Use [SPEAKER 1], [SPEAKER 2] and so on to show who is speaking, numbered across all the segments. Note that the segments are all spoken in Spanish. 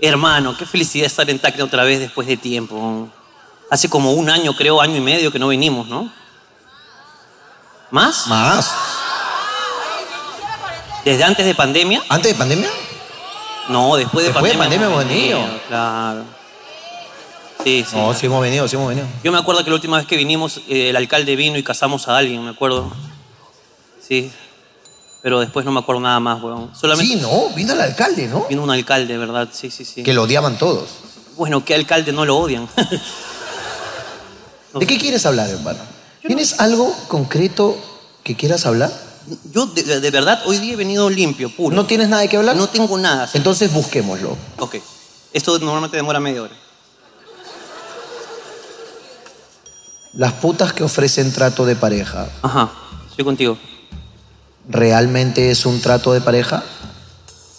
[SPEAKER 1] Hermano, qué felicidad estar en Tacna otra vez después de tiempo. Hace como un año, creo, año y medio que no venimos, ¿no? ¿Más?
[SPEAKER 2] Más.
[SPEAKER 1] ¿Desde antes de pandemia?
[SPEAKER 2] ¿Antes de pandemia?
[SPEAKER 1] No, después de
[SPEAKER 2] Después de
[SPEAKER 1] pandemia.
[SPEAKER 2] pandemia
[SPEAKER 1] no
[SPEAKER 2] hemos venido.
[SPEAKER 1] Claro. Sí, sí.
[SPEAKER 2] No, sí hemos venido, sí hemos venido.
[SPEAKER 1] Yo me acuerdo que la última vez que vinimos, eh, el alcalde vino y casamos a alguien, me acuerdo. Sí. Pero después no me acuerdo nada más, weón. Solamente
[SPEAKER 2] Sí, no, vino el alcalde, ¿no?
[SPEAKER 1] vino un alcalde, ¿verdad? Sí, sí, sí.
[SPEAKER 2] Que lo odiaban todos.
[SPEAKER 1] Bueno, ¿qué alcalde no lo odian?
[SPEAKER 2] ¿De qué quieres hablar, hermano? ¿Tienes algo concreto que quieras hablar?
[SPEAKER 1] Yo, de, de verdad, hoy día he venido limpio, puro.
[SPEAKER 2] ¿No tienes nada que hablar?
[SPEAKER 1] No tengo nada. sí.
[SPEAKER 2] Entonces busquémoslo.
[SPEAKER 1] Ok. Esto normalmente demora media hora.
[SPEAKER 2] Las putas que ofrecen trato de pareja,
[SPEAKER 1] Ajá. Estoy contigo.
[SPEAKER 2] ¿realmente es un trato de pareja?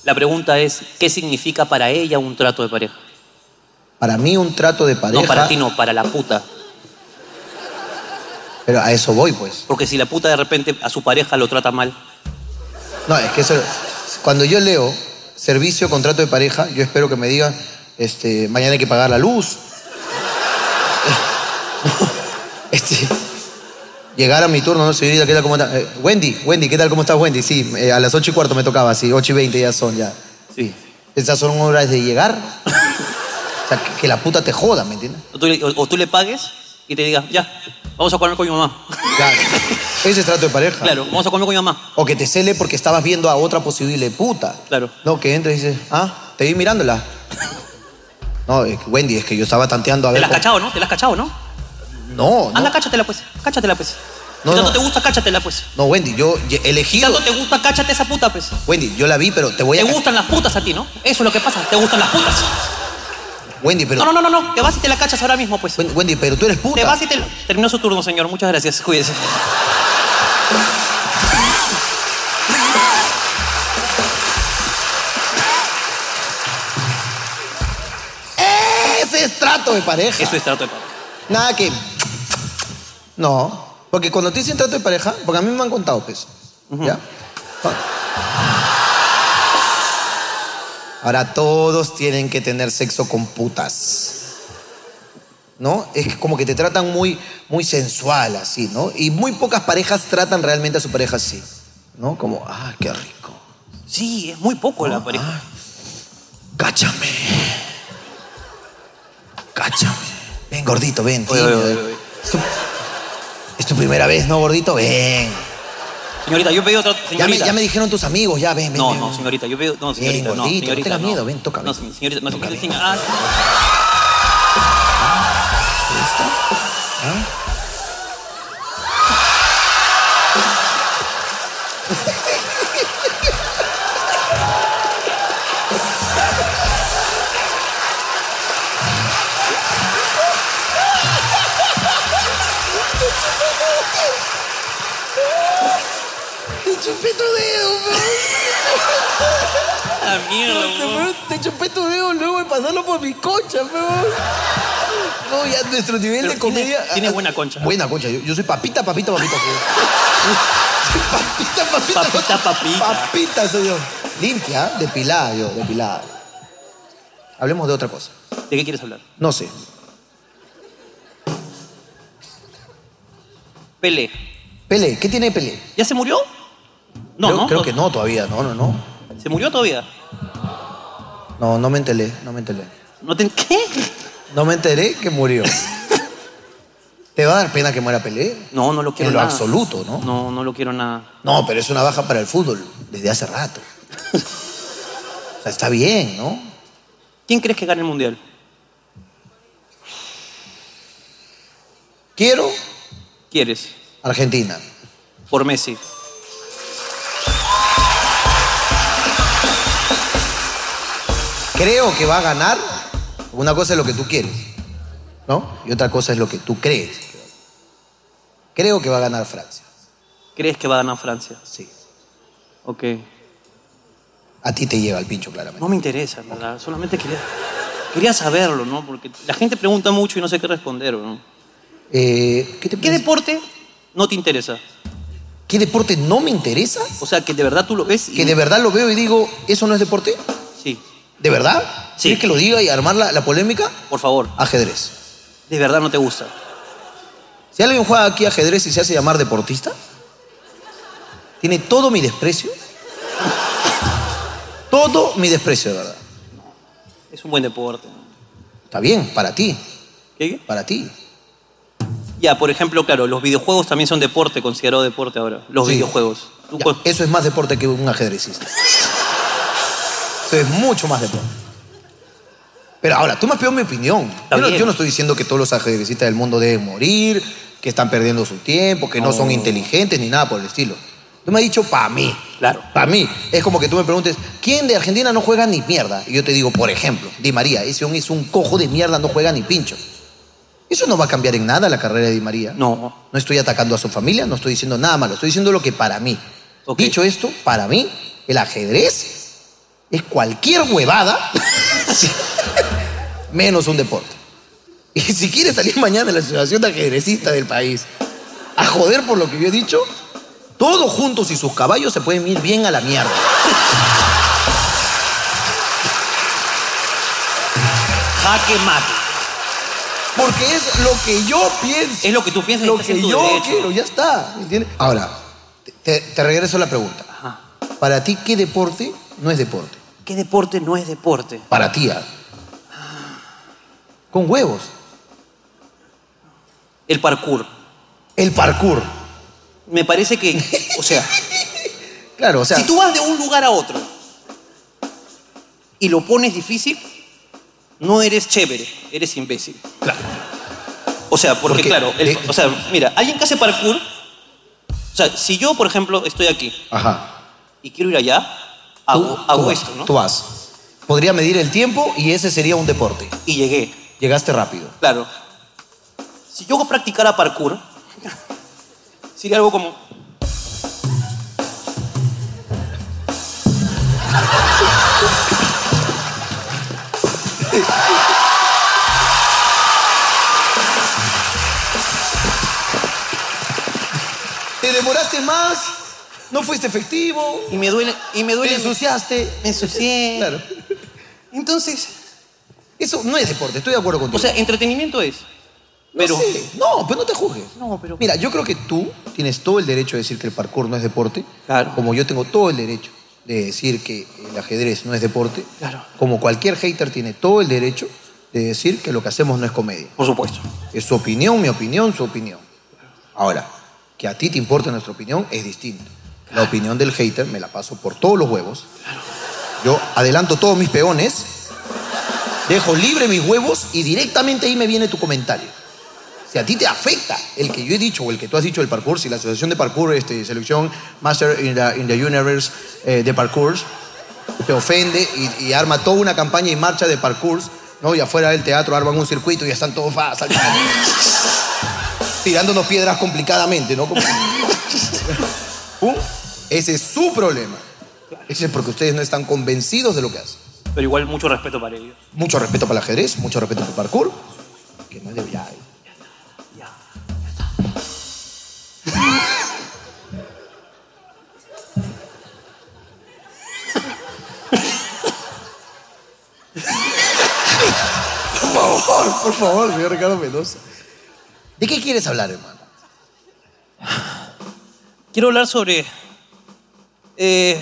[SPEAKER 1] La pregunta es, ¿qué significa para ella un trato de pareja?
[SPEAKER 2] Para mí un trato de pareja...
[SPEAKER 1] No, para ti no, para la puta.
[SPEAKER 2] Pero a eso voy, pues.
[SPEAKER 1] Porque si la puta de repente a su pareja lo trata mal,
[SPEAKER 2] No, es que eso... Cuando yo leo servicio, contrato de pareja, yo espero que me digan, este, mañana hay que pagar la luz. Este, llegar a mi turno, no, señorita, ¿qué tal, cómo está? Eh, Wendy, Wendy, ¿qué tal, cómo estás, Wendy? Sí, eh, a las 8 y cuarto me tocaba, sí, 8 y 20 ya son, ya.
[SPEAKER 1] sí.
[SPEAKER 2] Esas son horas de llegar. O sea, que, que la puta te joda, ¿me entiendes?
[SPEAKER 1] O tú, le- o- o tú le pagues y te digas, ya, vamos a comer con mi mamá.
[SPEAKER 2] Claro. Ese es trato de pareja.
[SPEAKER 1] Claro, vamos a comer con mi mamá.
[SPEAKER 2] O que te cele porque estabas viendo a otra posible puta.
[SPEAKER 1] Claro.
[SPEAKER 2] No, que entres y dices, ah, te vi mirándola. No, es que, Wendy, es que yo estaba tanteando
[SPEAKER 1] Te
[SPEAKER 2] a ver.
[SPEAKER 1] la has
[SPEAKER 2] cómo-
[SPEAKER 1] cachado, ¿no? Te la has cachado, ¿no?
[SPEAKER 2] No, no,
[SPEAKER 1] Anda, cáchatela pues, cáchatela pues.
[SPEAKER 2] No,
[SPEAKER 1] si tanto
[SPEAKER 2] no.
[SPEAKER 1] te gusta, cáchatela pues.
[SPEAKER 2] no, Wendy, yo ye-
[SPEAKER 1] Si
[SPEAKER 2] elegí.
[SPEAKER 1] tanto te gusta, cáchate esa puta pues.
[SPEAKER 2] Wendy, yo la vi, pero te voy
[SPEAKER 1] Te
[SPEAKER 2] a.
[SPEAKER 1] gustan las putas a ti, ¿no? Eso es lo que pasa, te gustan las putas.
[SPEAKER 2] Wendy, pero.
[SPEAKER 1] No, no, no, no, no. te vas y te la cachas ahora mismo pues.
[SPEAKER 2] Wen- Wendy, pero tú eres puta.
[SPEAKER 1] Te vas y te... la- Terminó su turno, señor, muchas gracias, cuídese.
[SPEAKER 2] Ese es trato de pareja.
[SPEAKER 1] Eso es trato de pareja.
[SPEAKER 2] Nada que. No. Porque cuando te dicen trato de pareja, porque a mí me han contado, pues. ¿Ya? Ah. Ahora todos tienen que tener sexo con putas. ¿No? Es que como que te tratan muy, muy sensual, así, ¿no? Y muy pocas parejas tratan realmente a su pareja así. ¿No? Como, ah, qué rico.
[SPEAKER 1] Sí, es muy poco
[SPEAKER 2] Ah.
[SPEAKER 1] la pareja.
[SPEAKER 2] Cáchame. Cáchame. Ven, gordito, ven.
[SPEAKER 1] Oye, oye,
[SPEAKER 2] tímido.
[SPEAKER 1] oye, oye.
[SPEAKER 2] Es, tu, es tu primera vez, ¿no, gordito? Ven.
[SPEAKER 1] Señorita, yo he pedido trato...
[SPEAKER 2] Ya me,
[SPEAKER 1] Señorita.
[SPEAKER 2] ya me dijeron tus amigos, ya, ven, ven.
[SPEAKER 1] No,
[SPEAKER 2] ven.
[SPEAKER 1] no, señorita, yo veo. No, señorita, no.
[SPEAKER 2] gordito, no
[SPEAKER 1] señorita,
[SPEAKER 2] tengas miedo, ven, tócame.
[SPEAKER 1] No, señorita, no,
[SPEAKER 2] Tócame.
[SPEAKER 1] señorita, ah,
[SPEAKER 2] Te chupé tu dedo,
[SPEAKER 1] la Ah, mierda, weón.
[SPEAKER 2] Te chupé tu dedo luego de pasarlo por mi concha, No, ya nuestro nivel
[SPEAKER 1] Pero
[SPEAKER 2] de
[SPEAKER 1] de tiene-
[SPEAKER 2] comedia.
[SPEAKER 1] comedia- tiene buena concha.
[SPEAKER 2] Buena concha. Yo, yo soy papita, papita, papita. soy. papita, papita.
[SPEAKER 1] Papita, papita.
[SPEAKER 2] Papita soy yo. Limpia, depilada yo, depilada. Hablemos de otra cosa.
[SPEAKER 1] ¿De qué quieres hablar?
[SPEAKER 2] No sé.
[SPEAKER 1] Pelé.
[SPEAKER 2] Pelé, ¿qué tiene Pelé?
[SPEAKER 1] ¿Ya se murió? No,
[SPEAKER 2] creo,
[SPEAKER 1] no.
[SPEAKER 2] creo que no todavía, no, no, no.
[SPEAKER 1] ¿Se murió todavía?
[SPEAKER 2] No, no me enteré, no me enteré.
[SPEAKER 1] ¿No te... ¿Qué?
[SPEAKER 2] No me enteré que murió. ¿Te va a dar pena que muera Pelé?
[SPEAKER 1] No, no lo quiero
[SPEAKER 2] En lo
[SPEAKER 1] nada.
[SPEAKER 2] absoluto, ¿no?
[SPEAKER 1] No, no lo quiero nada.
[SPEAKER 2] No, pero es una baja para el fútbol desde hace rato. O sea, está bien, ¿no?
[SPEAKER 1] ¿Quién crees que gane el mundial?
[SPEAKER 2] Quiero
[SPEAKER 1] ¿Quieres?
[SPEAKER 2] Argentina.
[SPEAKER 1] Por Messi.
[SPEAKER 2] Creo que va a ganar. Una cosa es lo que tú quieres, ¿no? Y otra cosa es lo que tú crees. Creo que va a ganar Francia.
[SPEAKER 1] ¿Crees que va a ganar Francia?
[SPEAKER 2] Sí.
[SPEAKER 1] Ok.
[SPEAKER 2] A ti te lleva el pincho, claramente.
[SPEAKER 1] No me interesa, en ¿verdad? Solamente quería... Quería saberlo, ¿no? Porque la gente pregunta mucho y no sé qué responder, ¿no?
[SPEAKER 2] Eh, ¿qué,
[SPEAKER 1] ¿Qué
[SPEAKER 2] te parece?
[SPEAKER 1] deporte no te interesa?
[SPEAKER 2] ¿Qué deporte no me interesa?
[SPEAKER 1] O sea, que de verdad tú lo ves y...
[SPEAKER 2] Que de verdad lo veo y digo, ¿eso no es deporte?
[SPEAKER 1] Sí.
[SPEAKER 2] ¿De verdad?
[SPEAKER 1] Sí.
[SPEAKER 2] ¿Quieres que lo diga y armar la, la polémica?
[SPEAKER 1] Por favor,
[SPEAKER 2] Ajedrez.
[SPEAKER 1] de verdad no te gusta.
[SPEAKER 2] Si alguien juega aquí ajedrez y se hace llamar deportista, tiene todo mi desprecio. Todo mi desprecio, de verdad.
[SPEAKER 1] Es un buen deporte.
[SPEAKER 2] Está bien, para ti,
[SPEAKER 1] ¿Qué?
[SPEAKER 2] para ti.
[SPEAKER 1] Ya, por ejemplo, claro, los videojuegos también son deporte, considerado deporte ahora. Los
[SPEAKER 2] Sí.
[SPEAKER 1] videojuegos. Tú
[SPEAKER 2] Ya,
[SPEAKER 1] con-
[SPEAKER 2] eso es más deporte que un ajedrecista. Eso es mucho más deporte. Pero ahora, tú me has pedido mi opinión.
[SPEAKER 1] Está
[SPEAKER 2] Yo no,
[SPEAKER 1] bien.
[SPEAKER 2] yo no estoy diciendo que todos los ajedrecistas del mundo deben morir, que están perdiendo su tiempo, que no, son
[SPEAKER 1] No.
[SPEAKER 2] inteligentes ni nada por el estilo. Tú me has dicho para mí.
[SPEAKER 1] Claro.
[SPEAKER 2] Para mí. Es como que tú me preguntes, ¿quién de Argentina no juega ni mierda? Y yo te digo, por ejemplo, Di María, ese hombre es un cojo de mierda, no juega ni pincho. Eso no va a cambiar en nada la carrera de Di María.
[SPEAKER 1] No,
[SPEAKER 2] No estoy atacando a su familia, no estoy diciendo nada malo, estoy diciendo lo que para mí.
[SPEAKER 1] Ok.
[SPEAKER 2] Dicho esto, para mí, el ajedrez es cualquier huevada, sí, menos un deporte. Y si quieres salir mañana de la Asociación de Ajedrecistas del país a joder por lo que yo he dicho, todos juntos y sus caballos se pueden ir bien a la mierda.
[SPEAKER 1] jaque mate.
[SPEAKER 2] Porque es lo que yo pienso.
[SPEAKER 1] Es lo que tú piensas y
[SPEAKER 2] lo
[SPEAKER 1] estás en
[SPEAKER 2] que
[SPEAKER 1] tu
[SPEAKER 2] yo
[SPEAKER 1] derecho.
[SPEAKER 2] quiero, ya está. ¿me ¿entiendes? Ahora, te, te regreso la pregunta.
[SPEAKER 1] Ajá.
[SPEAKER 2] Para ti, ¿qué deporte no es deporte?
[SPEAKER 1] ¿Qué deporte no es deporte?
[SPEAKER 2] Para ti. ah. Con huevos.
[SPEAKER 1] El parkour.
[SPEAKER 2] El parkour.
[SPEAKER 1] Me parece que, o sea,
[SPEAKER 2] Claro, o sea,
[SPEAKER 1] si tú vas de un lugar a otro y lo pones difícil, no eres chévere, eres imbécil.
[SPEAKER 2] Claro.
[SPEAKER 1] O sea, porque
[SPEAKER 2] Porque
[SPEAKER 1] claro, el-
[SPEAKER 2] de-
[SPEAKER 1] o sea, mira, alguien que hace parkour, o sea, si yo, por ejemplo, estoy aquí
[SPEAKER 2] Ajá.
[SPEAKER 1] y quiero ir allá, hago,
[SPEAKER 2] Tú-
[SPEAKER 1] hago
[SPEAKER 2] tú vas,
[SPEAKER 1] esto, ¿no?
[SPEAKER 2] Tú vas. Podría medir el tiempo y ese sería un deporte.
[SPEAKER 1] Y llegué.
[SPEAKER 2] Llegaste rápido.
[SPEAKER 1] Claro. Si yo practicara parkour, sería algo como.
[SPEAKER 2] Te demoraste más, no fuiste efectivo,
[SPEAKER 1] Y me duele. Y me
[SPEAKER 2] te
[SPEAKER 1] duele.
[SPEAKER 2] ensuciaste.
[SPEAKER 1] me ensucié.
[SPEAKER 2] Claro.
[SPEAKER 1] Entonces.
[SPEAKER 2] Eso no es deporte, estoy de acuerdo contigo.
[SPEAKER 1] O sea, entretenimiento es.
[SPEAKER 2] No
[SPEAKER 1] Pero.
[SPEAKER 2] sé. No, pero no te juzgues.
[SPEAKER 1] No, pero-
[SPEAKER 2] Mira, yo creo que tú tienes todo el derecho de decir que el parkour no es deporte.
[SPEAKER 1] Claro.
[SPEAKER 2] Como yo tengo todo el derecho de decir que el ajedrez no es deporte.
[SPEAKER 1] Claro.
[SPEAKER 2] Como cualquier hater tiene todo el derecho de decir que lo que hacemos no es comedia.
[SPEAKER 1] Por supuesto.
[SPEAKER 2] Es su opinión, mi opinión, su opinión. Ahora, que a ti te importe nuestra opinión es distinto. La opinión del hater me la paso por todos los huevos. Yo adelanto todos mis peones, dejo libre mis huevos y directamente ahí me viene tu comentario. Si a ti te afecta el que yo he dicho o el que tú has dicho del parkour, si la asociación de parkour, este, selección Master in the, in the Universe eh, de parkour, se ofende y, y arma toda una campaña y marcha de parkour, ¿no? Y afuera del teatro arman un circuito y ya están todos fa, saltando, tirándonos piedras complicadamente, ¿no? Como- Pum. Ese es su problema. Ese es porque ustedes no están convencidos de lo que hacen.
[SPEAKER 1] Pero igual mucho respeto para ellos.
[SPEAKER 2] Mucho respeto para el ajedrez, mucho respeto para el parkour. Que no debe- ya, Por favor, por favor, señor Ricardo Mendoza. ¿De qué quieres hablar, hermano?
[SPEAKER 1] Quiero hablar sobre. eh,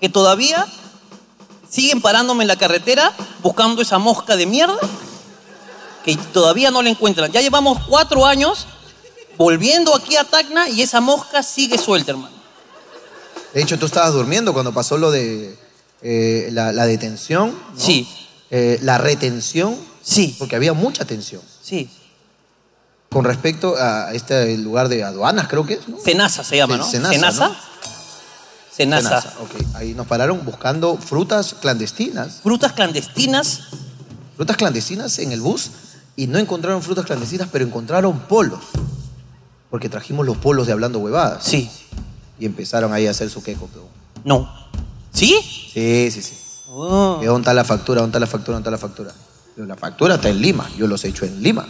[SPEAKER 1] que todavía siguen parándome en la carretera buscando esa mosca de mierda que todavía no la encuentran. Ya llevamos cuatro años volviendo aquí a Tacna y esa mosca sigue suelta, hermano.
[SPEAKER 2] De hecho, tú estabas durmiendo cuando pasó lo de eh, la, la detención. ¿no?
[SPEAKER 1] Sí.
[SPEAKER 2] Eh, la retención,
[SPEAKER 1] Sí,
[SPEAKER 2] porque había mucha tensión.
[SPEAKER 1] sí.
[SPEAKER 2] Con respecto a este lugar de aduanas, creo que es, ¿no?
[SPEAKER 1] Cenaza se llama,
[SPEAKER 2] Sí,
[SPEAKER 1] ¿no?
[SPEAKER 2] Cenaza,
[SPEAKER 1] Cenaza.
[SPEAKER 2] ¿no?
[SPEAKER 1] Cenaza.
[SPEAKER 2] Tenaza, ok. Ahí nos pararon buscando frutas clandestinas.
[SPEAKER 1] Frutas clandestinas.
[SPEAKER 2] Frutas clandestinas en el bus y no encontraron frutas clandestinas, pero encontraron polos. Porque trajimos los polos de Hablando Huevadas.
[SPEAKER 1] Sí.
[SPEAKER 2] Y empezaron ahí a hacer su queco, peón.
[SPEAKER 1] No. ¿Sí?
[SPEAKER 2] Sí, sí, sí.
[SPEAKER 1] Oh.
[SPEAKER 2] ¿De ¿Dónde está la factura? ¿Dónde está la factura? ¿Dónde está la factura? Pero la factura está en Lima. Yo los he hecho en Lima.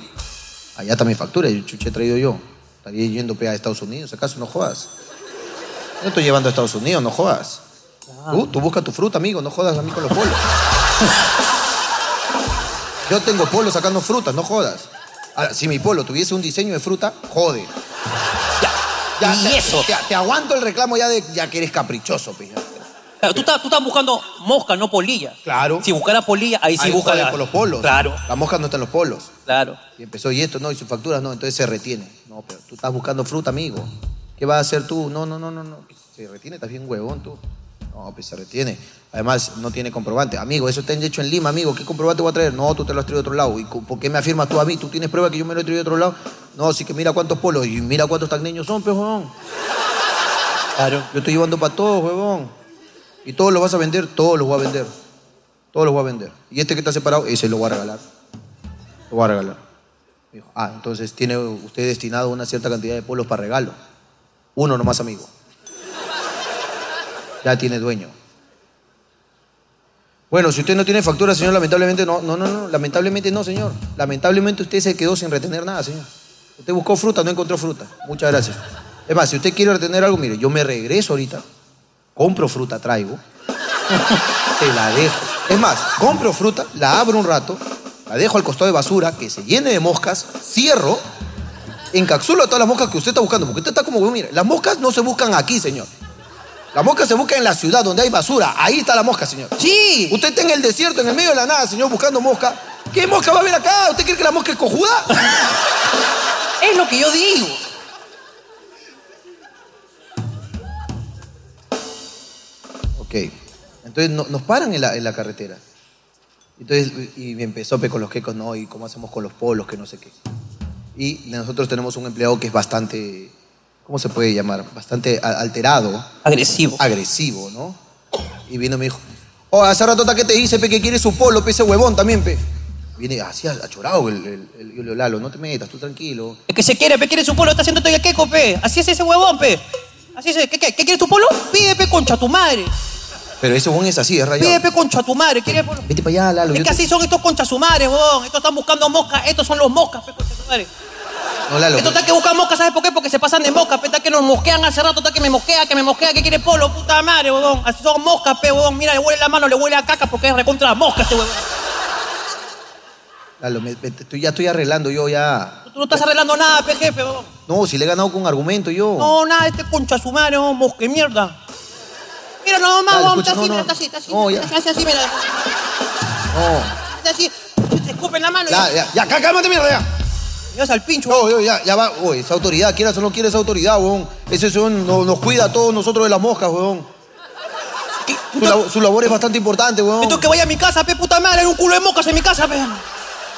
[SPEAKER 2] Allá está mi factura. Yo chuche he traído yo. pues, Estaría yendo pe, a Estados Unidos. ¿Acaso no jodas? No estoy llevando a Estados Unidos, no jodas. Tú, tú busca tu fruta, amigo, no jodas a mí con los polos. Yo tengo polos sacando frutas, no jodas. Ahora, si mi polo tuviese un diseño de fruta, jode. Ya,
[SPEAKER 1] y
[SPEAKER 2] te,
[SPEAKER 1] eso.
[SPEAKER 2] Te, te aguanto el reclamo ya de ya que eres caprichoso, pues, ya.
[SPEAKER 1] Claro, tú, estás, tú estás buscando mosca, no polilla.
[SPEAKER 2] Claro.
[SPEAKER 1] Si buscara polilla, ahí sí
[SPEAKER 2] Ahí
[SPEAKER 1] busca
[SPEAKER 2] joden
[SPEAKER 1] la-
[SPEAKER 2] con los polos.
[SPEAKER 1] Claro,
[SPEAKER 2] La mosca no está en los polos.
[SPEAKER 1] claro.
[SPEAKER 2] Y empezó, y esto no, y sus facturas no, entonces se retiene. No, pero tú estás buscando fruta, amigo. ¿Qué vas a hacer tú? No, no, no, no, no. Se retiene, estás bien huevón tú. No, pues se retiene. Además, no tiene comprobante. Amigo, eso está hecho en Lima, amigo. ¿Qué comprobante voy a traer? No, tú te lo has traído de otro lado. ¿Y cu- por qué me afirmas tú a mí? ¿Tú tienes prueba que yo me lo he traído de otro lado? No, así que mira cuántos polos y mira cuántos tacneños son, pejón.
[SPEAKER 1] Claro.
[SPEAKER 2] Yo estoy llevando para todos, huevón. ¿Y todos los vas a vender? Todos los voy a vender. Todos los voy a vender. ¿Y este que está separado? Ese lo voy a regalar. Lo voy a regalar. Me dijo, ah, entonces tiene usted destinado una cierta cantidad de polos para regalo. Uno nomás, amigo. Ya tiene dueño. Bueno, si usted no tiene factura, señor, lamentablemente no. No, no, no. Lamentablemente no, señor. Lamentablemente usted se quedó sin retener nada, señor. Usted buscó fruta, no encontró fruta. Muchas gracias. Es más, si usted quiere retener algo, mire, yo me regreso ahorita. Compro fruta, traigo. se la dejo. Es más, compro fruta, la abro un rato, la dejo al costado de basura, que se llene de moscas, cierro, encapsulo a todas las moscas que usted está buscando. Porque usted está como, mire, las moscas no se buscan aquí, señor. Las moscas se buscan en la ciudad donde hay basura. Ahí está la mosca, señor.
[SPEAKER 1] Sí.
[SPEAKER 2] Usted está en el desierto, en el medio de la nada, señor, buscando mosca. ¿Qué mosca va a haber acá? ¿Usted cree que la mosca es cojuda?
[SPEAKER 1] Es lo que yo digo.
[SPEAKER 2] Ok. Entonces no- nos paran en la, en la carretera. Entonces, y me empezó pe, con los quecos, ¿no? Y cómo hacemos con los polos, que no sé qué. Y nosotros tenemos un empleado que es bastante, ¿cómo se puede llamar? Bastante a- alterado,
[SPEAKER 1] Agresivo.
[SPEAKER 2] agresivo, ¿no? Y vino y me dijo, oh, hace rato está que te dice, pe, que quiere su polo, pe, ese huevón también, pe. Viene así achorado el, el, el- yo le digo, Lalo, no te metas, tú tranquilo.
[SPEAKER 1] Es que se quiere, pe, quiere su polo, está haciendo todo el queco, pe. Así es ese huevón, pe. Así es, ¿qué, qué, qué quieres tu polo? Pide, pe, concha tu madre.
[SPEAKER 2] Pero ese huevón es así, es
[SPEAKER 1] Pide,
[SPEAKER 2] rayado.
[SPEAKER 1] pe, concha tu madre. ¿Quieres polo?
[SPEAKER 2] Vete para allá, Lalo.
[SPEAKER 1] Es
[SPEAKER 2] yo
[SPEAKER 1] que
[SPEAKER 2] te-
[SPEAKER 1] así son estos conchas su madre, huevón. Estos están buscando moscas, estos son los moscas, pe, concha su madre.
[SPEAKER 2] No, Lalo.
[SPEAKER 1] Estos están que buscan moscas, ¿sabes por qué? Porque se pasan de moscas, pe, están que nos mosquean hace rato, está que me mosquea, que me mosquea, que quiere polo, puta madre, huevón. Así son moscas, pe, huevón. Mira, le huele la mano, le huele a caca porque es recontra las moscas, este huevón.
[SPEAKER 2] Lalo, me- me- estoy- ya estoy arreglando yo ya.
[SPEAKER 1] Tú no estás arreglando nada, pe, jefe, huevón.
[SPEAKER 2] No, si le he ganado con argumento yo.
[SPEAKER 1] No, nada, este concha su madre, no, mosque mierda. Mira, no, más,
[SPEAKER 2] Dale,
[SPEAKER 1] vamos,
[SPEAKER 2] escucha,
[SPEAKER 1] está así, mira,
[SPEAKER 2] no, no.
[SPEAKER 1] está así, está así.
[SPEAKER 2] No, ya.
[SPEAKER 1] Está así, así, mira.
[SPEAKER 2] No.
[SPEAKER 1] Está así. Te escupen la mano.
[SPEAKER 2] Ya,
[SPEAKER 1] Ya.
[SPEAKER 2] ya, ya, cá- cálmate, mierda, ya.
[SPEAKER 1] Y vas al pincho.
[SPEAKER 2] No, yo, ya, ya va. Oye, esa autoridad, quieras o no quieres esa autoridad, weón. Ese son, no- nos cuida a todos nosotros de las moscas, weón.
[SPEAKER 1] ¿Qué-
[SPEAKER 2] Su, labo- su labor es bastante importante, weón.
[SPEAKER 1] Esto que vaya a mi casa, pe, puta madre, hay un culo de moscas en mi casa, pe.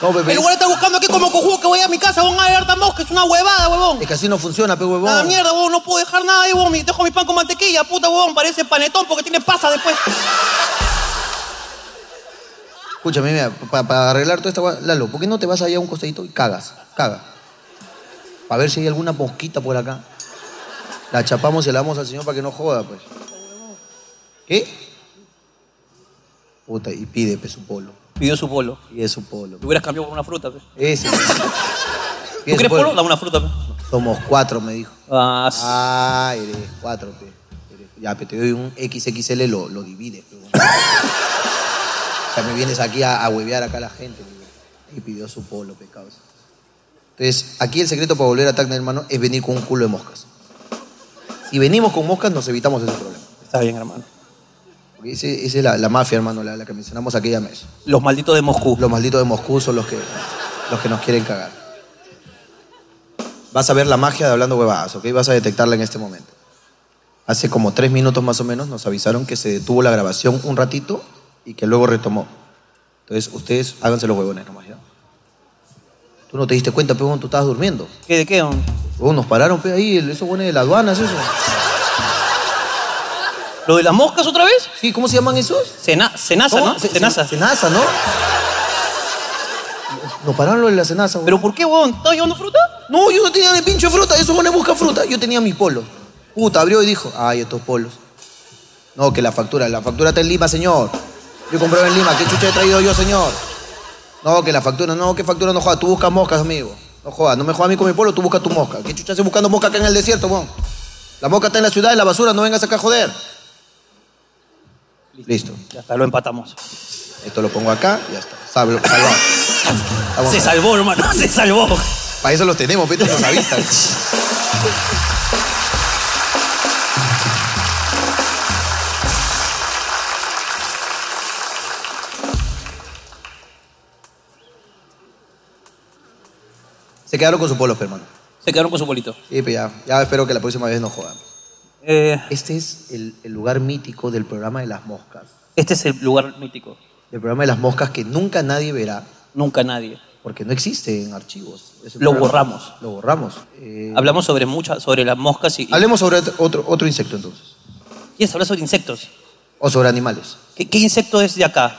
[SPEAKER 2] No, bebé.
[SPEAKER 1] El lugar está buscando aquí como cojudo que vaya a mi casa, van a ver harta mosca, es una huevada, huevón.
[SPEAKER 2] Es que así no funciona, pe,
[SPEAKER 1] Nada
[SPEAKER 2] weón.
[SPEAKER 1] mierda, huevón, no puedo dejar nada ahí, huevón. Me dejo mi pan con mantequilla, puta, huevón. Parece panetón porque tiene pasa después.
[SPEAKER 2] Escúchame, mira, para arreglar toda esta gua- Lalo, ¿por qué no te vas allá a un costadito y cagas? Caga. Para ver si hay alguna mosquita por acá. La chapamos y la damos al señor para que no joda, pues. ¿Qué? Puta, y pide, pe, su polo.
[SPEAKER 1] Pidió su polo.
[SPEAKER 2] Pide su polo.
[SPEAKER 1] Lo hubieras cambiado por una fruta, pe.
[SPEAKER 2] Ese.
[SPEAKER 1] ¿Tú crees polo? Da una fruta, pe.
[SPEAKER 2] Somos cuatro, me dijo.
[SPEAKER 1] Ah, s-
[SPEAKER 2] Ah, eres cuatro, pe. Eres- Ya, pero te doy un XXL, lo, lo divides, pe. O sea, me vienes aquí a, a huevear acá a la gente, pe. Y pidió su polo, pe, causa. Entonces, aquí el secreto para volver a Tacna, hermano, es venir con un culo de moscas. Si venimos con moscas, nos evitamos ese problema.
[SPEAKER 1] está bien, hermano.
[SPEAKER 2] Porque ese- esa es la, la mafia, hermano, la, la que mencionamos aquella mesa.
[SPEAKER 1] Los malditos de Moscú.
[SPEAKER 2] Los malditos de Moscú son los que, los que nos quieren cagar. Vas a ver la magia de hablando huevadas, ¿ok? Vas a detectarla en este momento. Hace como tres minutos más o menos nos avisaron que se detuvo la grabación un ratito y que luego retomó. Entonces, ustedes háganse los huevones nomás, ¿ya? Tú no te diste cuenta, peón, tú estabas durmiendo.
[SPEAKER 1] ¿Qué, ¿De qué, huevón?
[SPEAKER 2] Huevón, nos pararon, pe, ahí, el- esos huevones de la aduana, ¿es eso?
[SPEAKER 1] ¿Lo de las moscas otra vez?
[SPEAKER 2] Sí, ¿cómo se llaman esos?
[SPEAKER 1] Cena, cenaza,
[SPEAKER 2] ¿Cómo?
[SPEAKER 1] ¿no?
[SPEAKER 2] Se- se-
[SPEAKER 1] Cenaza.
[SPEAKER 2] Cenaza, ¿no? Nos pararon los de la cenaza, huevón.
[SPEAKER 1] ¿Pero por qué, huevón? ¿Estás llevando fruta?
[SPEAKER 2] No, yo no tenía de pinche fruta, esos buenos buscan fruta. Yo tenía mis polos. Puta, abrió y dijo, ay, estos polos. No, que la factura, la factura está en Lima, señor. Yo compré en Lima, ¿qué chucha he traído yo, señor? No, que la factura, no, que factura no joda, tú buscas moscas, amigo. No jodas, no me jodas a mí con mi polo, tú buscas tu mosca. ¿Qué chucha haces buscando mosca acá en el desierto, bon? La mosca está en la ciudad, en la basura, no vengas acá a joder. Listo.
[SPEAKER 1] Ya está, lo empatamos.
[SPEAKER 2] Esto lo pongo acá, ya está. Salvo, salvado. Estamos
[SPEAKER 1] Se salvó, hermano, se salvó.
[SPEAKER 2] Para eso los tenemos, pero nos avisan. Se quedaron con su polo, hermano.
[SPEAKER 1] Se quedaron con su bolito.
[SPEAKER 2] Sí, pues ya, ya espero que la próxima vez no jodan.
[SPEAKER 1] Eh,
[SPEAKER 2] Este es el, el lugar mítico del programa de las moscas.
[SPEAKER 1] este es el lugar mítico.
[SPEAKER 2] El programa de las moscas que nunca nadie verá
[SPEAKER 1] Nunca nadie.
[SPEAKER 2] porque no existe en archivos. Es un
[SPEAKER 1] Lo
[SPEAKER 2] programa-
[SPEAKER 1] borramos.
[SPEAKER 2] Lo borramos. Eh,
[SPEAKER 1] Hablamos sobre muchas, sobre las moscas y.
[SPEAKER 2] hablemos sobre otro- otro, otro insecto entonces.
[SPEAKER 1] ¿Quieres hablar sobre insectos?
[SPEAKER 2] O sobre animales.
[SPEAKER 1] ¿Qué, qué insecto es de acá?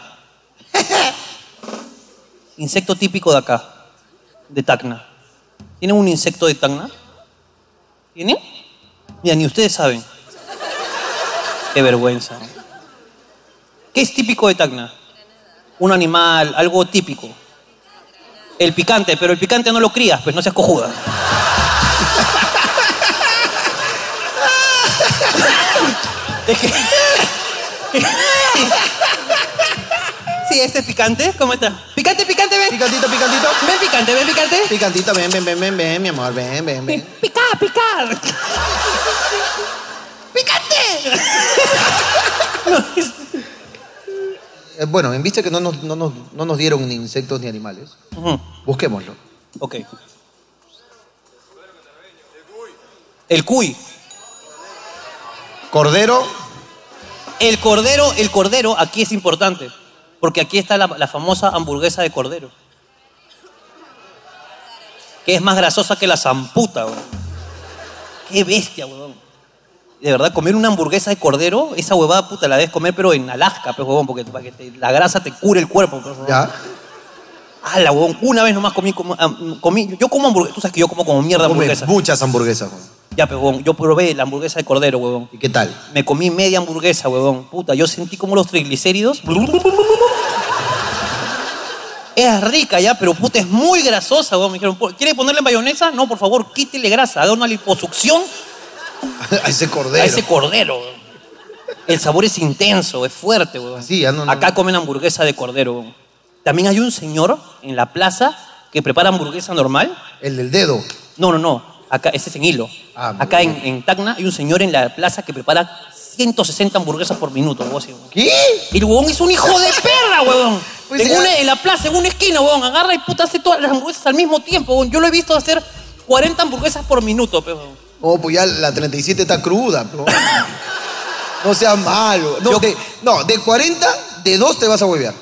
[SPEAKER 1] insecto típico de acá, de Tacna. ¿Tienen un insecto de Tacna? ¿Tienen? Mira, ni ustedes saben. Qué vergüenza. ¿Qué es típico de Tacna? Un animal, algo típico. El picante, pero el picante no lo crías, pues no seas cojuda. Es que- Sí, este es picante. ¿Cómo está? Picante, picante, ven.
[SPEAKER 2] Picantito, picantito.
[SPEAKER 1] Ven picante, ven picante.
[SPEAKER 2] Picantito, ven, ven, ven, ven, ven, mi amor, ven, ven, ven.
[SPEAKER 1] Pica, picar. ¡Picante!
[SPEAKER 2] Eh, Bueno, en vista que no nos, no nos- no nos dieron ni insectos ni animales,
[SPEAKER 1] Ujú,
[SPEAKER 2] busquémoslo.
[SPEAKER 1] Ok. El cuy.
[SPEAKER 2] Cordero,
[SPEAKER 1] El cordero, el cordero aquí es importante. Porque aquí está la, la famosa hamburguesa de cordero. Que es más grasosa que la zamputa, weón. Qué bestia, weón. De verdad, comer una hamburguesa de cordero, esa huevada puta la debes comer, pero en Alaska, pues, huevón, porque para que te- la grasa te cure el cuerpo. pues, huevón.
[SPEAKER 2] ya.
[SPEAKER 1] ¡Hala, huevón! Una vez nomás comí, como- am- comí- Yo como hamburguesa. Tú sabes que yo como como mierda
[SPEAKER 2] Come
[SPEAKER 1] hamburguesa.
[SPEAKER 2] muchas hamburguesas, Juan.
[SPEAKER 1] Ya, pues, huevón. Yo probé la hamburguesa de cordero, huevón.
[SPEAKER 2] ¿Y qué tal?
[SPEAKER 1] Me comí media hamburguesa, huevón. Puta, yo sentí como los triglicéridos. Es rica ya, pero puta, es muy grasosa, huevón. Me dijeron, "Po- ¿quiere ponerle mayonesa? No, por favor, quítele grasa. Haga una liposucción
[SPEAKER 2] A ese cordero.
[SPEAKER 1] a ese cordero, huevón. El sabor es intenso, es fuerte, huevón.
[SPEAKER 2] Sí, ya no- no-
[SPEAKER 1] Acá comen hamburguesa de cordero, huevón. También hay un señor en la plaza que prepara hamburguesa normal.
[SPEAKER 2] El del dedo.
[SPEAKER 1] No, no, no. Acá, ese es en Hilo.
[SPEAKER 2] Ah, muy
[SPEAKER 1] Acá en, en Tacna hay un señor en la plaza que prepara 160 hamburguesas por minuto. algo así, huevón.
[SPEAKER 2] ¿Qué?
[SPEAKER 1] Y el huevón es un hijo de perra, huevón.
[SPEAKER 2] Pues
[SPEAKER 1] en,
[SPEAKER 2] ya-
[SPEAKER 1] una- en la plaza, en una esquina, huevón. Agarra y puta hace todas las hamburguesas al mismo tiempo, huevón. Yo lo he visto hacer 40 hamburguesas por minuto, pe, huevón.
[SPEAKER 2] No, pues ya la 37 está cruda, bro. No seas malo. No,
[SPEAKER 1] Yo-
[SPEAKER 2] de, no, de 40, de 2 te vas a huevear.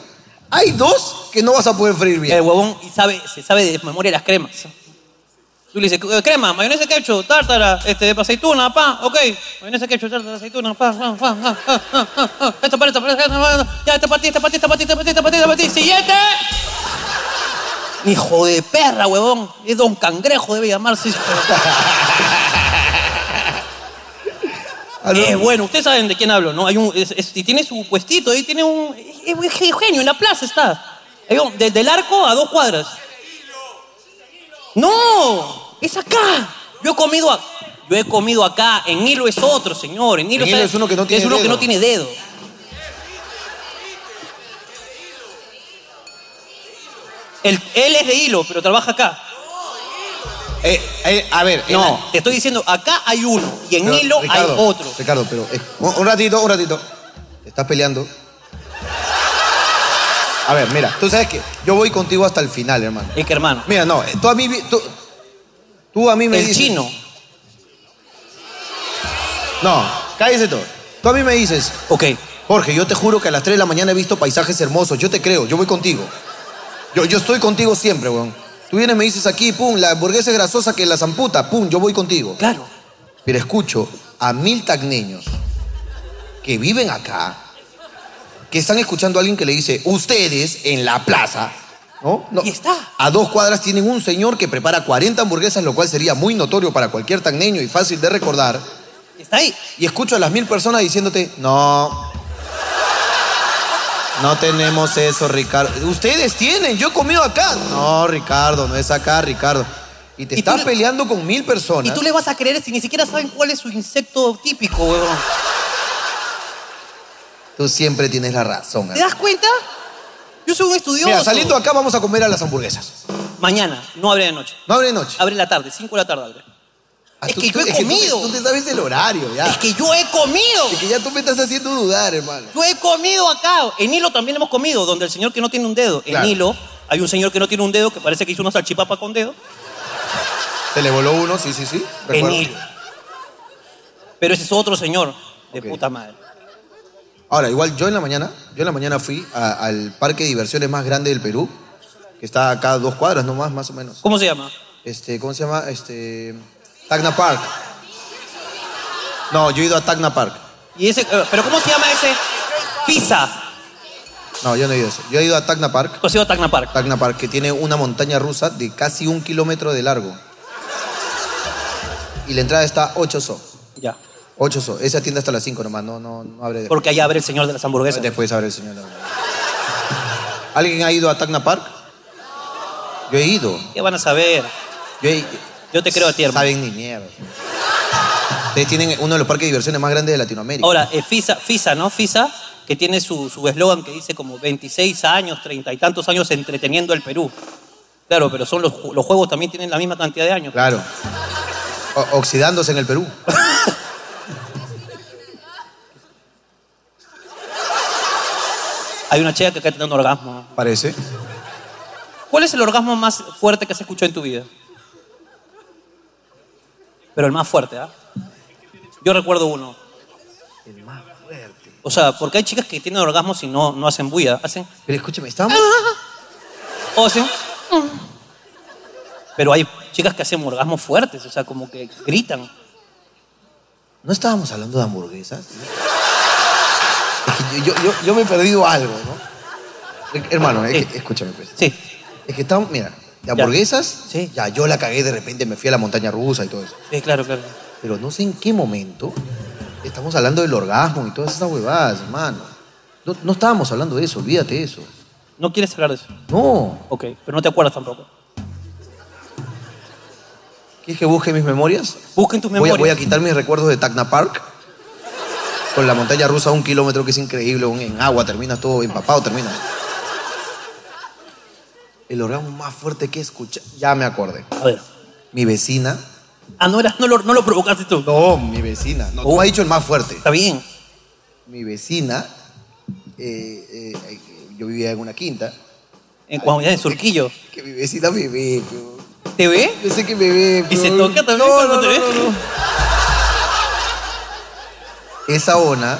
[SPEAKER 2] Hay dos que no vas a poder freír bien.
[SPEAKER 1] El huevón y sabe, se sabe de memoria las cremas. Tú le dices, "Eh, crema, mayonesa ketchup, tártara, este, aceituna, pa, ok. Mayonesa ketchup, tártara, aceituna, pa, pa, pa, pa, pa, pa, pa, pa. Esto para esto, para esto, para esto. Ya, esta patita, patita, patita, patita, patita, patita. Siguiente. Hijo de perra, huevón. Es don cangrejo, debe llamarse.
[SPEAKER 2] Ah, no.
[SPEAKER 1] Es Eh, bueno, ustedes saben de quién hablo, ¿no? Hay un, es- es- y tiene su puestito, ahí tiene un... Es, es- es genio, en la plaza está. Ahí va, Desde el arco a dos cuadras. ¡No! ¡Es acá! Yo he comido a- Yo he comido acá, en Hilo es otro, señor. En Hilo,
[SPEAKER 2] En Hilo
[SPEAKER 1] ¿sabes?
[SPEAKER 2] es uno que no tiene
[SPEAKER 1] Es uno que
[SPEAKER 2] dedo.
[SPEAKER 1] no tiene dedo. El- él es de Hilo, pero trabaja acá.
[SPEAKER 2] Eh, eh, a ver, en
[SPEAKER 1] No,
[SPEAKER 2] la-
[SPEAKER 1] te estoy diciendo, acá hay uno y en
[SPEAKER 2] pero,
[SPEAKER 1] Hilo
[SPEAKER 2] Ricardo,
[SPEAKER 1] hay otro.
[SPEAKER 2] Ricardo, pero eh, un, un ratito, un ratito. Te estás peleando. A ver, mira, tú sabes que yo voy contigo hasta el final, hermano.
[SPEAKER 1] Es que hermano,
[SPEAKER 2] Mira, no, eh, tú a mí, vi- tú, tú a mí me
[SPEAKER 1] el
[SPEAKER 2] dices.
[SPEAKER 1] chino.
[SPEAKER 2] No, cállese todo. Tú a mí me dices,
[SPEAKER 1] Ok,
[SPEAKER 2] Jorge, yo te juro que a las 3 de la mañana he visto paisajes hermosos. Yo te creo, yo voy contigo. Yo, yo estoy contigo siempre, weón. Tú vienes, me dices aquí, pum, la hamburguesa es grasosa que la zamputa, pum, yo voy contigo.
[SPEAKER 1] claro.
[SPEAKER 2] Pero escucho a mil tacneños que viven acá, que están escuchando a alguien que le dice, ustedes en la plaza, ¿no? No.
[SPEAKER 1] Y está.
[SPEAKER 2] A dos cuadras tienen un señor que prepara 40 hamburguesas, lo cual sería muy notorio para cualquier tacneño y fácil de recordar.
[SPEAKER 1] Está ahí.
[SPEAKER 2] Y escucho a las mil personas diciéndote, no. No tenemos eso, Ricardo. Ustedes tienen, yo he comido acá. No, Ricardo, no es acá, Ricardo. Y te
[SPEAKER 1] Y tú
[SPEAKER 2] estás
[SPEAKER 1] le-
[SPEAKER 2] peleando con mil personas.
[SPEAKER 1] Y tú le vas
[SPEAKER 2] Ah.
[SPEAKER 1] a creer si ni siquiera saben cuál es su insecto típico, huevón.
[SPEAKER 2] Tú siempre tienes la razón.
[SPEAKER 1] ¿Te das cuenta? Yo soy un estudioso.
[SPEAKER 2] Mira, saliendo acá vamos a comer a las hamburguesas.
[SPEAKER 1] Mañana, no abre de noche.
[SPEAKER 2] No abre de noche.
[SPEAKER 1] Abre en la tarde, 5 de la tarde abre.
[SPEAKER 2] Ah,
[SPEAKER 1] es
[SPEAKER 2] tú-
[SPEAKER 1] que
[SPEAKER 2] tú-
[SPEAKER 1] yo he
[SPEAKER 2] tú te-
[SPEAKER 1] comido.
[SPEAKER 2] Tú, te sabes el horario ya.
[SPEAKER 1] Es que yo he comido.
[SPEAKER 2] Es que ya tú me estás haciendo dudar, hermano.
[SPEAKER 1] Yo he comido acá. En Hilo también hemos comido, donde el señor que no tiene un dedo.
[SPEAKER 2] Claro.
[SPEAKER 1] En Hilo hay un señor que no tiene un dedo que parece que hizo una salchipapa con dedo.
[SPEAKER 2] ¿Te le voló uno? Sí, sí, sí.
[SPEAKER 1] En
[SPEAKER 2] recuerdo.
[SPEAKER 1] Hilo. Pero ese es otro señor de
[SPEAKER 2] Ok.
[SPEAKER 1] puta madre.
[SPEAKER 2] Ahora, igual yo en la mañana, yo en la mañana fui a- al parque de diversiones más grande del Perú, que está acá a dos cuadras nomás, más o menos.
[SPEAKER 1] ¿Cómo se llama?
[SPEAKER 2] Este, ¿cómo se llama? Este. Tacna Park. No, yo he ido a Tacna Park.
[SPEAKER 1] Y ese, eh, pero ¿cómo se llama ese? Pisa.
[SPEAKER 2] No, yo no he ido a eso. Yo he ido a Tacna Park.
[SPEAKER 1] Tú has ido a Tacna Park.
[SPEAKER 2] Tacna Park, que tiene una montaña rusa de casi un kilómetro de largo. Y la entrada está 8 so.
[SPEAKER 1] Ya.
[SPEAKER 2] 8 so. Esa tienda hasta las 5 nomás, no, no, no abre después.
[SPEAKER 1] Porque allá abre el señor de las hamburguesas.
[SPEAKER 2] Después abre el señor. ¿Alguien ha ido a Tacna Park? Yo he ido.
[SPEAKER 1] ¿Qué van a saber?
[SPEAKER 2] Yo he-
[SPEAKER 1] Yo te creo a ti, hermano.
[SPEAKER 2] Saben ni mierda. Ustedes tienen uno de los parques de diversiones más grandes de Latinoamérica.
[SPEAKER 1] Ahora, eh, FISA, FISA, ¿no? FISA, que tiene su su eslogan que dice como 26 años, 30 y tantos años entreteniendo al Perú. Claro, pero son los, ju- los juegos también tienen la misma cantidad de años.
[SPEAKER 2] Claro. O- oxidándose en el Perú.
[SPEAKER 1] Hay una chica que acá tiene un orgasmo.
[SPEAKER 2] Parece.
[SPEAKER 1] ¿Cuál es el orgasmo más fuerte que has escuchado en tu vida? Pero el más fuerte, ¿ah? Yo recuerdo uno.
[SPEAKER 2] El más fuerte.
[SPEAKER 1] O sea, porque hay chicas que tienen orgasmos y no, no hacen bulla. Hacen.
[SPEAKER 2] Pero escúchame, estábamos.
[SPEAKER 1] O hacen. Pero hay chicas que hacen orgasmos fuertes, o sea, como que gritan.
[SPEAKER 2] No estábamos hablando de hamburguesas. Es que yo, yo- yo- yo me he perdido algo, ¿no? Eh, Hermano, es que-
[SPEAKER 1] Sí.
[SPEAKER 2] escúchame, pues.
[SPEAKER 1] Sí.
[SPEAKER 2] Es que estábamos, mira, de hamburguesas,
[SPEAKER 1] Sí.
[SPEAKER 2] ya yo la cagué de repente, me fui a la montaña rusa y todo eso.
[SPEAKER 1] Sí, claro, claro.
[SPEAKER 2] Pero no sé en qué momento estamos hablando del orgasmo y todas esas huevadas, hermano. No, no estábamos hablando de eso, olvídate de eso.
[SPEAKER 1] No quieres hablar de eso.
[SPEAKER 2] No.
[SPEAKER 1] Ok, pero no te acuerdas tampoco.
[SPEAKER 2] ¿Quieres que busque mis memorias?
[SPEAKER 1] Busquen tus
[SPEAKER 2] Voy a,
[SPEAKER 1] memorias.
[SPEAKER 2] voy a quitar mis recuerdos de Tacna Park. Con la montaña rusa a un kilómetro que es increíble, un- en agua, terminas todo empapado, terminas. El orgasmo más fuerte que escuché. Ya me acordé.
[SPEAKER 1] a... ver.
[SPEAKER 2] Mi vecina.
[SPEAKER 1] Ah, no, era, no, lo, no lo provocaste tú.
[SPEAKER 2] No, mi vecina. No, tú
[SPEAKER 1] Oh.
[SPEAKER 2] has dicho el más fuerte.
[SPEAKER 1] Está bien.
[SPEAKER 2] Mi vecina. eh, eh, eh, yo vivía en una quinta.
[SPEAKER 1] En, cuando en Surquillo.
[SPEAKER 2] Que mi vecina me ve, pero-
[SPEAKER 1] ¿Te ve?
[SPEAKER 2] Yo sé que me ve.
[SPEAKER 1] ¿Y
[SPEAKER 2] pero-
[SPEAKER 1] se toca también
[SPEAKER 2] No,
[SPEAKER 1] cuando
[SPEAKER 2] no,
[SPEAKER 1] te
[SPEAKER 2] no,
[SPEAKER 1] ve?
[SPEAKER 2] no, no. Esa ona.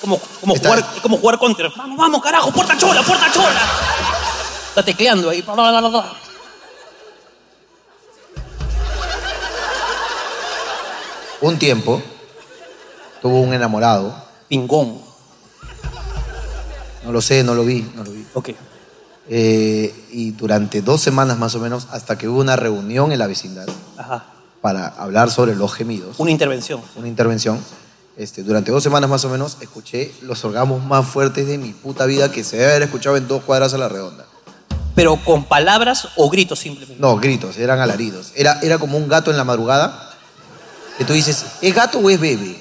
[SPEAKER 1] Como, como,
[SPEAKER 2] Está-
[SPEAKER 1] jugar, es como jugar contra. Vamos, vamos, carajo, puerta chola, puerta chola. Está tecleando ahí. bla, bla, bla, bla, bla.
[SPEAKER 2] un tiempo tuvo un enamorado.
[SPEAKER 1] Pingón.
[SPEAKER 2] No lo sé, no lo vi, no lo vi.
[SPEAKER 1] Ok.
[SPEAKER 2] Eh, y durante dos semanas más o menos, hasta que hubo una reunión en la vecindad
[SPEAKER 1] Ajá.
[SPEAKER 2] para hablar sobre los gemidos,
[SPEAKER 1] Una intervención.
[SPEAKER 2] una intervención. Este, durante dos semanas más o menos escuché los orgasmos más fuertes de mi puta vida que se debe haber escuchado en dos cuadras a la redonda.
[SPEAKER 1] Pero con palabras o gritos simplemente.
[SPEAKER 2] No, gritos, eran alaridos. Era, era como un gato en la madrugada que tú dices, ¿es gato o es bebé?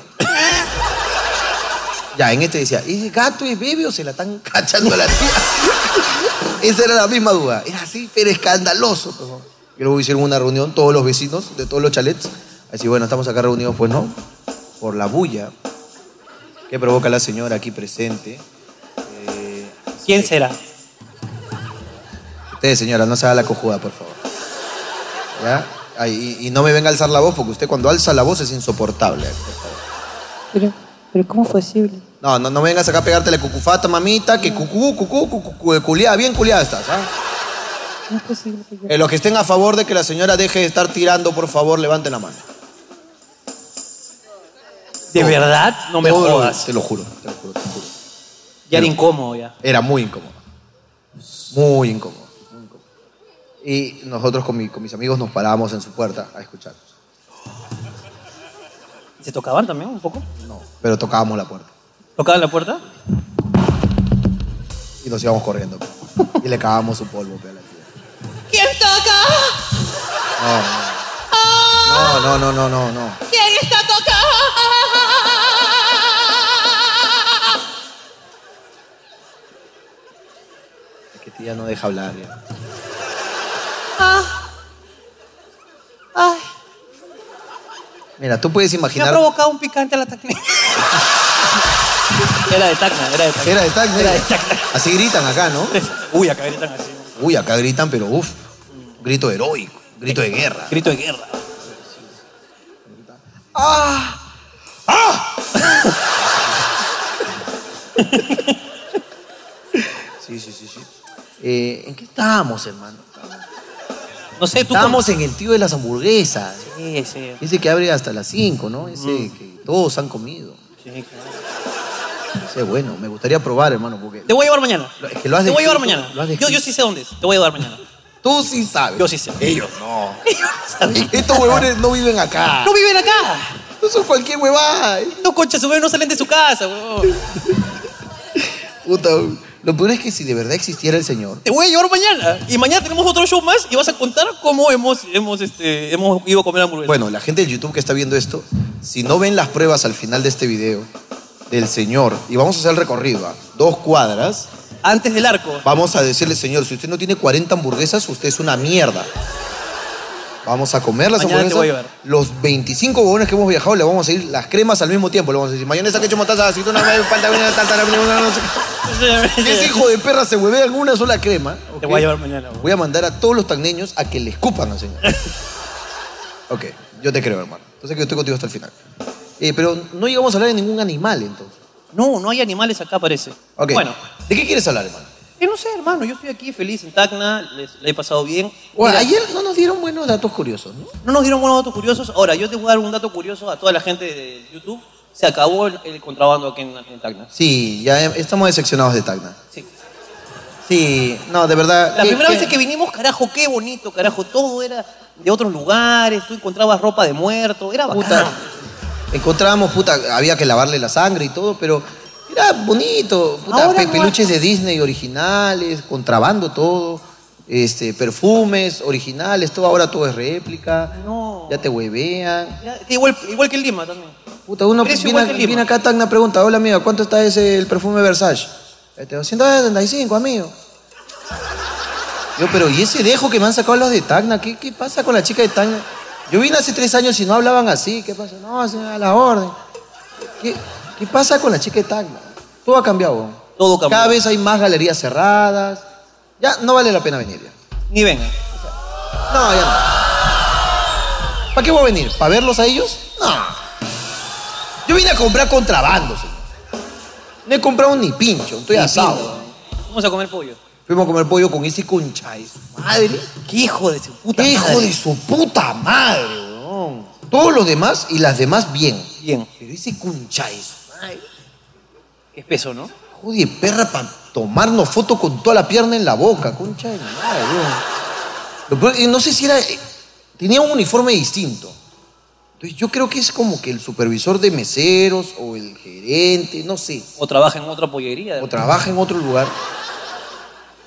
[SPEAKER 2] ya, en este decía, ¿es gato, es bebé o se la están cachando a la tía? Esa era la misma duda. Era así, pero escandaloso. pues, ¿no? Y luego hicieron una reunión, todos los vecinos de todos los chalets. Así, bueno, estamos acá reunidos, pues no, por la bulla que provoca la señora aquí presente. Eh,
[SPEAKER 1] ¿Quién será?
[SPEAKER 2] Usted, señora, no se haga la cojuda, por favor. ¿Ya? Ay, y, y no me venga a alzar la voz, porque usted cuando alza la voz es insoportable. por favor.
[SPEAKER 3] Pero, pero ¿cómo es posible?
[SPEAKER 2] No, no, no vengas acá a pegarte la cucufata, mamita, que cucú, cucú, cucú, cucú, culiada, bien culiada estás, ¿ah?
[SPEAKER 3] No es posible que yo...
[SPEAKER 2] Eh, los que estén a favor de que la señora deje de estar tirando, por favor, levanten la mano.
[SPEAKER 1] ¿De
[SPEAKER 2] No.
[SPEAKER 1] verdad? No me
[SPEAKER 2] Todo lo-
[SPEAKER 1] jodas.
[SPEAKER 2] Te lo juro, te lo juro, te lo juro.
[SPEAKER 1] Ya era incómodo ya.
[SPEAKER 2] Era muy incómodo. Muy incómodo. muy incómodo. Y nosotros con, mi- con mis amigos nos parábamos en su puerta a escuchar.
[SPEAKER 1] ¿Se tocaban también un poco?
[SPEAKER 2] No, pero tocábamos la puerta.
[SPEAKER 1] ¿Tocaban la puerta?
[SPEAKER 2] Y nos íbamos corriendo. pe. Y le cagábamos su polvo, pe, a la tía.
[SPEAKER 4] ¿Quién toca?
[SPEAKER 2] No, no. No, no, no, no, no, no.
[SPEAKER 4] ¿Quién está
[SPEAKER 2] ya no deja hablar. ya.
[SPEAKER 1] Ah. Ay,
[SPEAKER 2] Mira, tú puedes
[SPEAKER 1] me ha
[SPEAKER 2] imaginar.
[SPEAKER 1] provocado un picante a la tacna. era de tacna, era de tacna.
[SPEAKER 2] Era de Tacna.
[SPEAKER 1] Era de Tacna.
[SPEAKER 2] Así gritan acá, ¿no?
[SPEAKER 1] Uy, acá gritan así.
[SPEAKER 2] Uy, acá gritan, pero uff. Grito heroico, grito de guerra.
[SPEAKER 1] Grito de guerra. Ah.
[SPEAKER 2] Sí, sí, sí, sí. Eh, ¿En qué estábamos, hermano?
[SPEAKER 1] No sé, tú cómo...
[SPEAKER 2] Estábamos en el tío de las hamburguesas.
[SPEAKER 1] Sí, sí,
[SPEAKER 2] Ese que abre hasta las 5, ¿no? Ese
[SPEAKER 1] Mm.
[SPEAKER 2] que todos han comido.
[SPEAKER 1] sí, claro.
[SPEAKER 2] Ese bueno, me gustaría probar, hermano, porque
[SPEAKER 1] Te voy a llevar mañana.
[SPEAKER 2] Lo- es que lo has
[SPEAKER 1] Te voy a llevar
[SPEAKER 2] descrito,
[SPEAKER 1] mañana.
[SPEAKER 2] lo has
[SPEAKER 1] yo,
[SPEAKER 2] descrito.
[SPEAKER 1] yo sí sé dónde es. Te voy a llevar mañana.
[SPEAKER 2] tú sí sabes.
[SPEAKER 1] Yo sí sé.
[SPEAKER 2] Ellos no. Estos huevones no viven acá.
[SPEAKER 1] ¡No viven acá!
[SPEAKER 2] No son cualquier huevada.
[SPEAKER 1] No, concha, su madre, no salen de su casa, huevón.
[SPEAKER 2] Puta, lo peor es que si de verdad existiera el Señor,
[SPEAKER 1] Te voy a llevar mañana. Y mañana tenemos otro show más y vas a contar cómo hemos, hemos, este, hemos ido a comer hamburguesas.
[SPEAKER 2] Bueno, la gente de YouTube que está viendo esto, si no ven las pruebas al final de este video del Señor, y vamos a hacer el recorrido, ¿ah? dos cuadras,
[SPEAKER 1] Antes del arco.
[SPEAKER 2] vamos a decirle, Señor, si usted no tiene 40 hamburguesas, usted es una mierda. Vamos a comer las
[SPEAKER 1] Mañana te voy a
[SPEAKER 2] hamburguesas. Los 25 huevones que hemos viajado le vamos a ir las cremas al mismo tiempo. Le vamos a decir, mayonesa, ketchup, mostaza, aceituna, pantalones, tartaruga, no sé qué. Ese hijo de perra se huevea en una sola crema.
[SPEAKER 1] Te
[SPEAKER 2] ¿ok?
[SPEAKER 1] voy a llevar mañana. huevón.
[SPEAKER 2] Voy a mandar a todos los tagneños a que le escupan al señor. ok, yo te creo, hermano. Entonces que yo estoy contigo hasta el final. Eh, pero no llegamos a hablar de ningún animal, entonces.
[SPEAKER 1] No, no hay animales acá, parece.
[SPEAKER 2] Ok.
[SPEAKER 1] Bueno,
[SPEAKER 2] ¿De qué quieres hablar, hermano?
[SPEAKER 1] yo Eh, no sé, hermano. Yo estoy aquí feliz en Tacna. Les, la he pasado bien.
[SPEAKER 2] Bueno,
[SPEAKER 1] Mira,
[SPEAKER 2] ayer no nos dieron buenos datos curiosos, ¿no?
[SPEAKER 1] No nos dieron buenos datos curiosos. Ahora, yo te voy a dar un dato curioso a toda la gente de YouTube. Se acabó el, el contrabando aquí en, en Tacna.
[SPEAKER 2] Sí, ya eh, estamos decepcionados de Tacna.
[SPEAKER 1] Sí.
[SPEAKER 2] Sí, no, de verdad.
[SPEAKER 1] La
[SPEAKER 2] ¿qué-
[SPEAKER 1] primera
[SPEAKER 2] qué-
[SPEAKER 1] vez que vinimos, carajo, qué bonito, carajo. Todo era de otros lugares. Tú encontrabas ropa de muerto. Era bacán.
[SPEAKER 2] Puta, encontramos, puta, había que lavarle la sangre y todo, pero era bonito. Puta,
[SPEAKER 1] Ahora
[SPEAKER 2] pe-
[SPEAKER 1] no hay-
[SPEAKER 2] peluches de Disney originales, contrabando todo, este, perfumes originales, todo, ahora todo es réplica.
[SPEAKER 1] No.
[SPEAKER 2] Ya te huevean.
[SPEAKER 1] Ya, Igual, igual que en Lima también.
[SPEAKER 2] Puta, uno
[SPEAKER 1] Precio
[SPEAKER 2] viene,
[SPEAKER 1] igual que
[SPEAKER 2] acá-
[SPEAKER 1] en Lima.
[SPEAKER 2] viene acá, Tacna, pregunta, hola amiga, ¿cuánto está ese el perfume Versace? Este, 275, amigo. Yo, pero ¿y ese dejo que me han sacado los de Tacna? ¿Qué, qué pasa con la chica de Tacna? Yo vine hace tres años y no hablaban así. ¿Qué pasa? No, señora, a la orden. ¿Qué, qué pasa con la chica de Tacna? Todo ha cambiado.
[SPEAKER 1] Todo cambió.
[SPEAKER 2] Cada vez hay más galerías cerradas. Ya no vale la pena venir ya.
[SPEAKER 1] Ni venga.
[SPEAKER 2] No, ya no. ¿Para qué voy a venir? ¿Para verlos a ellos? No. Yo vine a comprar contrabando, señor. No he comprado ni pincho, estoy
[SPEAKER 1] Ni
[SPEAKER 2] asado.
[SPEAKER 1] pinga. Vamos a comer pollo.
[SPEAKER 2] Fuimos a comer pollo con ese concha de su madre.
[SPEAKER 1] ¡Qué hijo de su puta
[SPEAKER 2] Hijo
[SPEAKER 1] madre!
[SPEAKER 2] de su puta madre, weón. Todos los demás y las demás bien.
[SPEAKER 1] Bien.
[SPEAKER 2] Pero ese concha de su madre.
[SPEAKER 1] Qué espeso, ¿no?
[SPEAKER 2] Joder, perra, para tomarnos foto con toda la pierna en la boca, concha de mi madre, weón. Lo peor- y no sé si era. eh, Tenía un uniforme distinto. Entonces yo creo que es como que el supervisor de meseros o el gerente, no sé,
[SPEAKER 1] O trabaja en otra pollería.
[SPEAKER 2] o trabaja en otro lugar.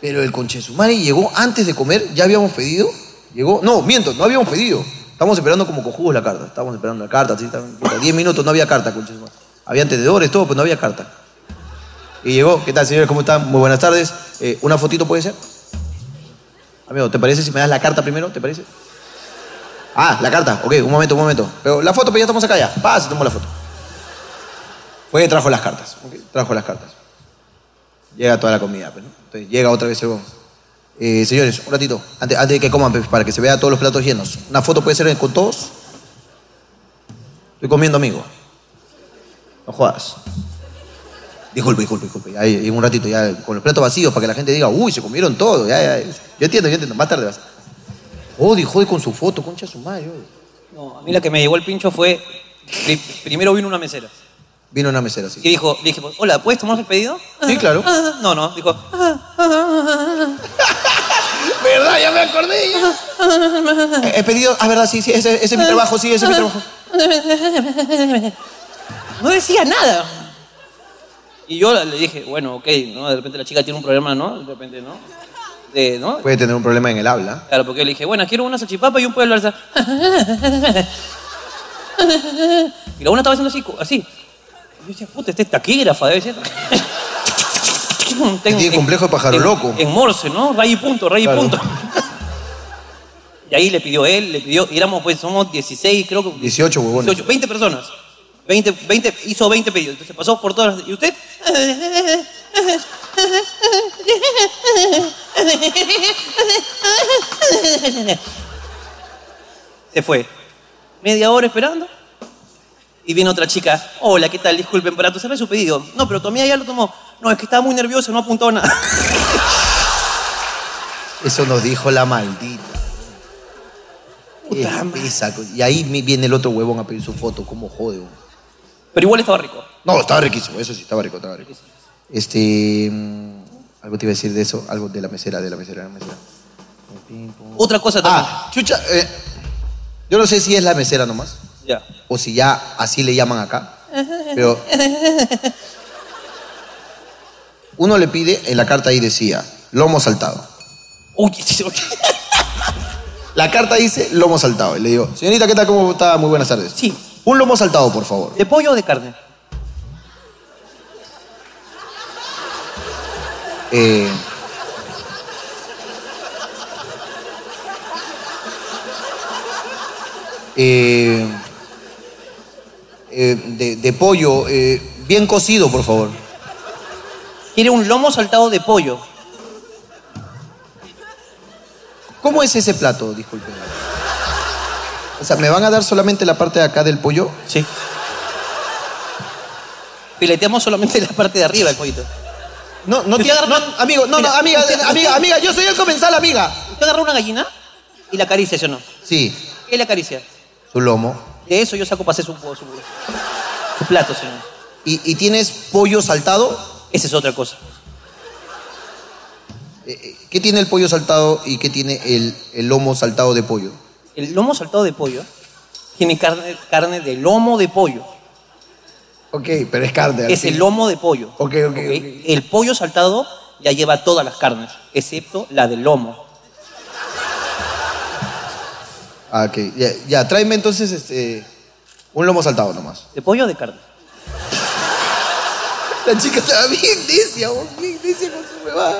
[SPEAKER 2] Pero el concha de su madre llegó antes de comer, ya habíamos pedido. Llegó, no, miento, no habíamos pedido. Estábamos esperando como cojudos la carta. Estábamos esperando la carta, así, estaban- puta, 10 minutos, no había carta, concha de su madre. Había tenedores, todo, pero no había carta. Y llegó, ¿qué tal, señores? ¿Cómo están? Muy buenas tardes. Eh, ¿Una fotito puede ser? Amigo, ¿te parece si me das la carta primero? ¿Te parece? Ah, la carta. Ok, un momento, un momento. Pero la foto, pues ya estamos acá ya. Pasa, tomo la foto. Fue y trajo las cartas. ok, Trajo las cartas. Llega toda la comida, pues, ¿no? Entonces llega otra vez el huevón. Eh, señores, un ratito, antes, antes de que coman, pues, para que se vea todos los platos llenos. ¿Una foto puede ser con todos? Estoy comiendo, amigo. No jodas. Disculpe, disculpe, disculpe. Ya, en un ratito, ya con los platos vacíos, para que la gente diga, uy, se comieron todo. Ya, ya. Yo entiendo, yo entiendo. Más tarde vas. Oh, dijo con su foto, concha su madre. oye.
[SPEAKER 1] No, a mí la que me llegó el pincho fue... pri- primero vino una mesera.
[SPEAKER 2] Vino una mesera así.
[SPEAKER 1] Y dijo, le dije, hola, ¿puedes tomarnos el pedido?
[SPEAKER 2] Sí, claro.
[SPEAKER 1] Ah, No, no, dijo, ah,
[SPEAKER 2] ¿Verdad? Ya me acordé. ya. He pedido. Ah, verdad, sí, sí, ese, ese es mi trabajo, sí, ese es mi trabajo.
[SPEAKER 1] no decía nada. Y yo le dije, bueno, ok, ¿no? De repente la chica tiene un problema, ¿no? De repente, ¿no? De, ¿no?
[SPEAKER 2] Puede tener un problema en el habla.
[SPEAKER 1] Claro, porque yo le dije, bueno, quiero una salchipapa y un pueblo alza. Y la una estaba haciendo así, co- así. Y yo decía, puta, este es taquígrafa, debe ser. pum. ten-
[SPEAKER 2] tiene complejo de pájaro
[SPEAKER 1] en-
[SPEAKER 2] loco.
[SPEAKER 1] En Morse, ¿no? Ray y punto, ray y
[SPEAKER 2] Claro.
[SPEAKER 1] punto. y ahí le pidió él, le pidió, y éramos pues, somos 16, creo que.
[SPEAKER 2] 18 huevones.
[SPEAKER 1] 18, 20 personas. 20, 20, hizo 20 pedidos. Entonces pasó por todas. las- ¿Y usted? Se fue. Media hora esperando. Y viene otra chica. Hola, ¿qué tal? Disculpen, para tu cerrar su pedido. No, pero tu amiga ya lo tomó. No, es que estaba muy nerviosa, no apuntó nada.
[SPEAKER 2] Eso nos dijo la maldita.
[SPEAKER 1] Puta madre.
[SPEAKER 2] Esa co- y ahí mi- viene el otro huevón a pedir su foto. ¿Cómo jode? huevón?
[SPEAKER 1] Pero igual estaba rico.
[SPEAKER 2] No, estaba riquísimo. Eso sí, estaba rico, estaba rico. Este. mm, Algo te iba a decir de eso. Algo de la mesera, de la mesera, de la mesera.
[SPEAKER 1] Otra cosa también.
[SPEAKER 2] Ah, chucha. eh, yo no sé si es la mesera nomás.
[SPEAKER 1] Ya.
[SPEAKER 2] O si ya así le llaman acá. Pero. Uno le pide, en la carta ahí decía, lomo saltado.
[SPEAKER 1] Uy, sí, uy.
[SPEAKER 2] La carta dice lomo saltado. Y le digo, señorita, ¿qué tal? ¿Cómo está? Muy buenas tardes.
[SPEAKER 1] Sí.
[SPEAKER 2] Un lomo saltado, por favor.
[SPEAKER 1] ¿De pollo o de carne?
[SPEAKER 2] Eh, eh, eh, de, de pollo, eh, bien cocido, por favor.
[SPEAKER 1] Quiere un lomo saltado de pollo.
[SPEAKER 2] ¿Cómo es ese plato? Disculpen. O sea, ¿me van a dar solamente la parte de acá del pollo?
[SPEAKER 1] Sí. Fileteamos solamente la parte de arriba del pollito.
[SPEAKER 2] No, no,
[SPEAKER 1] Usted
[SPEAKER 2] tiene-
[SPEAKER 1] agarra-
[SPEAKER 2] no, amigo, no,
[SPEAKER 1] Mira,
[SPEAKER 2] no, amiga,
[SPEAKER 1] usted-
[SPEAKER 2] amiga, amiga, yo soy el comensal, amiga.
[SPEAKER 1] Usted agarra una gallina y la acaricia, ¿sí o no?
[SPEAKER 2] Sí,
[SPEAKER 1] ¿Qué le acaricia?
[SPEAKER 2] su lomo.
[SPEAKER 1] De eso yo saco para hacer su, su, su plato, señor.
[SPEAKER 2] ¿Y, y tienes pollo saltado?
[SPEAKER 1] Esa es otra cosa.
[SPEAKER 2] Eh, eh, ¿Qué tiene el pollo saltado y qué tiene el, el lomo saltado de pollo?
[SPEAKER 1] El lomo saltado de pollo tiene carne, carne de lomo de pollo.
[SPEAKER 2] Ok, pero es carne.
[SPEAKER 1] Es el lomo de pollo.
[SPEAKER 2] Ok,
[SPEAKER 1] ¿ok?
[SPEAKER 2] ok, ok.
[SPEAKER 1] El pollo saltado ya lleva todas las carnes, excepto la del lomo.
[SPEAKER 2] Ah, ok. Ya, ya, tráeme entonces este, un lomo saltado nomás.
[SPEAKER 1] ¿De pollo o de carne?
[SPEAKER 2] La chica estaba bien necia, vos, bien necia con su huevada.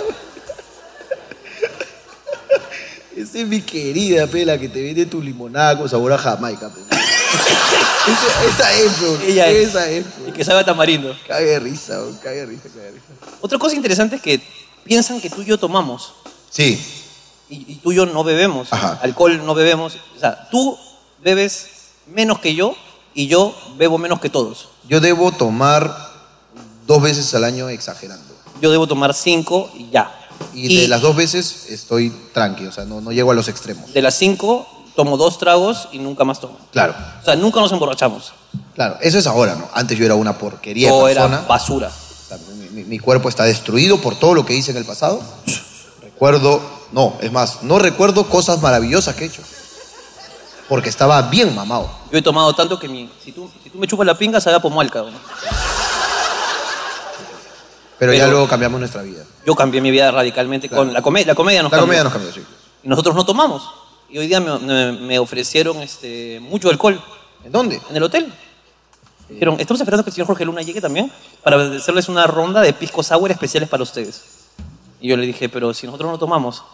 [SPEAKER 2] Esa es mi querida, pela, que te vende tu limonada con sabor a Jamaica, pe. Esa, esa es, bro.
[SPEAKER 1] Ella es.
[SPEAKER 2] esa es,
[SPEAKER 1] Y
[SPEAKER 2] bro.
[SPEAKER 1] que sabe a tamarindo.
[SPEAKER 2] Cague de risa, bro. Cague de risa, cague de risa.
[SPEAKER 1] Otra cosa interesante es que piensan que tú y yo tomamos
[SPEAKER 2] Sí,
[SPEAKER 1] y, y tú y yo no bebemos.
[SPEAKER 2] Ajá.
[SPEAKER 1] Alcohol no bebemos. O sea, tú bebes menos que yo y yo bebo menos que todos.
[SPEAKER 2] yo debo tomar dos veces al año exagerando.
[SPEAKER 1] Yo debo tomar cinco y ya.
[SPEAKER 2] Y, de las dos veces estoy tranqui, o sea, no, no llego a los extremos.
[SPEAKER 1] de las cinco tomo dos tragos y nunca más tomo.
[SPEAKER 2] Claro,
[SPEAKER 1] O sea, nunca nos emborrachamos.
[SPEAKER 2] claro. Eso es ahora, ¿no? Antes yo era una porquería de
[SPEAKER 1] Todo era
[SPEAKER 2] persona.
[SPEAKER 1] basura.
[SPEAKER 2] Mi, mi- mi cuerpo está destruido por todo lo que hice en el pasado. Recuerdo, no, es más, no recuerdo cosas maravillosas que he hecho. Porque estaba bien mamado.
[SPEAKER 1] Yo he tomado tanto que mi, si, tú, si tú me chupas la pinga, se haga pomualca. ¿no?
[SPEAKER 2] Pero, ya
[SPEAKER 1] Pero-
[SPEAKER 2] luego cambiamos nuestra vida.
[SPEAKER 1] Yo cambié mi vida radicalmente
[SPEAKER 2] Claro.
[SPEAKER 1] con la comedia. La comedia nos
[SPEAKER 2] La
[SPEAKER 1] cambió.
[SPEAKER 2] comida nos cambió, sí.
[SPEAKER 1] Y nosotros no tomamos. Y hoy día me, me- me ofrecieron este, mucho alcohol
[SPEAKER 2] ¿En dónde?
[SPEAKER 1] en el hotel. Dijeron, estamos esperando que el señor Jorge Luna llegue también para hacerles una ronda de pisco sour especiales para ustedes. Y yo le dije, pero si nosotros no tomamos.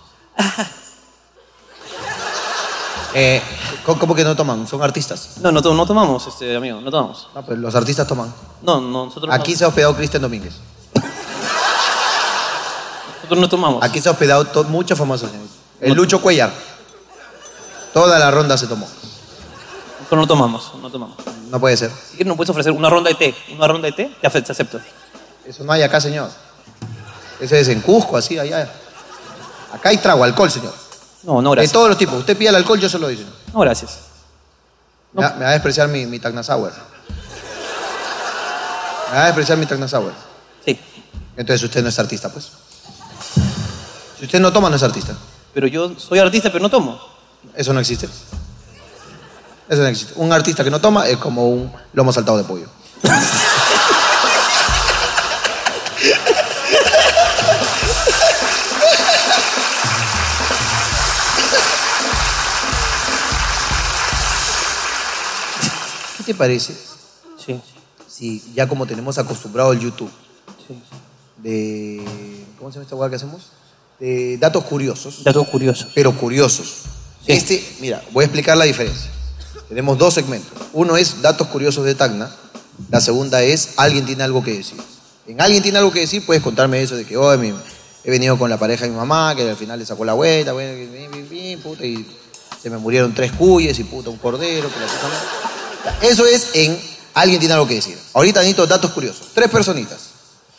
[SPEAKER 2] Eh, ¿cómo, cómo que no toman? Son artistas.
[SPEAKER 1] No, no, to- no tomamos, este, amigo, no tomamos.
[SPEAKER 2] No, pues los artistas toman.
[SPEAKER 1] No, no, nosotros,
[SPEAKER 2] Aquí
[SPEAKER 1] no,
[SPEAKER 2] se ha hospedado Cristian Domínguez.
[SPEAKER 1] nosotros no tomamos.
[SPEAKER 2] Aquí se ha hospedado to- muchos famosos. señorita. El Lucho Cuellar. Toda la ronda se tomó.
[SPEAKER 1] Nosotros no tomamos, no tomamos.
[SPEAKER 2] No puede ser.
[SPEAKER 1] Si quieres, nos puedes ofrecer una ronda de té. Una ronda de té, te ace- te acepto.
[SPEAKER 2] Eso no hay acá, señor. Ese es en Cusco, así, allá. Acá hay trago, alcohol, señor.
[SPEAKER 1] No, no,
[SPEAKER 2] De
[SPEAKER 1] gracias.
[SPEAKER 2] todos los tipos. Usted pide el alcohol, yo se lo doy. señor.
[SPEAKER 1] No, gracias.
[SPEAKER 2] Me, va, me va a despreciar mi, mi Tacna Sour. Me va a despreciar mi Tacna Sour.
[SPEAKER 1] Sí,
[SPEAKER 2] Entonces usted no es artista, pues. Si usted no toma, no es artista.
[SPEAKER 1] pero yo soy artista, pero no tomo.
[SPEAKER 2] Eso no existe. Eso no existe. Un artista que no toma es como un lomo saltado de pollo. ¿Qué te parece
[SPEAKER 1] Sí,
[SPEAKER 2] si ya como tenemos acostumbrado el YouTube
[SPEAKER 1] sí.
[SPEAKER 2] de ¿cómo se llama esta hueá que hacemos? De datos curiosos,
[SPEAKER 1] Datos curiosos.
[SPEAKER 2] pero curiosos.
[SPEAKER 1] Sí.
[SPEAKER 2] Este, mira, voy a explicar la diferencia. Tenemos dos segmentos. Uno es datos curiosos de Tacna. La segunda es alguien tiene algo que decir. En alguien tiene algo que decir, puedes contarme eso de que hoy he venido con la pareja de mi mamá, que al final le sacó la vuelta, bueno, que bim, bim, bim, puta, y se me murieron tres cuyes y puta un cordero, que la puta madre. Ya, Eso es en alguien tiene algo que decir. Ahorita necesito datos curiosos. Tres personitas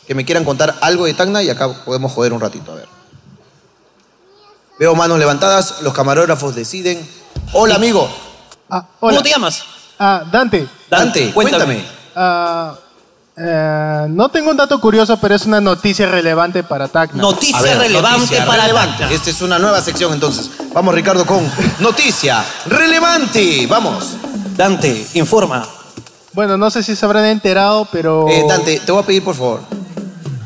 [SPEAKER 2] que me quieran contar algo de Tacna y acá podemos joder un ratito, a ver. Veo manos levantadas, los camarógrafos deciden. Hola, amigo.
[SPEAKER 4] Ah, hola.
[SPEAKER 1] ¿Cómo te llamas?
[SPEAKER 4] Ah, Dante.
[SPEAKER 2] Dante, cuéntame.
[SPEAKER 4] Ah, eh, no tengo un dato curioso, pero es una noticia relevante para Tacna.
[SPEAKER 1] Noticia
[SPEAKER 2] A ver,
[SPEAKER 1] relevante
[SPEAKER 2] noticia
[SPEAKER 1] para
[SPEAKER 2] relevante.
[SPEAKER 1] Tacna.
[SPEAKER 2] Esta es una nueva sección entonces. Vamos, Ricardo, con noticia relevante. Vamos.
[SPEAKER 1] Dante, informa.
[SPEAKER 4] Bueno, no sé si se habrán enterado, pero...
[SPEAKER 2] Eh, Dante, te voy a pedir, por favor,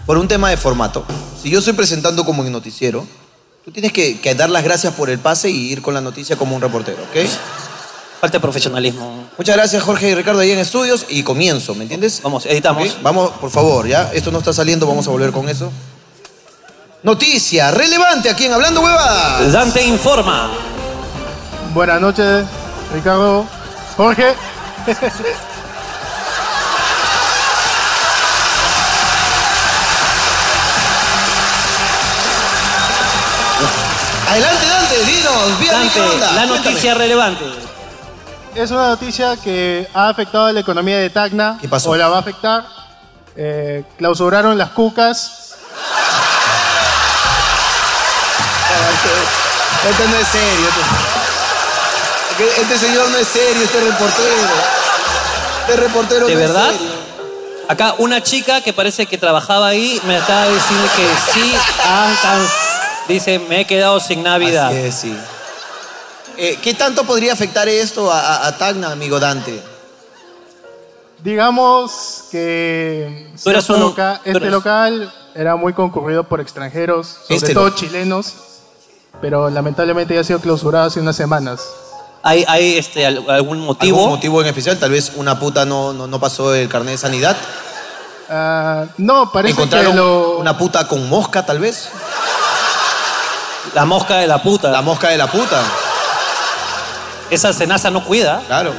[SPEAKER 2] por un tema de formato. Si yo estoy presentando como en noticiero, tú tienes que, que dar las gracias por el pase y ir con la noticia como un reportero, ¿ok?
[SPEAKER 1] Falta de profesionalismo.
[SPEAKER 2] Muchas gracias, Jorge y Ricardo, ahí en estudios. Y comienzo, ¿me entiendes?
[SPEAKER 1] Vamos, editamos.
[SPEAKER 2] Ok, Vamos, por favor, ya. Esto no está saliendo, vamos a volver con eso. Noticia relevante aquí en Hablando Huevadas.
[SPEAKER 1] Dante informa.
[SPEAKER 4] Buenas noches, Ricardo. Jorge.
[SPEAKER 2] Adelante, Dante, dinos, bien,
[SPEAKER 1] Dante,
[SPEAKER 2] ¿qué
[SPEAKER 1] la
[SPEAKER 2] onda? Cuéntame.
[SPEAKER 1] noticia relevante.
[SPEAKER 4] Es una noticia que ha afectado a la economía de Tacna.
[SPEAKER 2] ¿Qué pasó?
[SPEAKER 4] O la va a afectar. Eh, clausuraron las cucas.
[SPEAKER 2] Este no es serio. Este, este señor no es serio, este reportero. Este reportero
[SPEAKER 1] ¿De
[SPEAKER 2] no es
[SPEAKER 1] verdad?
[SPEAKER 2] serio.
[SPEAKER 1] Acá una chica que parece que trabajaba ahí me acaba de decir que sí. han can- Dice, me he quedado sin Navidad.
[SPEAKER 2] Así es, sí. Eh, ¿Qué tanto podría afectar esto a, a- a Tacna, amigo Dante?
[SPEAKER 4] Digamos que
[SPEAKER 1] Tú eres
[SPEAKER 4] cierto
[SPEAKER 1] un-
[SPEAKER 4] loca-
[SPEAKER 1] tú
[SPEAKER 4] este
[SPEAKER 1] eres-
[SPEAKER 4] local era muy concurrido por extranjeros, sobre
[SPEAKER 2] Este
[SPEAKER 4] todo
[SPEAKER 2] lo-
[SPEAKER 4] chilenos, pero lamentablemente ya ha sido clausurado hace unas semanas.
[SPEAKER 1] ¿Hay, hay este, al- algún motivo?
[SPEAKER 2] ¿Algún motivo en especial? Tal vez una puta no, no, no pasó el carnet de sanidad.
[SPEAKER 4] Ah, no, parece que
[SPEAKER 2] Encontraron
[SPEAKER 4] lo...
[SPEAKER 2] una puta con mosca, tal vez.
[SPEAKER 1] La mosca de la puta.
[SPEAKER 2] La mosca de la puta,
[SPEAKER 1] Esa cenaza no cuida.
[SPEAKER 2] claro.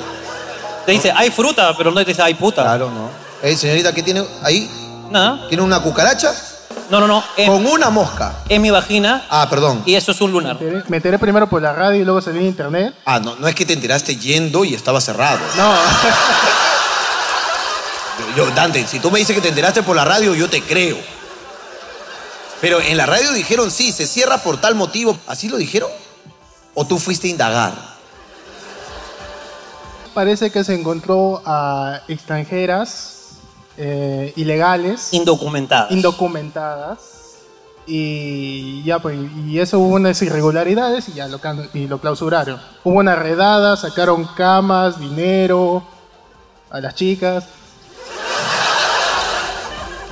[SPEAKER 1] Te dice, hay fruta, pero no te dice, hay puta.
[SPEAKER 2] Claro, no. Ey, señorita, ¿qué tiene ahí?
[SPEAKER 1] Nada.
[SPEAKER 2] Tiene una cucaracha
[SPEAKER 1] No, no, no. Es,
[SPEAKER 2] con una mosca.
[SPEAKER 1] es mi vagina
[SPEAKER 2] Ah, perdón.
[SPEAKER 1] y eso es un lunar.
[SPEAKER 4] Me enteré- Me enteré primero por la radio y luego salí en internet.
[SPEAKER 2] Ah, no, no es que te enteraste yendo y estaba cerrado.
[SPEAKER 4] No,
[SPEAKER 2] Yo, yo, Dante, si tú me dices que te enteraste por la radio, yo te creo. Pero en la radio dijeron, sí, se cierra por tal motivo. ¿Así lo dijeron? ¿O tú fuiste a indagar?
[SPEAKER 4] parece que se encontró a extranjeras eh, ilegales,
[SPEAKER 1] Indocumentada.
[SPEAKER 4] indocumentadas, y ya pues, y eso hubo unas irregularidades y ya lo, can- y lo clausuraron. Hubo una redada, sacaron camas, dinero a las chicas.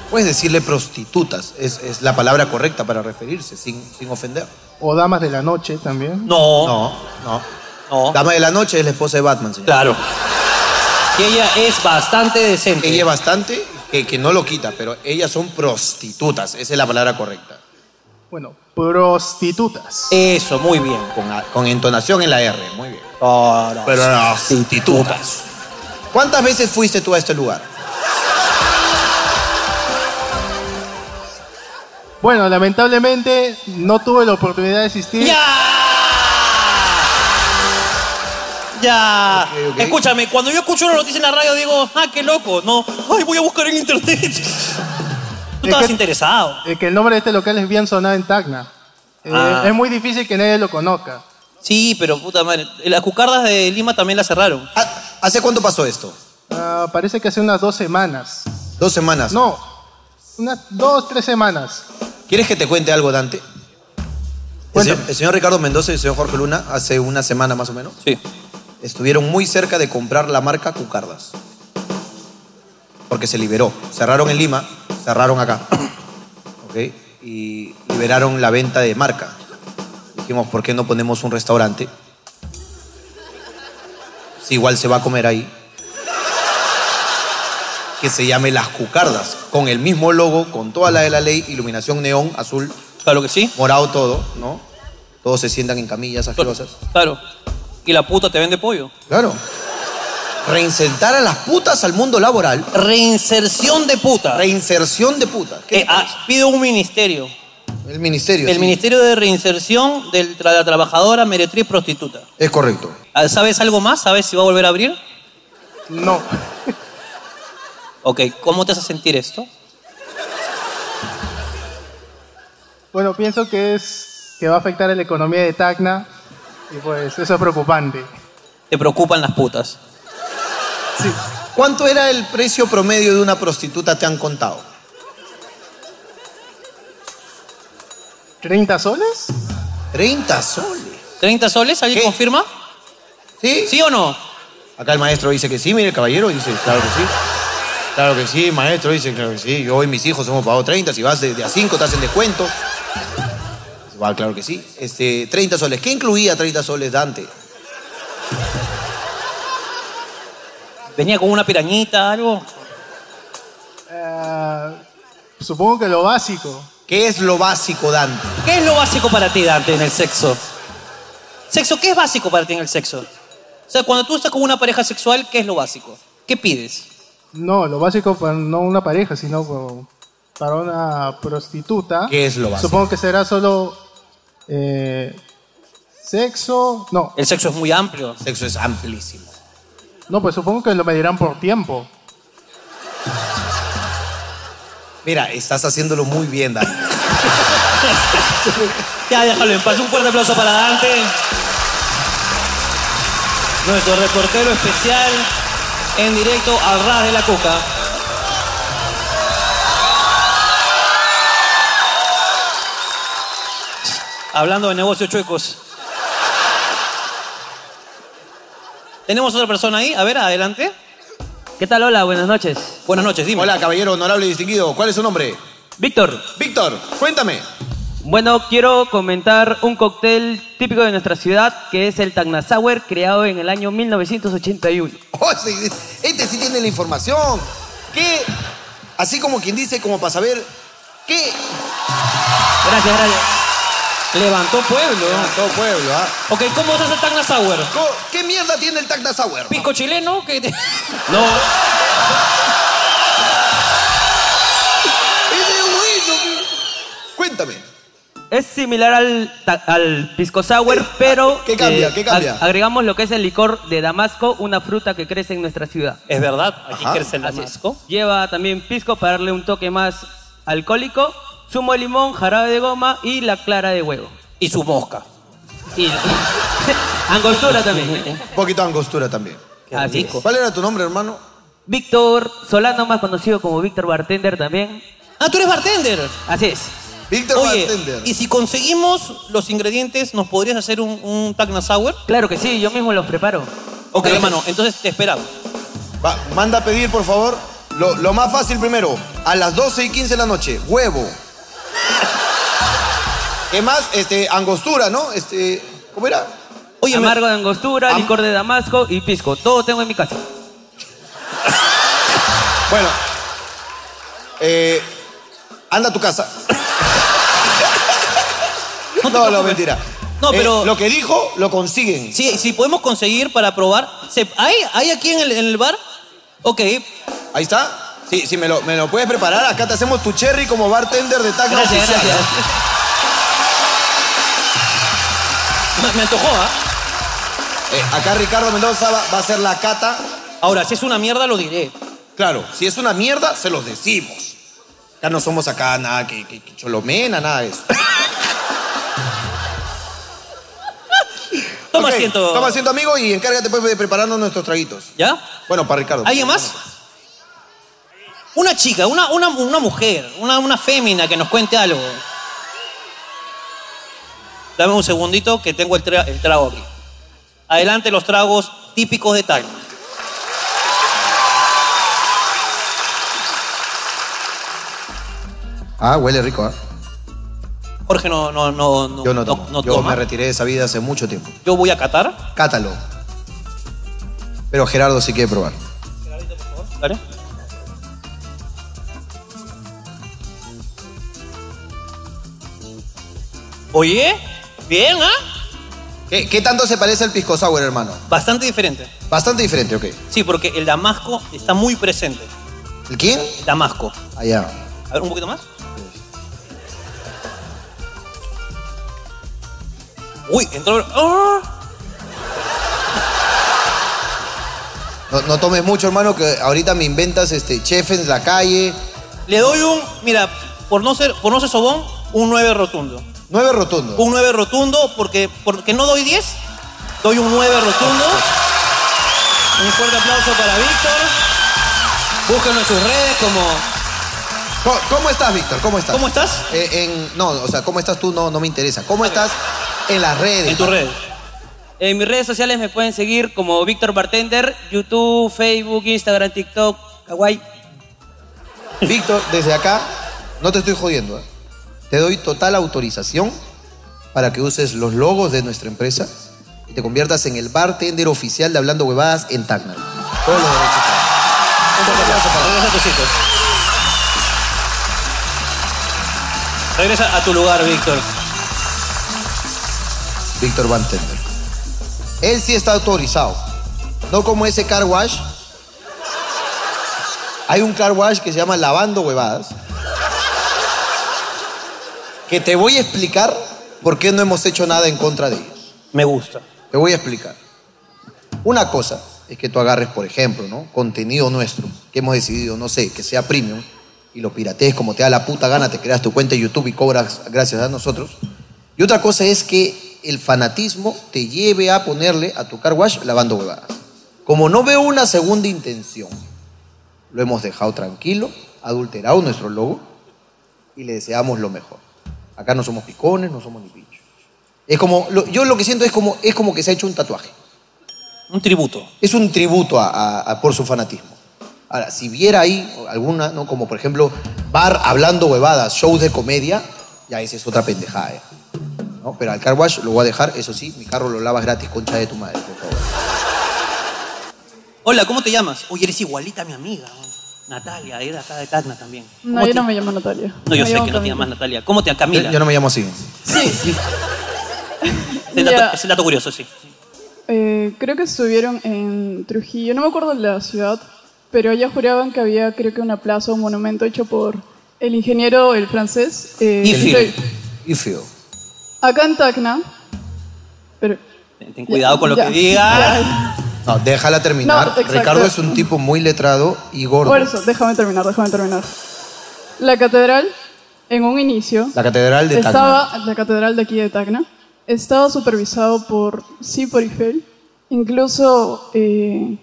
[SPEAKER 2] Puedes decirle prostitutas, es, es la palabra correcta para referirse, sin, sin ofender.
[SPEAKER 4] O damas de la noche también.
[SPEAKER 1] no,
[SPEAKER 2] No, no.
[SPEAKER 1] no.
[SPEAKER 2] Dama de la noche es la esposa de Batman, señor.
[SPEAKER 1] Claro. Y ella es bastante decente.
[SPEAKER 2] Ella bastante, que, que no lo quita, pero ellas son prostitutas, esa es la palabra correcta.
[SPEAKER 4] Bueno, prostitutas.
[SPEAKER 1] Eso, muy bien.
[SPEAKER 2] Con, a- con entonación en la R, muy bien.
[SPEAKER 1] Ahora,
[SPEAKER 2] Prostitutas. ¿Cuántas veces fuiste tú a este lugar?
[SPEAKER 4] Bueno, lamentablemente no tuve la oportunidad de asistir.
[SPEAKER 1] ¡Ya! Ya.
[SPEAKER 2] Ok, ok.
[SPEAKER 1] Escúchame, cuando yo escucho una noticia en la radio digo, ah, qué loco. No, ay, voy a buscar en internet. Tú estabas
[SPEAKER 4] que-
[SPEAKER 1] interesado.
[SPEAKER 4] Eh, que el nombre de este local es bien sonado en Tacna. Eh,
[SPEAKER 1] Ah.
[SPEAKER 4] Es muy difícil que nadie lo conozca.
[SPEAKER 1] Sí, pero puta madre. Las cucardas de Lima también las cerraron.
[SPEAKER 2] Ah, ¿Hace cuánto pasó esto?
[SPEAKER 4] Ah, parece que hace unas dos semanas.
[SPEAKER 2] Dos semanas.
[SPEAKER 4] No, unas dos, tres semanas.
[SPEAKER 2] ¿Quieres que te cuente algo, Dante? El,
[SPEAKER 4] Cuéntame.
[SPEAKER 2] se- el señor Ricardo Mendoza y el señor Jorge Luna, hace una semana más o menos,
[SPEAKER 1] Sí.
[SPEAKER 2] estuvieron muy cerca de comprar la marca Cucardas. Porque se liberó. Cerraron en Lima, cerraron acá. ¿Ok? Y liberaron la venta de marca. Dijimos, ¿por qué no ponemos un restaurante? Si igual se va a comer ahí. que se llame Las Cucardas, con el mismo logo, con toda la de la ley, iluminación neón, azul,
[SPEAKER 1] Claro que sí.
[SPEAKER 2] morado todo, ¿no? Todos se sientan en camillas asquerosas.
[SPEAKER 1] Claro. Y la puta te vende pollo.
[SPEAKER 2] Claro. Reinsertar a las putas al mundo laboral.
[SPEAKER 1] Reinserción de puta.
[SPEAKER 2] Reinserción de putas. ¿Qué
[SPEAKER 1] Eh, ah, pido un ministerio.
[SPEAKER 2] El ministerio.
[SPEAKER 1] El
[SPEAKER 2] sí.
[SPEAKER 1] Ministerio de Reinserción del- de la Trabajadora Meretriz Prostituta.
[SPEAKER 2] Es correcto.
[SPEAKER 1] Ah, ¿Sabes algo más? ¿Sabes si va a volver a abrir?
[SPEAKER 4] No.
[SPEAKER 1] Ok, ¿cómo te hace sentir esto?
[SPEAKER 4] Bueno, pienso que es que va a afectar a la economía de Tacna y pues eso es preocupante.
[SPEAKER 1] Te preocupan las putas.
[SPEAKER 4] Sí.
[SPEAKER 2] ¿Cuánto era el precio promedio de una prostituta te han contado?
[SPEAKER 4] ¿30 soles?
[SPEAKER 2] 30 soles.
[SPEAKER 1] ¿30 soles? ¿Alguien
[SPEAKER 2] ¿Qué?
[SPEAKER 1] confirma?
[SPEAKER 2] ¿Sí?
[SPEAKER 1] ¿Sí o no?
[SPEAKER 2] Acá el maestro dice que sí, mire el caballero dice, claro que sí. Claro que sí, maestro dice, claro que sí. Yo y mis hijos hemos pagado 30, si vas de, de a 5 te hacen descuento. Va, claro que sí. Este, 30 soles. ¿Qué incluía 30 soles Dante?
[SPEAKER 1] Venía con una pirañita, algo.
[SPEAKER 4] Ah, supongo que lo básico.
[SPEAKER 2] ¿Qué es lo básico, Dante?
[SPEAKER 1] ¿Qué es lo básico para ti, Dante, en el sexo? ¿Sexo? ¿Qué es básico para ti en el sexo? O sea, cuando tú estás con una pareja sexual, ¿qué es lo básico? ¿Qué pides?
[SPEAKER 4] No, lo básico para no una pareja, sino como para una prostituta.
[SPEAKER 2] ¿Qué es lo básico?
[SPEAKER 4] Supongo que será solo eh, sexo. No,
[SPEAKER 1] El sexo es muy amplio.
[SPEAKER 2] Sexo es amplísimo.
[SPEAKER 4] no, pues supongo que lo medirán por tiempo.
[SPEAKER 2] Mira, estás haciéndolo muy bien, Dante.
[SPEAKER 1] Ya, déjalo en paz. Un fuerte aplauso para Dante. Nuestro reportero especial en directo al ras de la coca. Hablando de negocios chuecos. Tenemos otra persona ahí. A ver, adelante.
[SPEAKER 5] ¿Qué tal? Hola, buenas noches.
[SPEAKER 1] Buenas noches, dime.
[SPEAKER 2] Hola, caballero honorable y distinguido. ¿Cuál es su nombre?
[SPEAKER 5] Víctor,
[SPEAKER 2] Víctor, cuéntame.
[SPEAKER 5] bueno, quiero comentar un cóctel típico de nuestra ciudad que es el Tacna Sour, creado en el año 1981.
[SPEAKER 2] Oh, sí, este sí tiene la información. ¿Qué? Así como quien dice, como para saber qué.
[SPEAKER 5] Gracias, gracias.
[SPEAKER 1] Levantó pueblo.
[SPEAKER 2] Todo pueblo, ¿ah?
[SPEAKER 1] Ok, ¿cómo se hace Tacna Sour?
[SPEAKER 2] Co- ¿Qué mierda tiene el Tacna Sour?
[SPEAKER 1] ¿Pisco chileno? ¿Qué te-
[SPEAKER 5] No,
[SPEAKER 2] Ese es bueno, pe. Cuéntame.
[SPEAKER 5] es similar al, ta- al pisco sour, pero...
[SPEAKER 2] ¿Qué cambia?
[SPEAKER 5] eh,
[SPEAKER 2] ¿Qué cambia?
[SPEAKER 5] ag- agregamos lo que es el licor de Damasco, una fruta que crece en nuestra ciudad.
[SPEAKER 1] Es verdad, aquí
[SPEAKER 2] Ajá.
[SPEAKER 1] crece el
[SPEAKER 5] Así es.
[SPEAKER 1] damasco.
[SPEAKER 5] Lleva también pisco para darle un toque más alcohólico, zumo de limón, jarabe de goma y la clara de huevo.
[SPEAKER 1] Y su mosca.
[SPEAKER 5] Y angostura también. ¿eh?
[SPEAKER 2] Un poquito de angostura también.
[SPEAKER 1] Qué
[SPEAKER 5] Así
[SPEAKER 1] rico.
[SPEAKER 2] ¿Cuál era tu nombre, hermano?
[SPEAKER 5] Víctor Solano, más conocido como Víctor Bartender también.
[SPEAKER 1] Ah, tú eres bartender.
[SPEAKER 5] Así es.
[SPEAKER 2] Víctor
[SPEAKER 1] Oye,
[SPEAKER 2] Bartender.
[SPEAKER 1] y si conseguimos los ingredientes, ¿nos podrías hacer un, un Tacna Sour?
[SPEAKER 5] Claro que sí, yo mismo los preparo.
[SPEAKER 1] Ok, hermano, entonces te esperamos.
[SPEAKER 2] Va, manda a pedir, por favor. Lo, lo más fácil primero, a las 12 y 15 de la noche, huevo. ¿Qué más? Este, angostura, ¿no? Este, ¿cómo era?
[SPEAKER 1] Oye, me-
[SPEAKER 5] Amargo de angostura,
[SPEAKER 2] Am-
[SPEAKER 5] licor de damasco y pisco. Todo tengo en mi casa.
[SPEAKER 2] Bueno, eh, anda a tu casa.
[SPEAKER 1] te
[SPEAKER 2] No, no,
[SPEAKER 1] preocupes.
[SPEAKER 2] mentira.
[SPEAKER 1] No,
[SPEAKER 2] Eh,
[SPEAKER 1] pero
[SPEAKER 2] lo que dijo, lo consiguen.
[SPEAKER 1] si, si podemos conseguir para probar. ¿se- ¿Hay, ¿Hay aquí en el, en el bar? Ok,
[SPEAKER 2] Ahí está. Sí, sí, me lo, me lo puedes preparar. Acá te hacemos tu cherry como bartender de Tacna
[SPEAKER 5] Gracias,
[SPEAKER 2] Oficial.
[SPEAKER 5] gracias.
[SPEAKER 1] me, me antojó, ¿ah?
[SPEAKER 2] Eh, acá Ricardo Mendoza va, va a hacer la cata.
[SPEAKER 1] Ahora, si es una mierda, lo diré.
[SPEAKER 2] Claro, si es una mierda, se los decimos. Acá no somos acá nada que, que- que cholomena, nada de eso.
[SPEAKER 1] Toma
[SPEAKER 2] Ok,
[SPEAKER 1] asiento.
[SPEAKER 2] Toma asiento, amigo, y encárgate pues de prepararnos nuestros traguitos.
[SPEAKER 1] ¿Ya?
[SPEAKER 2] Bueno, para Ricardo.
[SPEAKER 1] ¿Alguien más? Una chica, una, una, una mujer, una, una fémina que nos cuente algo. Dame un segundito que tengo el, tra- el trago aquí. Adelante los tragos típicos de Tacna.
[SPEAKER 2] Ah, huele rico, ¿ah?
[SPEAKER 1] Jorge no, no, no, no,
[SPEAKER 2] Yo no tomo.
[SPEAKER 1] no
[SPEAKER 2] Yo
[SPEAKER 1] toma.
[SPEAKER 2] me retiré de esa vida hace mucho tiempo.
[SPEAKER 1] Yo voy a catar.
[SPEAKER 2] Cátalo. Pero Gerardo sí quiere probar.
[SPEAKER 1] ¿vale? Oye, bien, ¿ah?
[SPEAKER 2] ¿Qué, qué tanto se parece al pisco sour, hermano?
[SPEAKER 1] Bastante diferente.
[SPEAKER 2] Bastante diferente, ok.
[SPEAKER 1] Sí, porque el damasco está muy presente.
[SPEAKER 2] ¿El quién?
[SPEAKER 1] Damasco.
[SPEAKER 2] Allá.
[SPEAKER 1] A ver, un poquito más. Uy, entró. ¡Ah!
[SPEAKER 2] No, no tomes mucho, hermano, que ahorita me inventas este, chef en la calle.
[SPEAKER 1] Le doy un. Mira, por no ser, por no ser sobón, un 9 rotundo.
[SPEAKER 2] Nueve rotundo.
[SPEAKER 1] Un 9 rotundo porque, porque no doy 10. Doy un 9 rotundo. Un fuerte aplauso para Víctor. Búsquenlo en sus redes como.
[SPEAKER 2] ¿Cómo, cómo estás, Víctor? ¿Cómo estás?
[SPEAKER 1] ¿Cómo estás?
[SPEAKER 2] Eh, en, no, o sea, ¿cómo estás tú? No, no me interesa. ¿Cómo estás en las redes?
[SPEAKER 1] En tus redes.
[SPEAKER 5] En mis redes sociales me pueden seguir como Víctor Bartender, YouTube, Facebook, Instagram, TikTok, Kawaii.
[SPEAKER 2] Víctor, desde acá, no te estoy jodiendo. ¿eh? Te doy total autorización para que uses los logos de nuestra empresa y te conviertas en el bartender oficial de Hablando Huevadas en Tacna. Todos los derechos.
[SPEAKER 1] Un fuerte aplauso para Regresa a tus sitios. Regresa a tu lugar, Víctor.
[SPEAKER 2] Víctor Bartender. Él sí está autorizado. No como ese car wash. Hay un car wash que se llama Lavando Huevadas. Que te voy a explicar por qué no hemos hecho nada en contra de ellos.
[SPEAKER 1] Me gusta.
[SPEAKER 2] Te voy a explicar. Una cosa es que tú agarres, por ejemplo, ¿no? contenido nuestro que hemos decidido, no sé, que sea premium y lo piratees como te da la puta gana, te creas tu cuenta de YouTube y cobras gracias a nosotros. Y otra cosa es que el fanatismo te lleve a ponerle a tu car wash lavando huevadas. Como no veo una segunda intención, lo hemos dejado tranquilo, adulterado nuestro logo y le deseamos lo mejor. Acá no somos picones, no somos ni pinchos. Es como, lo- yo lo que siento es como, es como que se ha hecho un tatuaje.
[SPEAKER 1] Un tributo.
[SPEAKER 2] Es un tributo a, a- a- por su fanatismo. Ahora, si viera ahí alguna, ¿no? como por ejemplo, bar hablando huevadas, shows de comedia, ya esa es otra pendejada. ¿eh? ¿No? Pero al car wash lo voy a dejar, eso sí, mi carro lo lavas gratis, concha de tu madre, por favor.
[SPEAKER 1] Hola, ¿cómo te llamas? Oye, eres igualita a mi amiga. Natalia, era acá de Tacna también.
[SPEAKER 3] No,
[SPEAKER 1] ¿Cómo
[SPEAKER 3] yo
[SPEAKER 1] te-
[SPEAKER 3] no me llamo Natalia.
[SPEAKER 1] No, yo
[SPEAKER 3] Me llamo
[SPEAKER 1] sé que no te
[SPEAKER 3] Camila.
[SPEAKER 1] llamas Natalia. ¿Cómo te Camila?
[SPEAKER 2] Yo, yo no me llamo así.
[SPEAKER 1] Sí. Ese dato-
[SPEAKER 3] Ya.
[SPEAKER 1] ese dato curioso, sí.
[SPEAKER 3] Eh, creo que estuvieron en Trujillo, no me acuerdo la ciudad, pero allá juraban que había, creo que una plaza o un monumento hecho por el ingeniero, el francés. eh,
[SPEAKER 1] Y Phil.
[SPEAKER 3] estoy-
[SPEAKER 2] Y feo.
[SPEAKER 3] Acá en Tacna. Pero,
[SPEAKER 1] Ten ten cuidado con lo
[SPEAKER 3] Ya.
[SPEAKER 1] que digas.
[SPEAKER 2] No, déjala terminar.
[SPEAKER 3] No, exacto.
[SPEAKER 2] Ricardo es un tipo muy letrado y gordo.
[SPEAKER 3] por eso, déjame terminar, déjame terminar. La catedral, en un inicio,
[SPEAKER 2] La catedral de Tacna.
[SPEAKER 3] estaba, la catedral de aquí de Tacna, estaba supervisado por, sí, por Eiffel. Incluso, eh,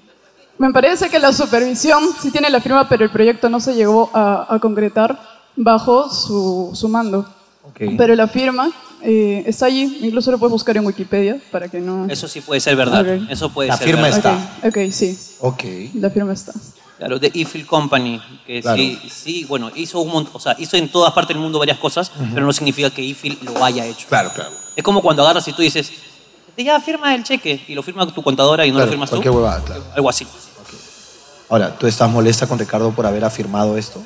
[SPEAKER 3] me parece que la supervisión sí tiene la firma, pero el proyecto no se llegó a, a concretar bajo su, su mando.
[SPEAKER 2] Ok.
[SPEAKER 3] Pero la firma eh, está allí, incluso lo puedes buscar en Wikipedia para que no...
[SPEAKER 1] Eso sí puede ser verdad.
[SPEAKER 3] Ok.
[SPEAKER 1] Eso puede
[SPEAKER 2] La
[SPEAKER 1] ser
[SPEAKER 2] firma
[SPEAKER 1] verdad.
[SPEAKER 2] está.
[SPEAKER 3] Ok, ok, sí,
[SPEAKER 2] Ok.
[SPEAKER 3] la firma está.
[SPEAKER 1] Claro, de Eiffel Company, que
[SPEAKER 2] Claro.
[SPEAKER 1] sí, sí, bueno, hizo un montón, o sea, hizo en todas partes del mundo varias cosas, pero no significa que Eiffel lo haya hecho.
[SPEAKER 2] Claro, claro.
[SPEAKER 1] Es como cuando agarras y tú dices, ya firma el cheque, y lo firma tu contadora y no
[SPEAKER 2] Claro,
[SPEAKER 1] lo firmas tú.
[SPEAKER 2] cualquier huevada, claro.
[SPEAKER 1] Algo así.
[SPEAKER 2] Ahora, ¿tú estás molesta con Ricardo por haber afirmado esto?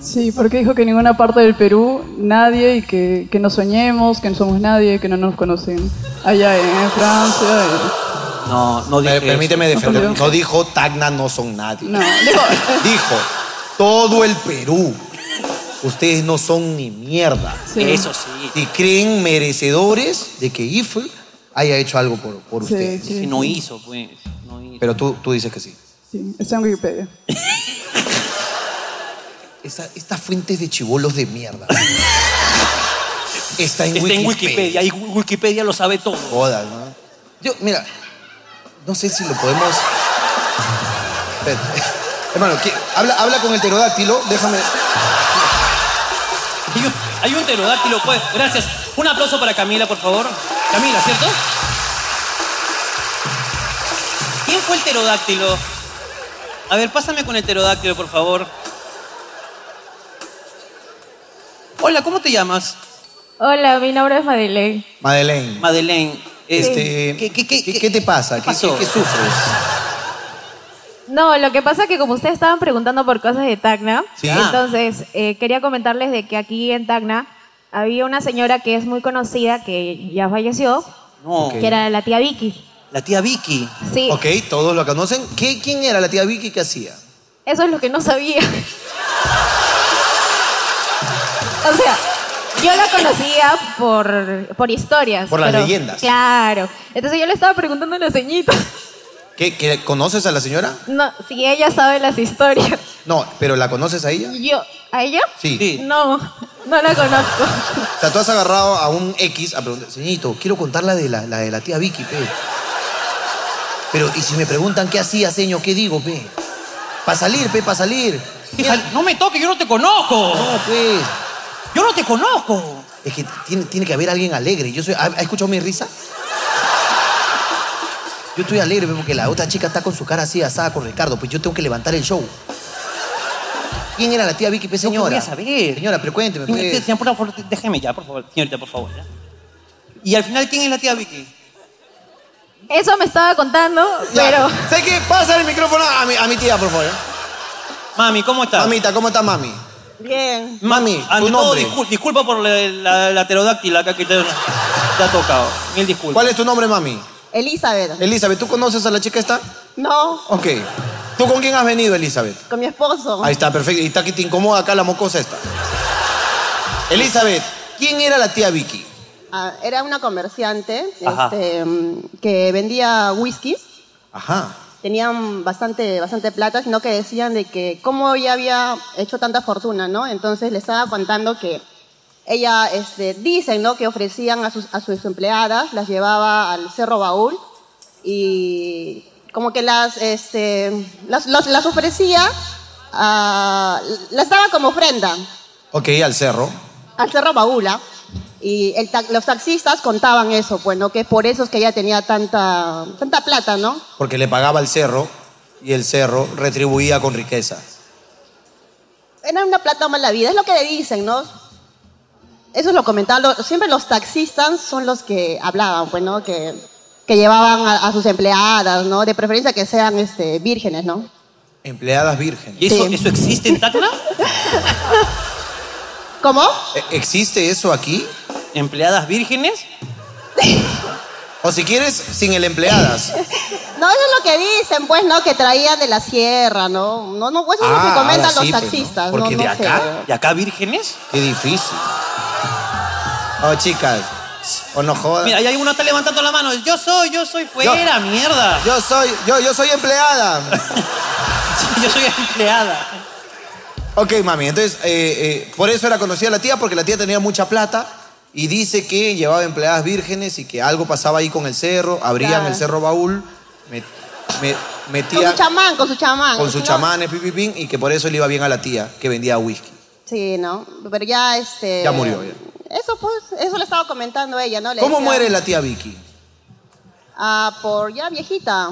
[SPEAKER 3] Sí, porque dijo que en ninguna parte del Perú nadie y que, que no soñemos, que no somos nadie, que no nos conocen allá en, en Francia. eh,
[SPEAKER 1] No, no dije
[SPEAKER 2] Per- permíteme
[SPEAKER 1] eso.
[SPEAKER 2] defender.
[SPEAKER 3] Ajá.
[SPEAKER 2] No dijo Tacna no son nadie.
[SPEAKER 3] No, digo, eh,
[SPEAKER 2] Dijo todo el Perú. Ustedes no son ni mierda.
[SPEAKER 3] sí.
[SPEAKER 1] Eso sí.
[SPEAKER 2] Y creen merecedores de que IFE haya hecho algo por, por
[SPEAKER 3] Sí,
[SPEAKER 2] ustedes.
[SPEAKER 3] sí.
[SPEAKER 1] Si no hizo, pues. No hizo.
[SPEAKER 2] Pero tú, tú dices que sí.
[SPEAKER 3] Sí, está en Wikipedia.
[SPEAKER 2] Esta- estas fuentes de chivolos de mierda. Está en
[SPEAKER 1] Está
[SPEAKER 2] Wikipedia.
[SPEAKER 1] en Wikipedia y Wikipedia lo sabe todo.
[SPEAKER 2] Jodas, ¿no? Yo, mira, no sé si lo podemos. Espérate. Hermano, ¿qué- habla, habla con el pterodáctilo, déjame.
[SPEAKER 1] Hay un, hay un pterodáctilo, pues. Gracias. Un aplauso para Camila, por favor. Camila, ¿cierto? ¿Quién fue el pterodáctilo? A ver, pásame con el pterodáctilo, por favor. Hola, ¿cómo te llamas?
[SPEAKER 6] Hola, mi nombre es Madeleine.
[SPEAKER 2] Madeleine.
[SPEAKER 1] Madeleine. eh,
[SPEAKER 2] Este,
[SPEAKER 1] ¿qué, qué, qué-
[SPEAKER 2] ¿Qué, qué te pasa? ¿Qué,
[SPEAKER 1] pasó?
[SPEAKER 2] qué- qué sufres?
[SPEAKER 6] No, lo que pasa es que como ustedes estaban preguntando por cosas de Tacna,
[SPEAKER 2] Sí.
[SPEAKER 6] entonces eh, quería comentarles de que aquí en Tacna había una señora que es muy conocida, que ya falleció,
[SPEAKER 1] No.
[SPEAKER 2] Ok.
[SPEAKER 6] que era la tía Vicky.
[SPEAKER 1] La tía Vicky.
[SPEAKER 6] Sí,
[SPEAKER 2] Ok, todos lo conocen. ¿Qué- ¿Quién era la tía Vicky que hacía?
[SPEAKER 6] eso es lo que no sabía. o sea, yo la conocía por, por historias.
[SPEAKER 2] Por las
[SPEAKER 6] pero-
[SPEAKER 2] leyendas.
[SPEAKER 6] Claro. Entonces yo le estaba preguntando a la ceñita,
[SPEAKER 2] ¿Qué, qué- conoces a la señora?
[SPEAKER 6] no, si ella sabe las historias.
[SPEAKER 2] No, pero ¿la conoces a ella?
[SPEAKER 6] Y Yo, ¿a ella?
[SPEAKER 2] Sí.
[SPEAKER 1] Sí.
[SPEAKER 6] No, no la conozco.
[SPEAKER 2] O sea, tú has agarrado a un X a preguntar, señorito, quiero contar la de la, la de la tía Vicky, pe. Pero, ¿y si me preguntan qué hacía, señor? ¿Qué digo, pe? Para salir, pe, para salir.
[SPEAKER 1] Hija, no me toques, yo no te conozco.
[SPEAKER 2] No, pues.
[SPEAKER 1] Yo no te conozco.
[SPEAKER 2] Es que tiene, tiene que haber alguien alegre. Yo soy, ¿ha, ha escuchado mi risa? Yo estoy alegre pe, porque la otra chica está con su cara así asada con Ricardo. Pues yo tengo que levantar el show. ¿Quién era la tía Vicky, pe, señora?
[SPEAKER 1] quería saber.
[SPEAKER 2] Señora, pero cuénteme,
[SPEAKER 1] Señor-
[SPEAKER 2] pe.
[SPEAKER 1] señor, por favor, déjeme ya, por favor. Señorita, por favor. ya. Y al final, ¿quién es la tía Vicky?
[SPEAKER 6] Eso me estaba contando,
[SPEAKER 2] Ya.
[SPEAKER 6] pero...
[SPEAKER 2] ¿Sabes qué? Pasa el micrófono a mi, a mi tía, por favor.
[SPEAKER 1] Mami, ¿cómo estás?
[SPEAKER 2] Mamita, ¿cómo está mami?
[SPEAKER 7] Bien,
[SPEAKER 2] Mami,
[SPEAKER 1] Ante
[SPEAKER 2] tu
[SPEAKER 1] todo,
[SPEAKER 2] nombre.
[SPEAKER 1] discul- disculpa por la, la, la pterodáctila acá que te, te ha tocado. Mil disculpas.
[SPEAKER 2] ¿Cuál es tu nombre, mami?
[SPEAKER 7] Elizabeth.
[SPEAKER 2] Elizabeth, ¿tú conoces a la chica esta?
[SPEAKER 7] No,
[SPEAKER 2] Ok. ¿Tú con quién has venido, Elizabeth?
[SPEAKER 7] con mi esposo.
[SPEAKER 2] Ahí está, perfecto. Y está que te incomoda acá la mocosa esta. Elizabeth, ¿quién era la tía Vicky?
[SPEAKER 7] Ah, era una comerciante
[SPEAKER 1] Ajá.
[SPEAKER 7] este, mm, que vendía whiskies.
[SPEAKER 2] Ajá.
[SPEAKER 7] Tenían bastante, bastante plata, sino que decían de que cómo ella había hecho tanta fortuna, ¿no? Entonces le estaba contando que ella, este, dicen, ¿no? Que ofrecían a sus, a sus empleadas, las llevaba al Cerro Baúl y como que las, este, las, las- las ofrecía, ah, las daba como ofrenda.
[SPEAKER 2] Ok, al cerro.
[SPEAKER 7] al Cerro Baula y el ta- los taxistas contaban eso, pues, ¿no? Que por eso es que ella tenía tanta, tanta plata, ¿no?
[SPEAKER 2] Porque le pagaba al cerro y el cerro retribuía con riqueza.
[SPEAKER 7] Era una plata mala vida, es lo que le dicen, ¿no? Eso es lo comentaba, lo- siempre los taxistas son los que hablaban, pues, ¿no? Que, que llevaban a, a sus empleadas, ¿no? De preferencia que sean este, vírgenes, ¿no?
[SPEAKER 2] Empleadas vírgenes.
[SPEAKER 1] ¿Y eso,
[SPEAKER 7] Sí.
[SPEAKER 1] eso existe en Tacna?
[SPEAKER 7] ¿Cómo?
[SPEAKER 2] ¿E- ¿Existe eso aquí?
[SPEAKER 1] ¿Empleadas vírgenes?
[SPEAKER 2] O si quieres, sin el empleadas.
[SPEAKER 7] No, eso es lo que dicen, pues, ¿no? Que traían de la sierra, ¿no? No, no, eso es lo
[SPEAKER 2] Ah,
[SPEAKER 7] que comentan
[SPEAKER 2] ahora
[SPEAKER 7] los
[SPEAKER 2] sí, pues, ¿no?
[SPEAKER 7] taxistas, ¿no?
[SPEAKER 2] Porque de
[SPEAKER 7] No
[SPEAKER 2] acá-
[SPEAKER 1] ¿Y acá vírgenes?
[SPEAKER 2] Qué difícil. Oh, chicas. O no jodas.
[SPEAKER 1] Mira, ahí hay uno está levantando la mano. Yo soy, yo soy fuera, mierda.
[SPEAKER 2] Yo soy, yo, yo soy empleada.
[SPEAKER 1] Yo soy empleada.
[SPEAKER 2] ok, mami, entonces, eh, eh, por eso era conocida la tía, porque la tía tenía mucha plata y dice que llevaba empleadas vírgenes y que algo pasaba ahí con el cerro, abrían
[SPEAKER 7] Claro.
[SPEAKER 2] el cerro baúl, met- me-
[SPEAKER 7] Con
[SPEAKER 2] metía
[SPEAKER 7] su chamán, con su chamán.
[SPEAKER 2] con sus
[SPEAKER 7] No,
[SPEAKER 2] chamanes, pim, pim, pim, y que por eso le iba bien a la tía, que vendía whisky.
[SPEAKER 7] Sí, ¿no? Pero ya, este...
[SPEAKER 2] Ya murió, ya.
[SPEAKER 7] Eso, pues, eso le estaba comentando ella, ¿no? Le
[SPEAKER 2] ¿Cómo
[SPEAKER 7] decía,
[SPEAKER 2] muere la tía Vicky?
[SPEAKER 7] Ah, por ya viejita.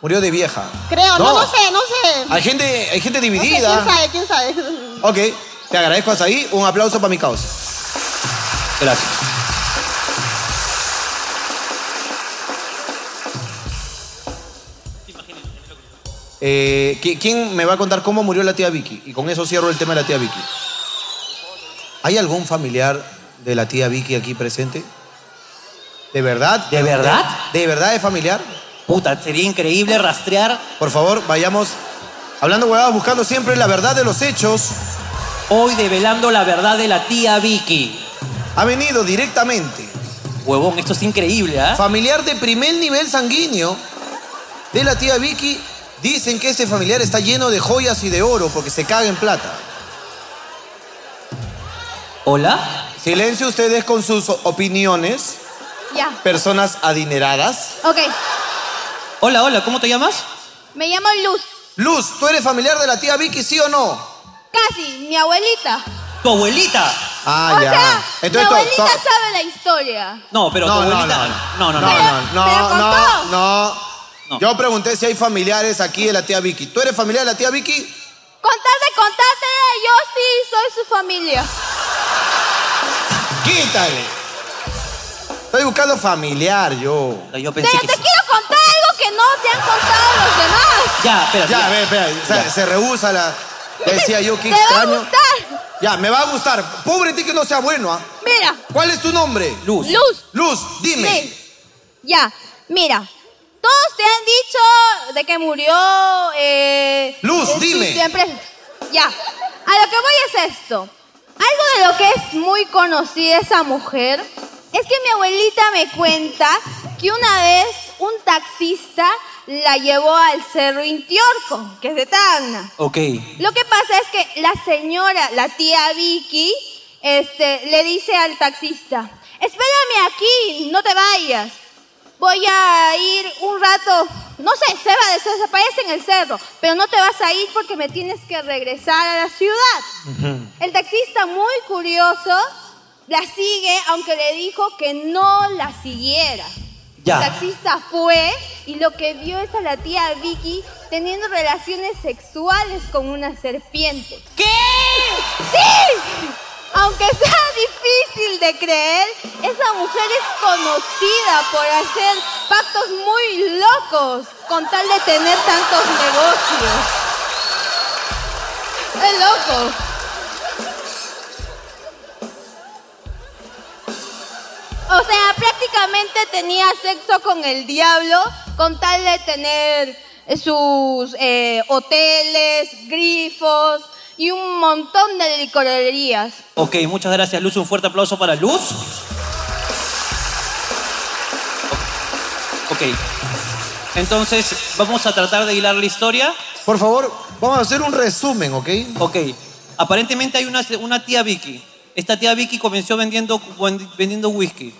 [SPEAKER 2] Murió de vieja.
[SPEAKER 7] Creo, no, no, sé, no sé.
[SPEAKER 2] Hay gente, hay gente
[SPEAKER 7] No sé,
[SPEAKER 2] dividida.
[SPEAKER 7] ¿Quién sabe, quién sabe?
[SPEAKER 2] Ok, te agradezco hasta ahí. Un aplauso para mi causa. Gracias. Eh, ¿qui- ¿Quién me va a contar cómo murió la tía Vicky? Y con eso cierro el tema de la tía Vicky. ¿Hay algún familiar de la tía Vicky aquí presente? ¿De verdad?
[SPEAKER 1] ¿De verdad?
[SPEAKER 2] ¿De, verdad es familiar?
[SPEAKER 1] Puta, sería increíble rastrear.
[SPEAKER 2] Por favor, vayamos hablando huevadas, buscando siempre la verdad de los hechos.
[SPEAKER 1] Hoy develando la verdad de la tía Vicky.
[SPEAKER 2] Ha venido directamente
[SPEAKER 1] Huevón, esto es increíble, ¿ah?
[SPEAKER 2] Familiar de primer nivel sanguíneo de la tía Vicky. Dicen que ese familiar está lleno de joyas y de oro porque se caga en plata.
[SPEAKER 1] ¿Hola?
[SPEAKER 2] Silencio ustedes con sus o- opiniones,
[SPEAKER 6] Ya,
[SPEAKER 2] personas adineradas.
[SPEAKER 6] ok.
[SPEAKER 1] Hola, hola, ¿cómo te llamas?
[SPEAKER 6] Me llamo Luz.
[SPEAKER 2] Luz, ¿tú eres familiar de la tía Vicky, sí o no?
[SPEAKER 6] Casi, mi abuelita.
[SPEAKER 1] Tu abuelita.
[SPEAKER 2] Ah,
[SPEAKER 6] o
[SPEAKER 2] ya.
[SPEAKER 6] sea,
[SPEAKER 2] Entonces,
[SPEAKER 6] mi
[SPEAKER 2] to-
[SPEAKER 6] abuelita
[SPEAKER 2] to-
[SPEAKER 6] sabe la historia.
[SPEAKER 1] No, pero tu
[SPEAKER 2] no, no,
[SPEAKER 1] abuelita.
[SPEAKER 2] no, no, no,
[SPEAKER 6] Pero-
[SPEAKER 2] no,
[SPEAKER 6] pero
[SPEAKER 2] no,
[SPEAKER 6] con
[SPEAKER 2] no,
[SPEAKER 6] todo.
[SPEAKER 1] No.
[SPEAKER 2] no. Yo pregunté si hay familiares aquí de la tía Vicky. ¿Tú eres familiar de la tía Vicky?
[SPEAKER 6] Contate, contate, yo sí soy su familia.
[SPEAKER 2] Quítale. Estoy buscando familiar yo.
[SPEAKER 1] Yo pensé
[SPEAKER 6] Pero
[SPEAKER 1] que
[SPEAKER 6] te
[SPEAKER 1] sí.
[SPEAKER 6] quiero contar algo que no te han contado los demás.
[SPEAKER 1] Ya, espérate.
[SPEAKER 2] Ya,
[SPEAKER 1] ya.
[SPEAKER 2] ve, espera, o sea, se rehúsa la. Decía yo,
[SPEAKER 6] te
[SPEAKER 2] qué
[SPEAKER 6] va a
[SPEAKER 2] extraño.
[SPEAKER 6] gustar.
[SPEAKER 2] Ya, me va a gustar. Pobre ti que no sea bueno, ¿ah?
[SPEAKER 8] Mira,
[SPEAKER 2] ¿Cuál es tu nombre?
[SPEAKER 1] Luz.
[SPEAKER 8] Luz.
[SPEAKER 2] Luz, dime.
[SPEAKER 8] Sí. Ya, mira. Todos te han dicho de que murió. eh,
[SPEAKER 2] Luz,
[SPEAKER 8] eh, sí,
[SPEAKER 2] dime.
[SPEAKER 8] Siempre. Ya. A lo que voy es esto. Algo de lo que es muy conocida esa mujer es que mi abuelita me cuenta que una vez un taxista la llevó al cerro Intiorco, que es de Tacna.
[SPEAKER 1] Ok.
[SPEAKER 8] Lo que pasa es que la señora, la tía Vicky, este, le dice al taxista, espérame aquí, no te vayas. Voy a ir un rato, no sé, se va, se desaparece en el cerro, pero no te vas a ir porque me tienes que regresar a la ciudad. El taxista, muy curioso, la sigue, aunque le dijo que no la siguiera.
[SPEAKER 1] Ya.
[SPEAKER 8] El taxista fue y lo que vio es a la tía Vicky teniendo relaciones sexuales con una serpiente. ¿Qué? ¡Sí! Aunque sea difícil de creer, esa mujer es conocida por hacer pactos muy locos con tal de tener tantos negocios. ¡Es loco! O sea, prácticamente tenía sexo con el diablo con tal de tener sus eh, hoteles, grifos y un montón de licorerías.
[SPEAKER 1] Ok, muchas gracias, Luz. Un fuerte aplauso para Luz. Ok. Entonces, vamos a tratar de hilar la historia.
[SPEAKER 2] Por favor, vamos a hacer un resumen, ¿ok?
[SPEAKER 1] Ok. Aparentemente hay una, una tía Vicky. Esta tía Vicky comenzó vendiendo, vendiendo whisky.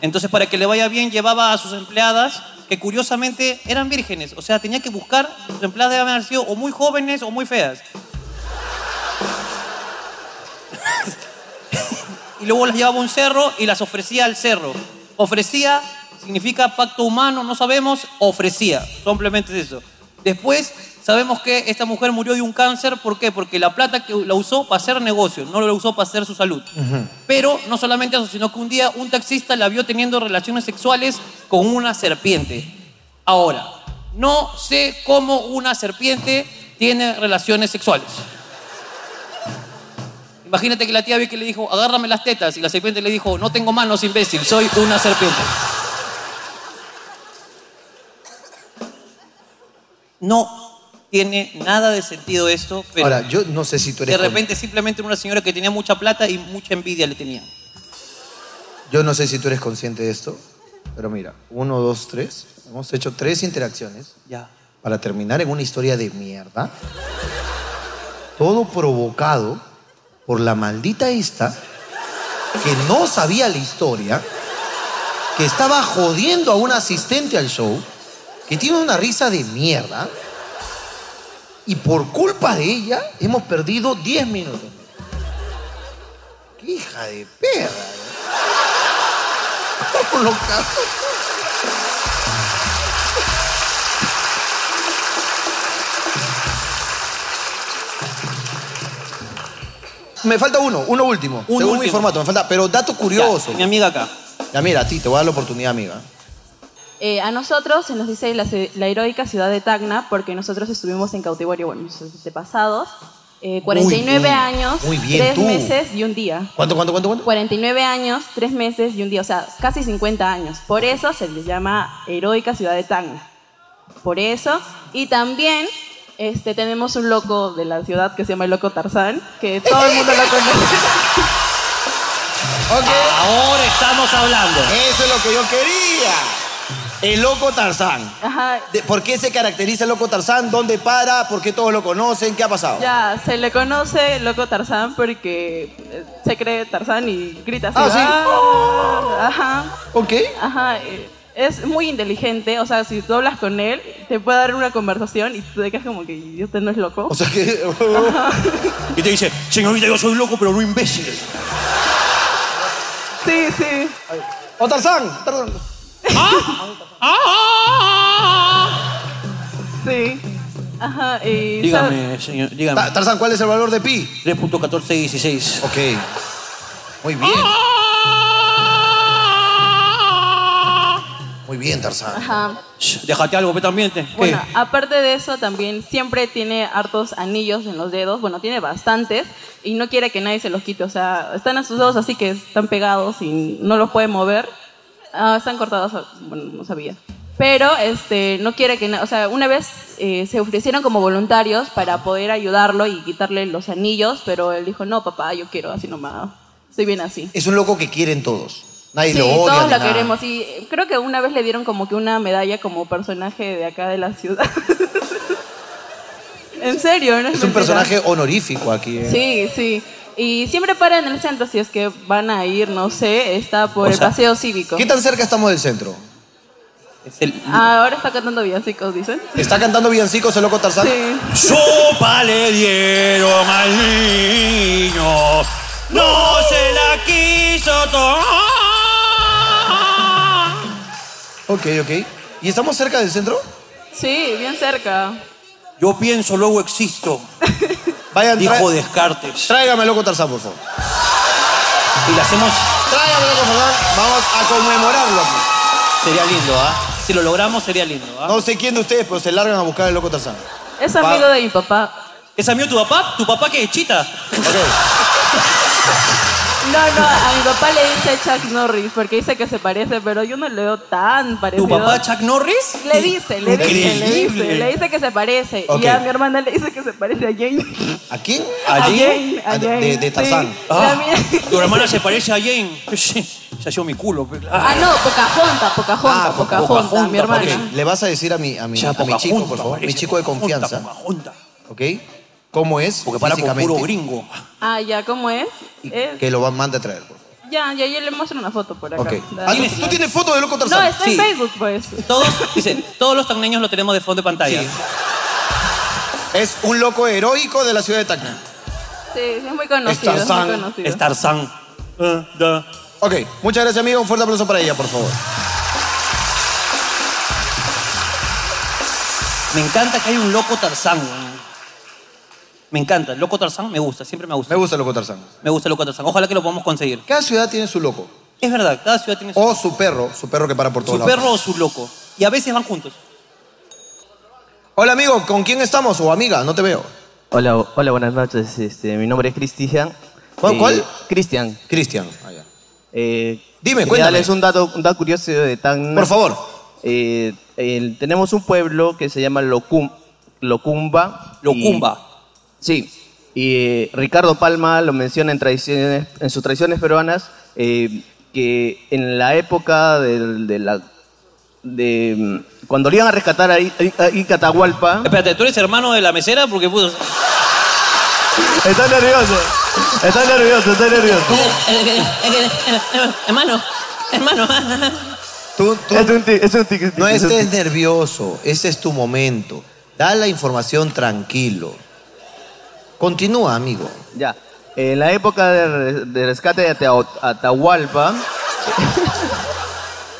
[SPEAKER 1] Entonces, para que le vaya bien, llevaba a sus empleadas, que curiosamente eran vírgenes. O sea, tenía que buscar, sus empleadas deben haber sido o muy jóvenes o muy feas. y luego las llevaba a un cerro y las ofrecía al cerro. Ofrecía significa pacto humano, no sabemos, ofrecía, simplemente es eso. Después sabemos que esta mujer murió de un cáncer, ¿por qué? Porque la plata que la usó para hacer negocio, no la usó para hacer su salud. Pero no solamente eso, sino que un día un taxista la vio teniendo relaciones sexuales con una serpiente. Ahora, no sé cómo una serpiente tiene relaciones sexuales. Imagínate que la tía Vicky le dijo, agárrame las tetas. Y la serpiente le dijo, no tengo manos, imbécil, soy una serpiente. No tiene nada de sentido esto, pero
[SPEAKER 2] Ahora, yo no sé si tú eres
[SPEAKER 1] de
[SPEAKER 2] joven.
[SPEAKER 1] repente simplemente era una señora que tenía mucha plata y mucha envidia le tenía.
[SPEAKER 2] Yo no sé si tú eres consciente de esto, pero mira, uno, dos, tres. Hemos hecho tres interacciones
[SPEAKER 1] Ya.
[SPEAKER 2] para terminar en una historia de mierda. Todo provocado por la maldita esta que no sabía la historia, que estaba jodiendo a un asistente al show, que tiene una risa de mierda. Y por culpa de ella hemos perdido 10 minutos. ¡Qué hija de perra! ¿no? Con los casos. Me falta uno, uno último.
[SPEAKER 1] Un
[SPEAKER 2] según mi
[SPEAKER 1] último.
[SPEAKER 2] formato, me falta. Pero dato curioso.
[SPEAKER 1] Ya, mi amiga acá.
[SPEAKER 2] Ya mira, a ti te voy a dar la oportunidad, amiga.
[SPEAKER 9] Eh, a nosotros se nos dice la, ce- la heroica ciudad de Tacna porque nosotros estuvimos en cautiverio, bueno, nuestros antepasados, eh, 49
[SPEAKER 2] bien,
[SPEAKER 9] años,
[SPEAKER 2] muy bien,
[SPEAKER 9] 3
[SPEAKER 2] tú.
[SPEAKER 9] meses y un día.
[SPEAKER 2] ¿Cuánto, cuánto, cuánto, cuánto?
[SPEAKER 9] 49 años, 3 meses y un día, o sea, casi 50 años. Por eso se les llama heroica ciudad de Tacna. Por eso. Y también este, tenemos un loco de la ciudad que se llama el loco Tarzán, que todo el mundo lo conoce.
[SPEAKER 2] Ok.
[SPEAKER 1] Ahora estamos hablando.
[SPEAKER 2] Eso es lo que yo quería. El loco Tarzán.
[SPEAKER 9] Ajá,
[SPEAKER 2] De- ¿Por qué se caracteriza el loco Tarzán? ¿Dónde para? ¿Por qué todos lo conocen? ¿Qué ha pasado?
[SPEAKER 9] Ya, se le conoce el loco Tarzán porque eh, se cree Tarzán y grita así.
[SPEAKER 2] Ah, ¿sí? Oh.
[SPEAKER 9] "¡Ah!". Ajá,
[SPEAKER 2] ¿Ok?
[SPEAKER 9] ajá. eh, Es muy inteligente, o sea, si tú hablas con él, te puede dar una conversación y tú te quedas como que yo te no es loco.
[SPEAKER 2] O sea que...
[SPEAKER 1] Y te dice, señorita, yo soy loco, pero no imbécil.
[SPEAKER 9] Sí, sí.
[SPEAKER 2] ¡Oh, Tarzán! Tarzán. Ah.
[SPEAKER 9] Sí. Ajá, y sabe-
[SPEAKER 1] Dígame, señor, dígame.
[SPEAKER 2] Ta- Tarzán, ¿cuál es el valor de pi?
[SPEAKER 1] 3.1416.
[SPEAKER 2] Ok. Muy bien. Muy bien, Tarzán.
[SPEAKER 9] Ajá.
[SPEAKER 1] Shh, déjate algo, que también te- ¿qué?
[SPEAKER 9] Bueno, aparte de eso, también siempre tiene hartos anillos en los dedos. Bueno, tiene bastantes y no quiere que nadie se los quite. O sea, están en sus dedos así que están pegados y no los puede mover. Ah, están cortados, bueno, no sabía. Pero este, no quiere que na- O sea, una vez eh, se ofrecieron como voluntarios para poder ayudarlo y quitarle los anillos, pero él dijo: No, papá, yo quiero así nomás. Estoy bien así.
[SPEAKER 2] Es un loco que quieren todos. Nadie
[SPEAKER 9] Sí,
[SPEAKER 2] lo odia.
[SPEAKER 9] todos
[SPEAKER 2] ni
[SPEAKER 9] la
[SPEAKER 2] nada.
[SPEAKER 9] queremos. Y eh, creo que una vez le dieron como que una medalla como personaje de acá de la ciudad. en serio, ¿no?
[SPEAKER 2] Es un
[SPEAKER 9] mentira.
[SPEAKER 2] personaje honorífico aquí. ¿eh?
[SPEAKER 9] Sí, sí. Y siempre para en el centro, si es que van a ir, no sé, está por
[SPEAKER 2] O
[SPEAKER 9] el
[SPEAKER 2] sea,
[SPEAKER 9] paseo cívico. Ah.
[SPEAKER 2] ¿Qué tan cerca estamos del centro?
[SPEAKER 1] Es el-
[SPEAKER 9] Ahora está cantando villancicos, dicen.
[SPEAKER 2] ¿Está cantando villancicos el loco Tarzán?
[SPEAKER 9] Sí.
[SPEAKER 1] Sopa le dieron al niño, no se la quiso tomar.
[SPEAKER 2] Ok, ok. ¿Y estamos cerca del centro?
[SPEAKER 9] Sí, bien cerca.
[SPEAKER 1] Yo pienso, luego existo,
[SPEAKER 2] Vayan, tra-
[SPEAKER 1] dijo Descartes.
[SPEAKER 2] tráigame al loco Tarzán, por favor.
[SPEAKER 1] Y la hacemos,
[SPEAKER 2] Tráigame al loco Tarzán, vamos a conmemorarlo. aquí.
[SPEAKER 1] sería lindo, ¿ah? Si lo logramos, sería lindo, ¿ah?
[SPEAKER 2] No sé quién de ustedes, pero se largan a buscar al loco Tarzán.
[SPEAKER 9] Es
[SPEAKER 2] Va.
[SPEAKER 9] amigo de mi papá.
[SPEAKER 1] ¿Es amigo tu papá? ¿Tu papá que es chita?
[SPEAKER 2] Ok.
[SPEAKER 9] No, no, a mi papá le dice Chuck Norris porque dice que se parece, pero yo no le veo tan parecido.
[SPEAKER 1] ¿Tu papá Chuck Norris?
[SPEAKER 9] Le dice, le dice, le
[SPEAKER 1] Increíble.
[SPEAKER 9] dice, le dice que se parece.
[SPEAKER 2] Ok.
[SPEAKER 9] Y a mi hermana le dice que se parece a Jane.
[SPEAKER 2] ¿A quién?
[SPEAKER 1] ¿A Jane?
[SPEAKER 9] A
[SPEAKER 2] Ah, de-
[SPEAKER 9] Jane,
[SPEAKER 2] de- de
[SPEAKER 9] sí.
[SPEAKER 2] Tarzán.
[SPEAKER 1] Ah,
[SPEAKER 9] La mía-
[SPEAKER 1] tu hermana se parece a Jane. Se ha sido mi culo. pe-
[SPEAKER 9] Ah,
[SPEAKER 1] Ah,
[SPEAKER 9] no, Pocahontas, Pocahontas,
[SPEAKER 2] Ah, Poca-
[SPEAKER 9] Pocahontas, mi hermana.
[SPEAKER 2] Ok, le vas a decir a mi, a mi,
[SPEAKER 1] ya,
[SPEAKER 2] a mi
[SPEAKER 1] Pocahontas,
[SPEAKER 2] chico, por favor.
[SPEAKER 1] parece,
[SPEAKER 2] Mi chico de
[SPEAKER 1] Pocahontas,
[SPEAKER 2] confianza.
[SPEAKER 1] Pocahontas.
[SPEAKER 2] ¿Ok? ¿Cómo es?
[SPEAKER 1] Porque para con
[SPEAKER 2] físicamente?
[SPEAKER 1] puro gringo.
[SPEAKER 9] Ah, ya, ¿cómo es?
[SPEAKER 2] Y
[SPEAKER 9] Es-
[SPEAKER 2] Que lo van, manda a traer, por favor.
[SPEAKER 9] Ya, ya, yo le muestro una foto por acá.
[SPEAKER 2] Ok.
[SPEAKER 9] Da-
[SPEAKER 2] Ah, ¿tú, tú tienes foto de loco
[SPEAKER 9] No,
[SPEAKER 2] Tarzán?
[SPEAKER 9] está en
[SPEAKER 1] Sí.
[SPEAKER 9] Facebook, pues.
[SPEAKER 1] Todos, dice, todos los tangneños lo tenemos de fondo de pantalla.
[SPEAKER 2] Es un loco heroico de la ciudad de Tacna.
[SPEAKER 9] Sí, es muy conocido, es muy
[SPEAKER 2] Tarzán,
[SPEAKER 9] conocido.
[SPEAKER 1] Es Tarzán. Eh, da.
[SPEAKER 2] Ok, muchas gracias, amiga. Un fuerte aplauso para ella, por favor.
[SPEAKER 1] Me encanta que hay un loco Tarzán. weón. Me encanta. Loco Tarzán me gusta, siempre me gusta.
[SPEAKER 2] Me gusta el loco Tarzán.
[SPEAKER 1] Me gusta el loco Tarzán. Ojalá que lo podamos conseguir.
[SPEAKER 2] Cada ciudad tiene su loco.
[SPEAKER 1] Es verdad, cada ciudad tiene su,
[SPEAKER 2] O su perro, su perro que para por todos
[SPEAKER 1] su
[SPEAKER 2] lados.
[SPEAKER 1] perro o su loco. Y a veces van juntos.
[SPEAKER 2] Hola, amigo. ¿Con quién estamos? O amiga, no te veo.
[SPEAKER 10] Hola, hola, buenas noches. Este, mi nombre es Cristian.
[SPEAKER 2] ¿Cuál-
[SPEAKER 10] Eh,
[SPEAKER 2] cuál?
[SPEAKER 10] Cristian.
[SPEAKER 2] Cristian. Ah, ya.
[SPEAKER 10] Eh,
[SPEAKER 2] Dime,
[SPEAKER 10] quería
[SPEAKER 2] cuéntame.
[SPEAKER 10] darles un dato, un dato curioso de Tacna.
[SPEAKER 2] Por favor.
[SPEAKER 10] Eh, el- tenemos un pueblo que se llama Locum, Locumba. y-
[SPEAKER 1] Locumba.
[SPEAKER 10] sí. Y eh, Ricardo Palma lo menciona en, tradiciones, en sus tradiciones peruanas eh, que en la época del- de, la. de, mm, cuando le iban a rescatar a, I- a Icatahualpa.
[SPEAKER 1] Espérate, ¿tú eres hermano de la mesera? Porque puto,
[SPEAKER 10] Está nervioso. Está nervioso, está nervioso.
[SPEAKER 1] Eh, Hermano, hermano.
[SPEAKER 2] Tú, tú
[SPEAKER 10] Es un tic, es un tic. es un tic,
[SPEAKER 2] no
[SPEAKER 10] es un
[SPEAKER 2] estés
[SPEAKER 10] tic.
[SPEAKER 2] nervioso. Ese es tu momento. Da la información tranquilo. Continúa, amigo.
[SPEAKER 10] Ya. En la época de, re- de rescate de Atao- Atahualpa.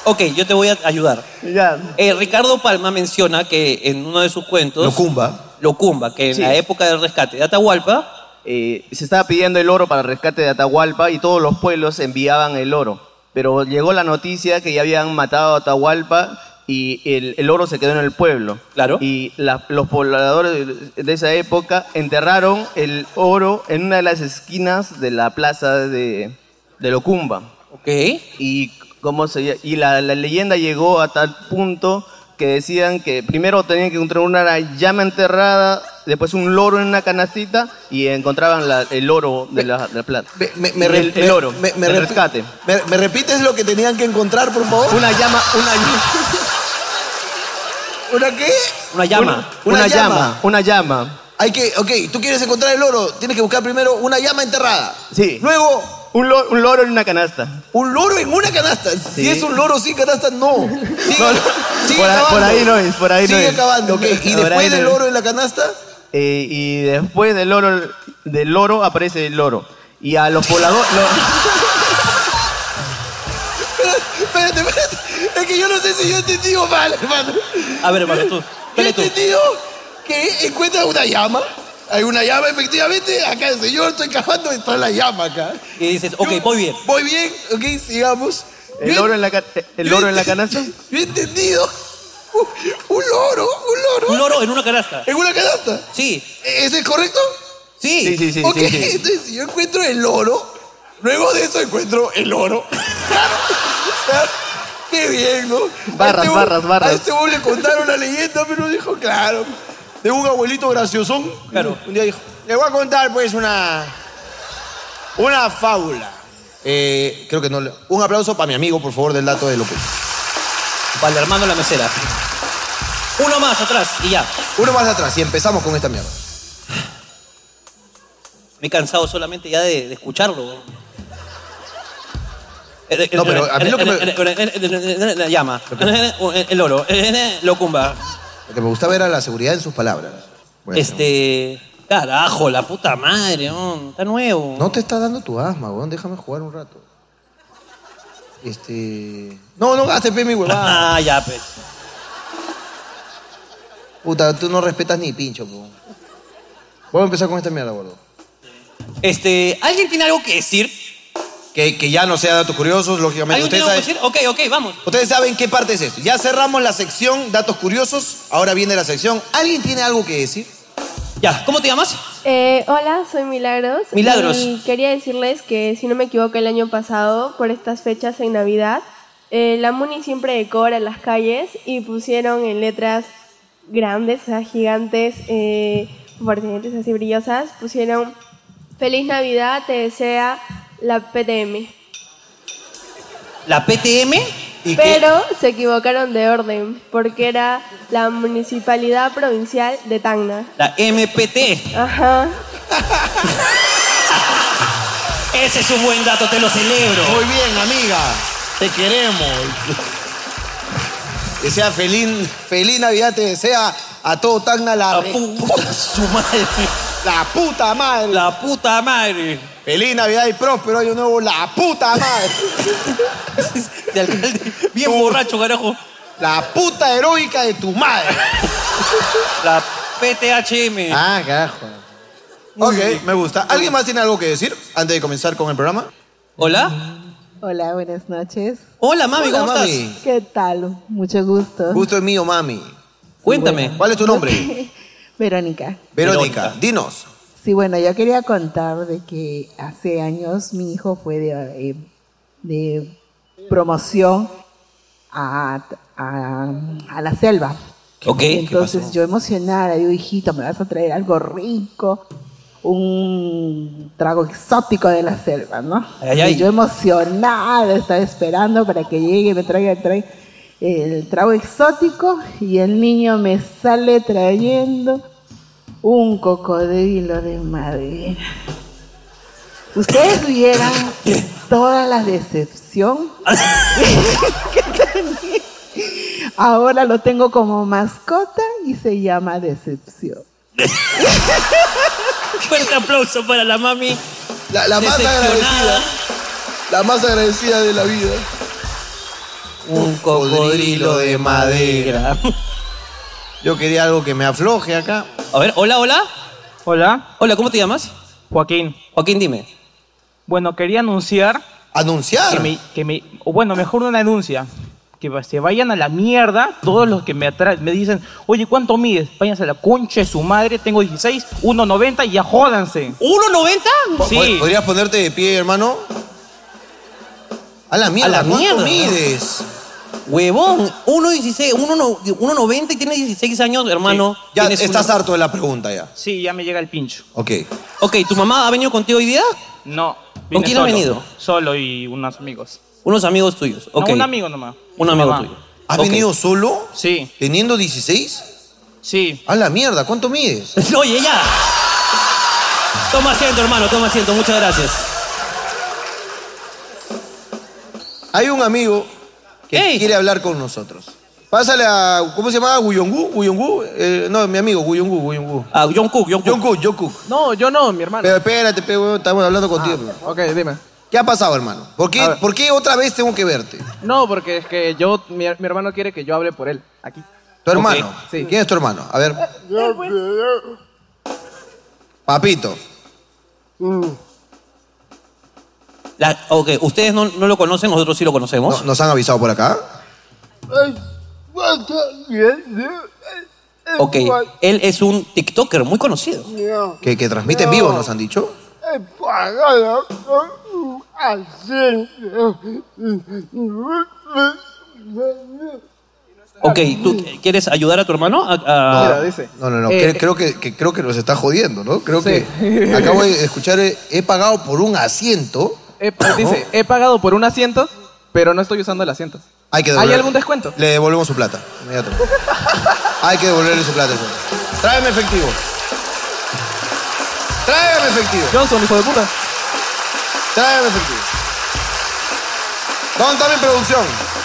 [SPEAKER 1] Ok, yo te voy a ayudar.
[SPEAKER 10] Ya.
[SPEAKER 1] Eh, Ricardo Palma menciona que en uno de sus cuentos,
[SPEAKER 2] Locumba.
[SPEAKER 1] Locumba, que en
[SPEAKER 10] Sí.
[SPEAKER 1] la época del rescate de Atahualpa,
[SPEAKER 10] eh, se estaba pidiendo el oro para el rescate de Atahualpa y todos los pueblos enviaban el oro. Pero llegó la noticia que ya habían matado a Atahualpa y el, el oro se quedó en el pueblo.
[SPEAKER 1] Claro.
[SPEAKER 10] Y la- los pobladores de, de esa época enterraron el oro en una de las esquinas de la plaza de, de Locumba.
[SPEAKER 1] ok,
[SPEAKER 10] y cómo se ll- y la, la leyenda llegó a tal punto que decían que primero tenían que encontrar una llama enterrada, después un loro en una canastita y encontraban la- el oro de la, de la plata.
[SPEAKER 2] Me- me-
[SPEAKER 10] Y
[SPEAKER 2] me
[SPEAKER 10] el,
[SPEAKER 2] rep- me-
[SPEAKER 10] el oro,
[SPEAKER 2] me- me
[SPEAKER 10] el
[SPEAKER 2] repi-
[SPEAKER 10] rescate.
[SPEAKER 2] ¿Me, me repites lo que tenían que encontrar, por favor?
[SPEAKER 10] Una llama, una, ll-
[SPEAKER 2] ¿Una qué?
[SPEAKER 1] una llama.
[SPEAKER 2] Una
[SPEAKER 10] una, llama.
[SPEAKER 2] llama.
[SPEAKER 10] una llama.
[SPEAKER 2] Hay que, ok, tú quieres encontrar el oro, tienes que buscar primero una llama enterrada.
[SPEAKER 10] Sí.
[SPEAKER 2] Luego,
[SPEAKER 10] Un, lo- un loro en una canasta.
[SPEAKER 2] un loro en una canasta. Si
[SPEAKER 10] Sí.
[SPEAKER 2] es un loro sin canasta, no. Sigue,
[SPEAKER 10] No, no.
[SPEAKER 2] sigue
[SPEAKER 10] Por ahí-
[SPEAKER 2] acabando.
[SPEAKER 10] por ahí no es, por ahí no
[SPEAKER 2] Sigue
[SPEAKER 10] es.
[SPEAKER 2] acabando, ok. Y
[SPEAKER 10] Por ahí
[SPEAKER 2] después
[SPEAKER 10] no
[SPEAKER 2] del
[SPEAKER 10] es.
[SPEAKER 2] oro en la canasta,
[SPEAKER 10] Eh, y después del loro, del loro aparece el loro. Y a los pobladores...
[SPEAKER 2] espérate, espérate. Es que yo no sé si yo he entendido mal, hermano.
[SPEAKER 1] A ver, hermano, tú.
[SPEAKER 2] Yo he
[SPEAKER 1] Dale tú.
[SPEAKER 2] entendido que encuentra una llama. Hay una llama, efectivamente. Acá el señor, estoy cavando, está la llama acá.
[SPEAKER 1] Y dices, ok, voy bien.
[SPEAKER 2] Voy bien, ok, sigamos.
[SPEAKER 10] ¿El oro en la, ca- el oro en la canasta?
[SPEAKER 2] Yo he entendido. Uh, Un loro, un loro.
[SPEAKER 1] Un loro en una canasta.
[SPEAKER 2] ¿En una canasta? ¿E-,
[SPEAKER 1] Sí.
[SPEAKER 2] ¿Ese es correcto?
[SPEAKER 1] Sí.
[SPEAKER 10] Sí, sí, sí,
[SPEAKER 2] Ok,
[SPEAKER 10] sí, sí.
[SPEAKER 2] entonces si yo encuentro el oro, luego de eso encuentro el oro. Claro. Qué bien, ¿no?
[SPEAKER 10] Barras,
[SPEAKER 2] A bu-
[SPEAKER 10] barras, barras.
[SPEAKER 2] A este vos le contaron la leyenda, pero dijo, claro. De un abuelito graciosón.
[SPEAKER 1] Claro.
[SPEAKER 2] Un día dijo, le voy a contar pues una... Una fábula. Eh, creo que no... le- Un aplauso para mi amigo, por favor, del dato de López.
[SPEAKER 1] Para el hermano de la mesera. Uno más atrás y ya.
[SPEAKER 2] Uno más atrás y empezamos con esta mierda.
[SPEAKER 1] Me he cansado solamente ya de, de escucharlo.
[SPEAKER 2] No, pero a mí lo que
[SPEAKER 1] me... La llama. El oro. Locumba.
[SPEAKER 2] Lo que me gustaba era la seguridad en sus palabras. Bueno.
[SPEAKER 1] Este... Carajo, la puta madre. no, Está nuevo.
[SPEAKER 2] No te está dando tu asma, weón. Déjame jugar un rato. Este. No, no, hazte pe mi huevada.
[SPEAKER 1] Ah, ya, pues.
[SPEAKER 2] Puta, tú no respetas ni pincho, weón. Vamos a empezar con esta mierda, gordo.
[SPEAKER 1] Este, ¿alguien tiene algo que decir?
[SPEAKER 2] Que, que ya no sea datos curiosos, lógicamente.
[SPEAKER 1] ¿Alguien tiene
[SPEAKER 2] Ustedes
[SPEAKER 1] algo que
[SPEAKER 2] saben,
[SPEAKER 1] decir? Ok, ok, vamos.
[SPEAKER 2] ustedes saben qué parte es esto. Ya cerramos la sección datos curiosos. Ahora viene la sección. ¿Alguien tiene algo que decir?
[SPEAKER 1] Ya, ¿cómo te llamas?
[SPEAKER 11] Eh, hola, soy Milagros.
[SPEAKER 1] Milagros.
[SPEAKER 11] Y quería decirles que, si no me equivoco, el año pasado, por estas fechas en Navidad, eh, la Muni siempre decora las calles y pusieron en letras grandes, o sea, gigantes, eh, fosforescentes, así brillosas, pusieron Feliz Navidad, te desea la PTM.
[SPEAKER 1] ¿La PTM? ¿Y qué?
[SPEAKER 11] Pero se equivocaron de orden, porque era la Municipalidad Provincial de Tacna.
[SPEAKER 1] La MPT.
[SPEAKER 11] Ajá.
[SPEAKER 1] Ese es un buen dato, te lo celebro.
[SPEAKER 2] Muy bien, amiga. Te queremos. Que sea feliz, feliz Navidad, te desea a todo Tacna la,
[SPEAKER 1] La
[SPEAKER 2] re-
[SPEAKER 1] puta su madre.
[SPEAKER 2] la puta madre.
[SPEAKER 1] La puta madre.
[SPEAKER 2] Feliz Navidad y próspero año nuevo, la puta madre.
[SPEAKER 1] De alcalde. Bien borracho, carajo.
[SPEAKER 2] la puta heroica de tu madre.
[SPEAKER 1] La PTHM.
[SPEAKER 2] Ah, carajo.
[SPEAKER 1] Muy
[SPEAKER 2] Ok,
[SPEAKER 1] bien.
[SPEAKER 2] me gusta. ¿Alguien más tiene algo que decir antes de comenzar con el programa?
[SPEAKER 1] Hola.
[SPEAKER 12] Hola, buenas noches.
[SPEAKER 1] Hola, mami,
[SPEAKER 2] Hola,
[SPEAKER 1] ¿cómo
[SPEAKER 2] mami.
[SPEAKER 1] estás?
[SPEAKER 12] ¿Qué tal? Mucho gusto.
[SPEAKER 2] Gusto es mío, mami.
[SPEAKER 1] Cuéntame.
[SPEAKER 2] ¿Cuál es tu nombre?
[SPEAKER 12] Verónica.
[SPEAKER 2] Verónica,
[SPEAKER 1] Verónica.
[SPEAKER 2] dinos.
[SPEAKER 12] Sí, bueno, yo quería contar de que hace años mi hijo fue de, eh, de promoción a, a- a la selva.
[SPEAKER 1] Ok. ¿Qué
[SPEAKER 12] Entonces yo emocionada, digo, hijito, me vas a traer algo rico, un trago exótico de la selva, ¿no?
[SPEAKER 1] Ay, ay, ay.
[SPEAKER 12] Y yo emocionada, estaba esperando para que llegue, me traiga, me traiga el trago exótico y el niño me sale trayendo un cocodrilo de madera. Ustedes vieran toda la decepción Ahora lo tengo como mascota y se llama Decepción.
[SPEAKER 1] Fuerte aplauso para la mami.
[SPEAKER 2] La, la más
[SPEAKER 1] Decepcionada.
[SPEAKER 2] agradecida. La más agradecida de la vida.
[SPEAKER 1] Un cocodrilo de madera.
[SPEAKER 2] Yo quería algo que me afloje acá.
[SPEAKER 1] A ver, hola, hola.
[SPEAKER 5] Hola,
[SPEAKER 1] Hola, ¿cómo te llamas?
[SPEAKER 5] Joaquín.
[SPEAKER 1] Joaquín, dime.
[SPEAKER 5] Bueno, quería anunciar que
[SPEAKER 2] Anunciar.
[SPEAKER 5] me, que me- o bueno, mejor una denuncia. Que va- se vayan a la mierda todos los que me atra- me dicen, oye, ¿cuánto mides? Váyanse a la concha de su madre, tengo 16, 1,90 y ya jódanse.
[SPEAKER 1] ¿1.90?
[SPEAKER 5] Sí,
[SPEAKER 2] ¿Podrías ponerte de pie, hermano? A la mierda,
[SPEAKER 1] la
[SPEAKER 2] ¿cuánto
[SPEAKER 1] mierda.
[SPEAKER 2] mides?
[SPEAKER 1] Huevón, 1.16, 1.90 y tiene 16 años, hermano.
[SPEAKER 2] Ya
[SPEAKER 1] Tienes
[SPEAKER 2] estás
[SPEAKER 1] una-
[SPEAKER 2] harto de la pregunta ya.
[SPEAKER 5] sí, ya me llega el pincho.
[SPEAKER 2] Ok.
[SPEAKER 1] Ok, ¿tu mamá ha venido contigo hoy día?
[SPEAKER 5] No.
[SPEAKER 1] ¿Con
[SPEAKER 5] vine
[SPEAKER 1] quién ha
[SPEAKER 5] solo.
[SPEAKER 1] venido?
[SPEAKER 5] Solo y unos amigos.
[SPEAKER 1] Unos amigos tuyos.
[SPEAKER 5] No,
[SPEAKER 1] Ok.
[SPEAKER 5] un amigo nomás.
[SPEAKER 1] Un amigo
[SPEAKER 5] Mamá.
[SPEAKER 1] tuyo.
[SPEAKER 2] ¿Has
[SPEAKER 1] Ok.
[SPEAKER 2] venido solo?
[SPEAKER 5] Sí,
[SPEAKER 2] ¿Teniendo 16?
[SPEAKER 5] sí.
[SPEAKER 2] A la mierda, ¿cuánto mides?
[SPEAKER 1] Oye, ya. Toma asiento, hermano, toma asiento. Muchas gracias.
[SPEAKER 2] Hay un amigo que
[SPEAKER 1] Ey.
[SPEAKER 2] quiere hablar con nosotros. Pásale a. ¿Cómo se llama? ¿Guyongú? ¿Guyongú? Eh, no, mi amigo, Guyongú, Guyongú.
[SPEAKER 1] Ah, John Cook, John Cook.
[SPEAKER 2] John Cook, John Cook.
[SPEAKER 4] No, yo no, mi hermano.
[SPEAKER 2] Pero espérate, pe, huevón, estamos hablando
[SPEAKER 1] Ah.
[SPEAKER 2] contigo. pe.
[SPEAKER 4] Ok, dime.
[SPEAKER 2] ¿Qué ha pasado, hermano? ¿Por
[SPEAKER 4] A
[SPEAKER 2] qué,
[SPEAKER 4] ver.
[SPEAKER 2] ¿Por qué otra vez tengo que verte?
[SPEAKER 4] No, porque es que yo, mi, mi hermano quiere que yo hable por él, aquí.
[SPEAKER 2] Tu hermano.
[SPEAKER 4] sí.
[SPEAKER 2] ¿Quién es tu hermano? A ver. Papito.
[SPEAKER 1] La- ok, ustedes no, no lo conocen, nosotros sí lo conocemos.
[SPEAKER 2] ¿Nos han avisado por acá?
[SPEAKER 1] Ok, él es un TikToker muy conocido.
[SPEAKER 2] Que, que transmite en
[SPEAKER 1] No.
[SPEAKER 2] vivo, nos han dicho.
[SPEAKER 1] Ok, ¿tú quieres ayudar a tu hermano? A- a-
[SPEAKER 2] No, no, no.
[SPEAKER 1] Eh,
[SPEAKER 2] cre- creo, que, que- creo que nos está jodiendo, ¿no? Creo
[SPEAKER 1] Sí.
[SPEAKER 2] que acabo de escuchar, eh, he pagado por un asiento.
[SPEAKER 10] Eh,
[SPEAKER 5] He,
[SPEAKER 10] pues,
[SPEAKER 5] dice, he pagado por un asiento, pero no estoy usando el asiento.
[SPEAKER 2] Hay que
[SPEAKER 5] ¿Hay
[SPEAKER 2] devolver-
[SPEAKER 5] algún descuento?
[SPEAKER 2] Le devolvemos su plata. Inmediatamente. Hay que devolverle su plata. señor. Tráeme efectivo. Tráeme efectivo.
[SPEAKER 5] Johnson, hijo de puta.
[SPEAKER 2] Tráeme efectivo. ¿Dónde está mi producción?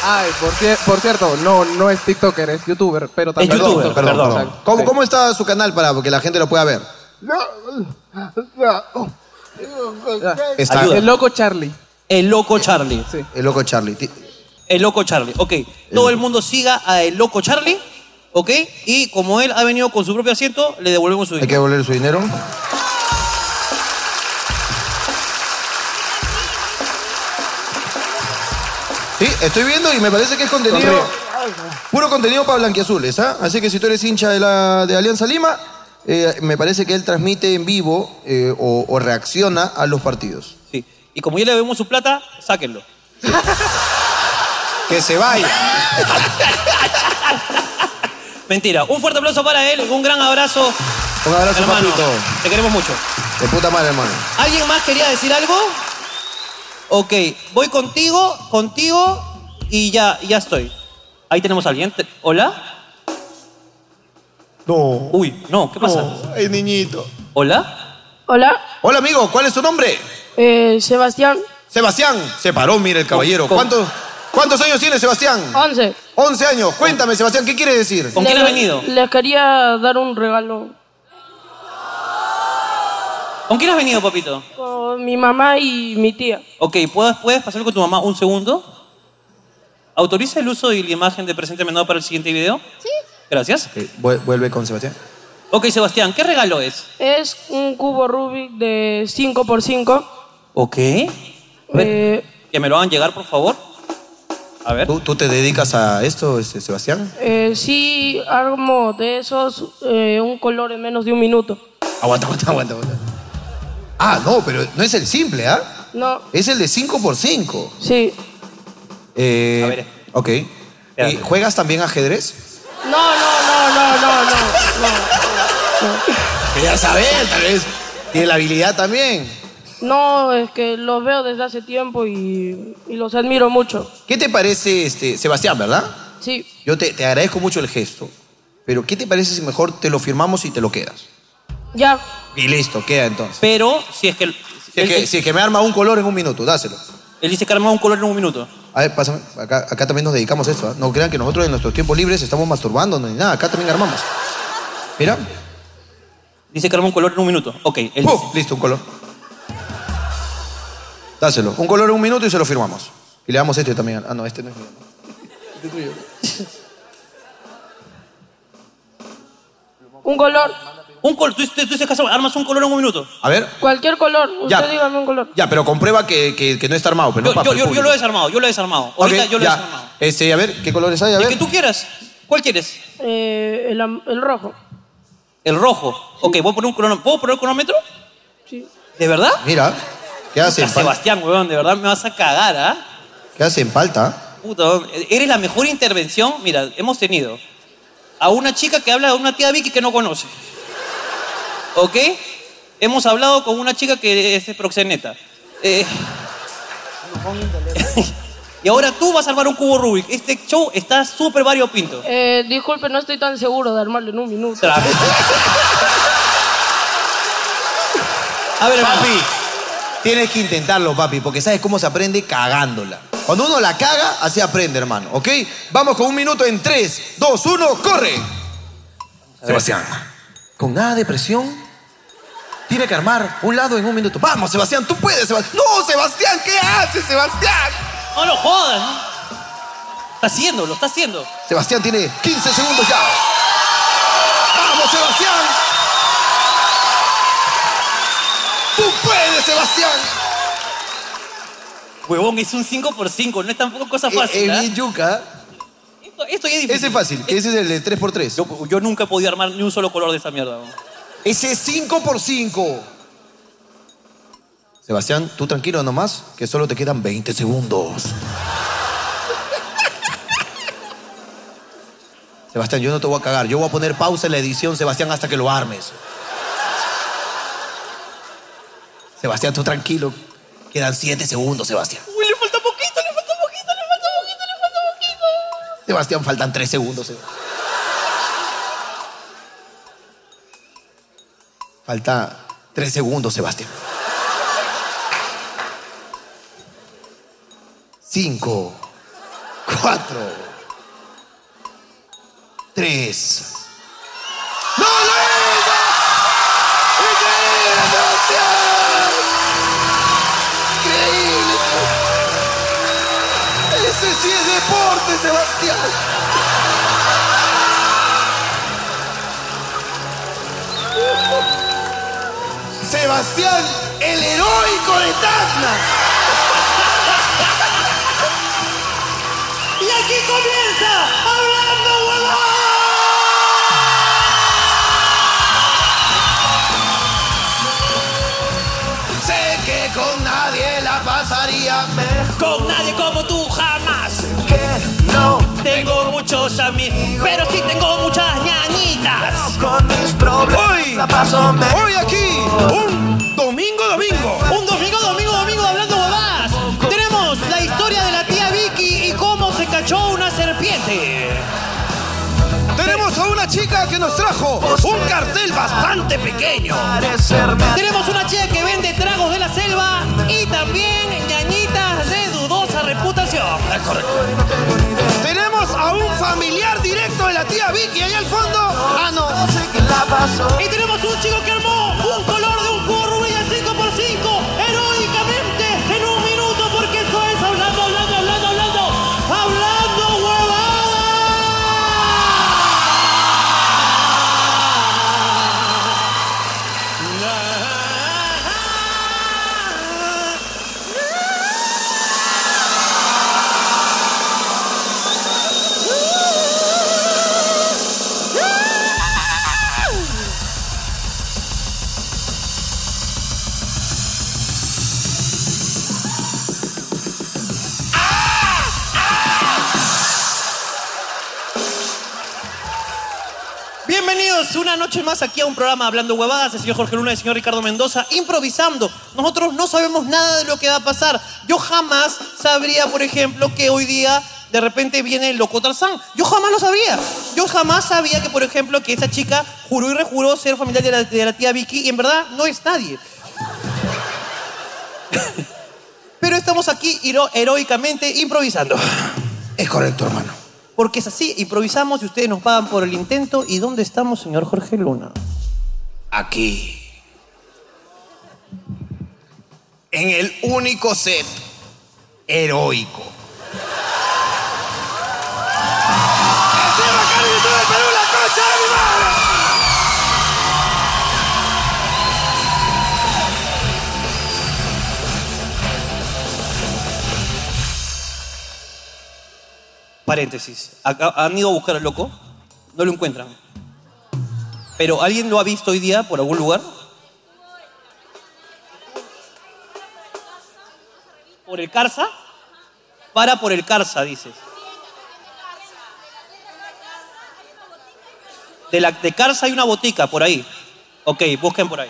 [SPEAKER 4] Ay, por, cier- por cierto, no, no es TikToker, es YouTuber, pero también.
[SPEAKER 2] Perdón,
[SPEAKER 4] TikToker.
[SPEAKER 2] perdón, perdón.
[SPEAKER 4] Exacto.
[SPEAKER 2] ¿Cómo,
[SPEAKER 4] Sí.
[SPEAKER 2] cómo está su canal para que la gente lo pueda ver? Está-
[SPEAKER 1] Ayuda.
[SPEAKER 2] El
[SPEAKER 5] loco Charlie.
[SPEAKER 1] El loco Charlie.
[SPEAKER 2] El loco Charlie. Ti-
[SPEAKER 1] El loco Charlie, ok. Todo el mundo siga a el loco Charlie, ok. Y como él ha venido con su propio asiento, le devolvemos su
[SPEAKER 2] Hay que
[SPEAKER 1] dinero.
[SPEAKER 2] devolver su dinero. Sí, estoy viendo y me parece que es contenido. Puro contenido para blanquiazules, ¿ah? Así que si tú eres hincha de, la, de Alianza Lima, eh, me parece que él transmite en vivo eh, o, o reacciona a los partidos.
[SPEAKER 1] Sí. Y como ya le debemos su plata, sáquenlo.
[SPEAKER 2] Que se vaya.
[SPEAKER 1] Mentira. Un fuerte aplauso para él, un gran abrazo.
[SPEAKER 2] Un abrazo,
[SPEAKER 1] hermano.
[SPEAKER 2] papito.
[SPEAKER 1] Te queremos mucho.
[SPEAKER 2] De puta madre, hermano.
[SPEAKER 1] ¿Alguien más quería decir algo? Ok, voy contigo, contigo y ya, ya estoy. Ahí tenemos a alguien. Te- ¿Hola?
[SPEAKER 2] No.
[SPEAKER 1] Uy, no, ¿qué pasa?
[SPEAKER 2] Ay, niñito.
[SPEAKER 1] ¿Hola?
[SPEAKER 13] Hola,
[SPEAKER 2] Hola, amigo, ¿cuál es tu nombre?
[SPEAKER 13] eh, Sebastián,
[SPEAKER 2] Sebastián. Se paró, mira el caballero.
[SPEAKER 13] ¿Cómo?
[SPEAKER 2] ¿Cuántos, ¿Cuántos años tiene Sebastián?
[SPEAKER 13] 11.
[SPEAKER 2] 11 años. Cuéntame, Sebastián, ¿qué quiere decir?
[SPEAKER 13] Les- Les quería dar un regalo
[SPEAKER 1] ¿Con quién has venido, papito?
[SPEAKER 13] con mi mamá y mi tía.
[SPEAKER 1] Ok, ¿puedes, ¿puedes pasar con tu mamá un segundo? ¿Autoriza el uso y la imagen de presente menor para el siguiente video? Sí. Gracias.
[SPEAKER 2] Vuelve con Sebastián.
[SPEAKER 1] Ok, Sebastián, ¿qué regalo es?
[SPEAKER 13] Es un cubo Rubik de 5x5.
[SPEAKER 1] Ok.
[SPEAKER 13] Eh,
[SPEAKER 1] Que me lo hagan llegar, por favor. A ver.
[SPEAKER 2] ¿Tú, tú te dedicas a esto, este, Sebastián?
[SPEAKER 13] eh, sí, armo de esos eh, un color en menos de un minuto.
[SPEAKER 2] Aguanta, aguanta, aguanta. aguanta. Ah, no, pero no es el simple, ¿ah?
[SPEAKER 13] No,
[SPEAKER 2] Es el de 5x5.
[SPEAKER 13] sí.
[SPEAKER 2] Eh, a ver. Ok. ¿Y ¿Juegas también ajedrez?
[SPEAKER 13] No, no, no, no, no, no.
[SPEAKER 2] Quería saber, tal vez. Tiene la habilidad también.
[SPEAKER 13] No, No, es que los veo desde hace tiempo y, y los admiro mucho.
[SPEAKER 2] ¿Qué te parece, este, Sebastián, verdad?
[SPEAKER 13] Sí,
[SPEAKER 2] Yo te, te agradezco mucho el gesto, pero ¿qué te parece si mejor te lo firmamos y te lo quedas?
[SPEAKER 13] ya.
[SPEAKER 2] Y listo, queda entonces.
[SPEAKER 1] Pero si es que... Si
[SPEAKER 2] es que, si es que me arma un color en un minuto, dáselo.
[SPEAKER 1] Él dice que arma un color en un minuto.
[SPEAKER 2] A ver, pásame. Acá, acá también nos dedicamos a esto. ¿ah? No crean que nosotros en nuestros tiempos libres estamos masturbando ni nada. Acá también armamos. Mira.
[SPEAKER 1] Dice que arma un color en un minuto. Ok. Él
[SPEAKER 2] ¡Puf! Listo, un color. Dáselo. Un color en un minuto y se lo firmamos. Y le damos este también. Ah, no, este no es mío.
[SPEAKER 13] Un color,
[SPEAKER 1] Un color. Tú, tú- tú dices que armas un color en un minuto.
[SPEAKER 2] A ver.
[SPEAKER 13] cualquier color. Usted
[SPEAKER 2] Ya.
[SPEAKER 13] dígame un color.
[SPEAKER 2] Ya, pero comprueba que, que- que no está armado. Pero
[SPEAKER 1] Yo,
[SPEAKER 2] no para
[SPEAKER 1] yo-
[SPEAKER 2] el
[SPEAKER 1] yo- yo
[SPEAKER 2] público.
[SPEAKER 1] lo he desarmado, yo lo he desarmado. Ahorita
[SPEAKER 2] Ok,
[SPEAKER 1] yo lo he
[SPEAKER 2] ya.
[SPEAKER 1] desarmado.
[SPEAKER 2] Este, a ver, ¿qué colores hay? A
[SPEAKER 1] El
[SPEAKER 2] ver.
[SPEAKER 1] que tú quieras. ¿Cuál quieres?
[SPEAKER 13] Eh, el, am- el rojo.
[SPEAKER 1] El rojo. Ok, voy a poner un cronómetro. ¿Puedo poner un cronómetro?
[SPEAKER 13] Sí.
[SPEAKER 1] ¿De verdad?
[SPEAKER 2] Mira. ¿Qué hacen?
[SPEAKER 1] Puta, Sebastián, weón, de verdad me vas a cagar, ¿ah?
[SPEAKER 2] ¿Qué hacen? Falta.
[SPEAKER 1] Puta, weón, eres la mejor intervención. Mira, hemos tenido a una chica que habla de una tía Vicky que no conoce. ¿Ok? Hemos hablado con una chica que es proxeneta. Eh, y ahora tú vas a armar un cubo Rubik. Este show está súper variopinto.
[SPEAKER 13] Eh, disculpe, no estoy tan seguro de armarlo en un minuto.
[SPEAKER 1] Tra- A ver,
[SPEAKER 2] papi. Tienes que intentarlo, papi, porque sabes cómo se aprende cagándola. Cuando uno la caga, así aprende, hermano, ¿ok? Vamos con un minuto en 3, 2, 1, corre. Sebastián. Con nada de presión, tiene que armar un lado en un minuto. Vamos, Sebastián, tú puedes, Sebastián. No, Sebastián, ¿qué haces, Sebastián?
[SPEAKER 1] No lo jodas. ¿no? Está haciendo, lo está haciendo.
[SPEAKER 2] Sebastián tiene 15 segundos ya. ¡Vamos, Sebastián! ¡Tú puedes, Sebastián!
[SPEAKER 1] Huevón, es un 5x5, no es tampoco cosa fácil.
[SPEAKER 2] es
[SPEAKER 1] ¿ah?
[SPEAKER 2] bien yuca.
[SPEAKER 1] Esto, esto ya es difícil.
[SPEAKER 2] eh, Ese es fácil, ese es el de 3x3.
[SPEAKER 1] Yo, yo nunca he podido armar ni un solo color de esa mierda. weón.
[SPEAKER 2] Ese es 5x5. Sebastián, tú tranquilo nomás, que solo te quedan 20 segundos. Sebastián, yo no te voy a cagar. Yo voy a poner pausa en la edición, Sebastián, hasta que lo armes. Sebastián, tú tranquilo. Quedan 7 segundos, Sebastián.
[SPEAKER 14] Uy, le falta poquito, le falta poquito, le falta poquito, le falta poquito.
[SPEAKER 2] Sebastián, faltan 3 segundos. Seb- Falta 3 segundos, Sebastián. 5, 4, 3. ¡No lo hizo! ¡Increíble, Sebastián! ¡Increíble! ¡Ese sí es deporte, Sebastián! Sebastián, el heroico de Tacna.
[SPEAKER 14] Y aquí comienza Hablando Huevón.
[SPEAKER 2] Sé que con nadie la pasaría mejor.
[SPEAKER 1] Con nadie como tú jamás. Que no tengo muchos amigos, pero sí tengo muchas ñañitas.
[SPEAKER 14] Con mis problemas
[SPEAKER 1] Hoy,
[SPEAKER 14] la paso mejor.
[SPEAKER 1] hoy aquí, un domingo, domingo. Un domingo, domingo, domingo de hablando huevadas. Tenemos la historia de la tía Vicky y cómo se cachó una serpiente.
[SPEAKER 2] Tenemos a una chica que nos trajo un cartel bastante pequeño.
[SPEAKER 1] Tenemos una chica que vende tragos de la selva y también ñañitas de dudosa reputación.
[SPEAKER 2] Tenemos a un familiar directo de la tía Vicky ahí al fondo. Ah, no.
[SPEAKER 14] Y tenemos un chico que armó un color de un cubo Rubik al 5x5 heroicamente en un minuto porque esto es hablando, hablando, hablando, hablando, hablando huevada.
[SPEAKER 1] Bienvenidos una noche más aquí a un programa Hablando Huevadas, el señor Jorge Luna y el señor Ricardo Mendoza, improvisando. Nosotros no sabemos nada de lo que va a pasar. Yo jamás sabría, por ejemplo, que hoy día de repente viene el loco Tarzán. Yo jamás lo sabría. Yo jamás sabía que, por ejemplo, que esa chica juró y rejuró ser familiar de la, de la tía Vicky y en verdad no es nadie. Pero estamos aquí hero- heroicamente improvisando.
[SPEAKER 2] Es correcto, hermano.
[SPEAKER 1] Porque es así, improvisamos y ustedes nos pagan por el intento. ¿Y dónde estamos, señor Jorge Luna?
[SPEAKER 2] Aquí. En el único set heroico.
[SPEAKER 1] Paréntesis. Acá- han ido a buscar al loco, no lo encuentran. Pero ¿alguien lo ha visto hoy día por algún lugar? ¿Por el Carza? Para por el Carza, dices. De, la, de Carza hay una botica por ahí. Ok, busquen por ahí.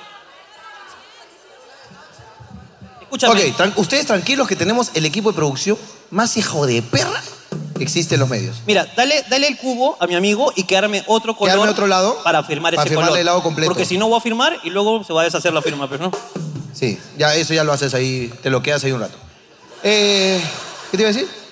[SPEAKER 1] Escúchame.
[SPEAKER 2] Ok, tran- ustedes tranquilos que tenemos el equipo de producción más hijo de perra que existe en los medios.
[SPEAKER 1] Mira, dale, dale el cubo a mi amigo y quedarme otro color.
[SPEAKER 2] Quedarme otro lado
[SPEAKER 1] Para firmar
[SPEAKER 2] para
[SPEAKER 1] ese
[SPEAKER 2] firmarle
[SPEAKER 1] color.
[SPEAKER 2] el lado completo.
[SPEAKER 1] Porque si no voy a firmar y luego se va a deshacer la firma, pero no.
[SPEAKER 2] Sí, ya eso ya lo haces ahí, te lo quedas ahí un rato. Eh, ¿Qué te iba a decir?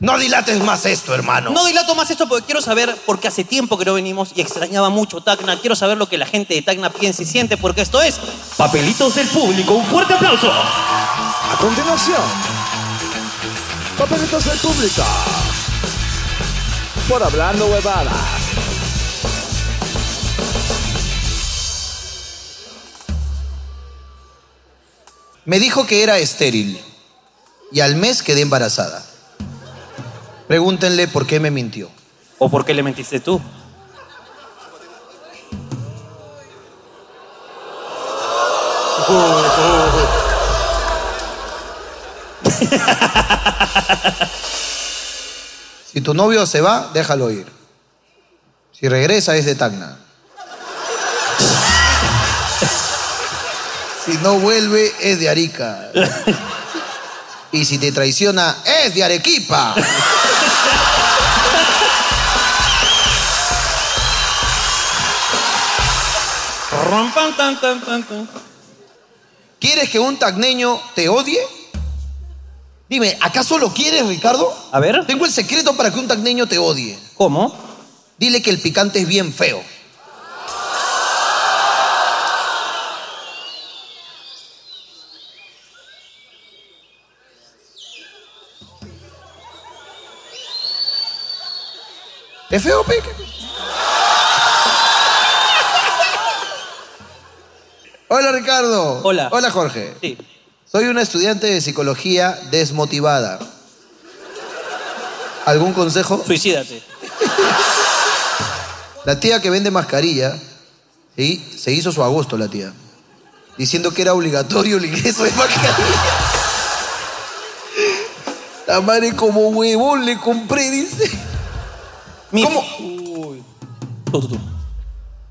[SPEAKER 2] No dilates más esto, hermano.
[SPEAKER 1] No dilato más esto porque quiero saber, porque hace tiempo que no venimos y extrañaba mucho Tacna. Quiero saber lo que la gente de Tacna piensa y siente porque esto es Papelitos del Público. Un fuerte aplauso.
[SPEAKER 15] A continuación, papelitos del público. Por hablando huevadas.
[SPEAKER 2] Me dijo que era estéril. y al mes quedé embarazada. Pregúntenle por qué me mintió.
[SPEAKER 1] ¿O por qué le mentiste tú?
[SPEAKER 2] Si tu novio se va, déjalo ir. Si regresa, es de Tacna. Si no vuelve, es de Arica. Y si te traiciona, es de Arequipa.
[SPEAKER 1] Rompan tan tan tan tan.
[SPEAKER 2] ¿Quieres que un tacneño te odie? Dime, ¿acaso lo quieres, Ricardo?
[SPEAKER 1] A ver.
[SPEAKER 2] Tengo el secreto para que un tacneño te odie.
[SPEAKER 1] ¿Cómo?
[SPEAKER 2] Dile que el picante es bien feo. ¿Es feo, Pique? Hola, Ricardo.
[SPEAKER 1] Hola.
[SPEAKER 2] Hola, Jorge.
[SPEAKER 1] Sí.
[SPEAKER 2] Soy una estudiante de psicología desmotivada. ¿Algún consejo?
[SPEAKER 1] Suicídate.
[SPEAKER 2] La tía que vende mascarilla, ¿sí? se hizo su agosto la tía, diciendo que era obligatorio el ingreso de mascarilla. La madre como huevón le compré, dice. ¿Cómo?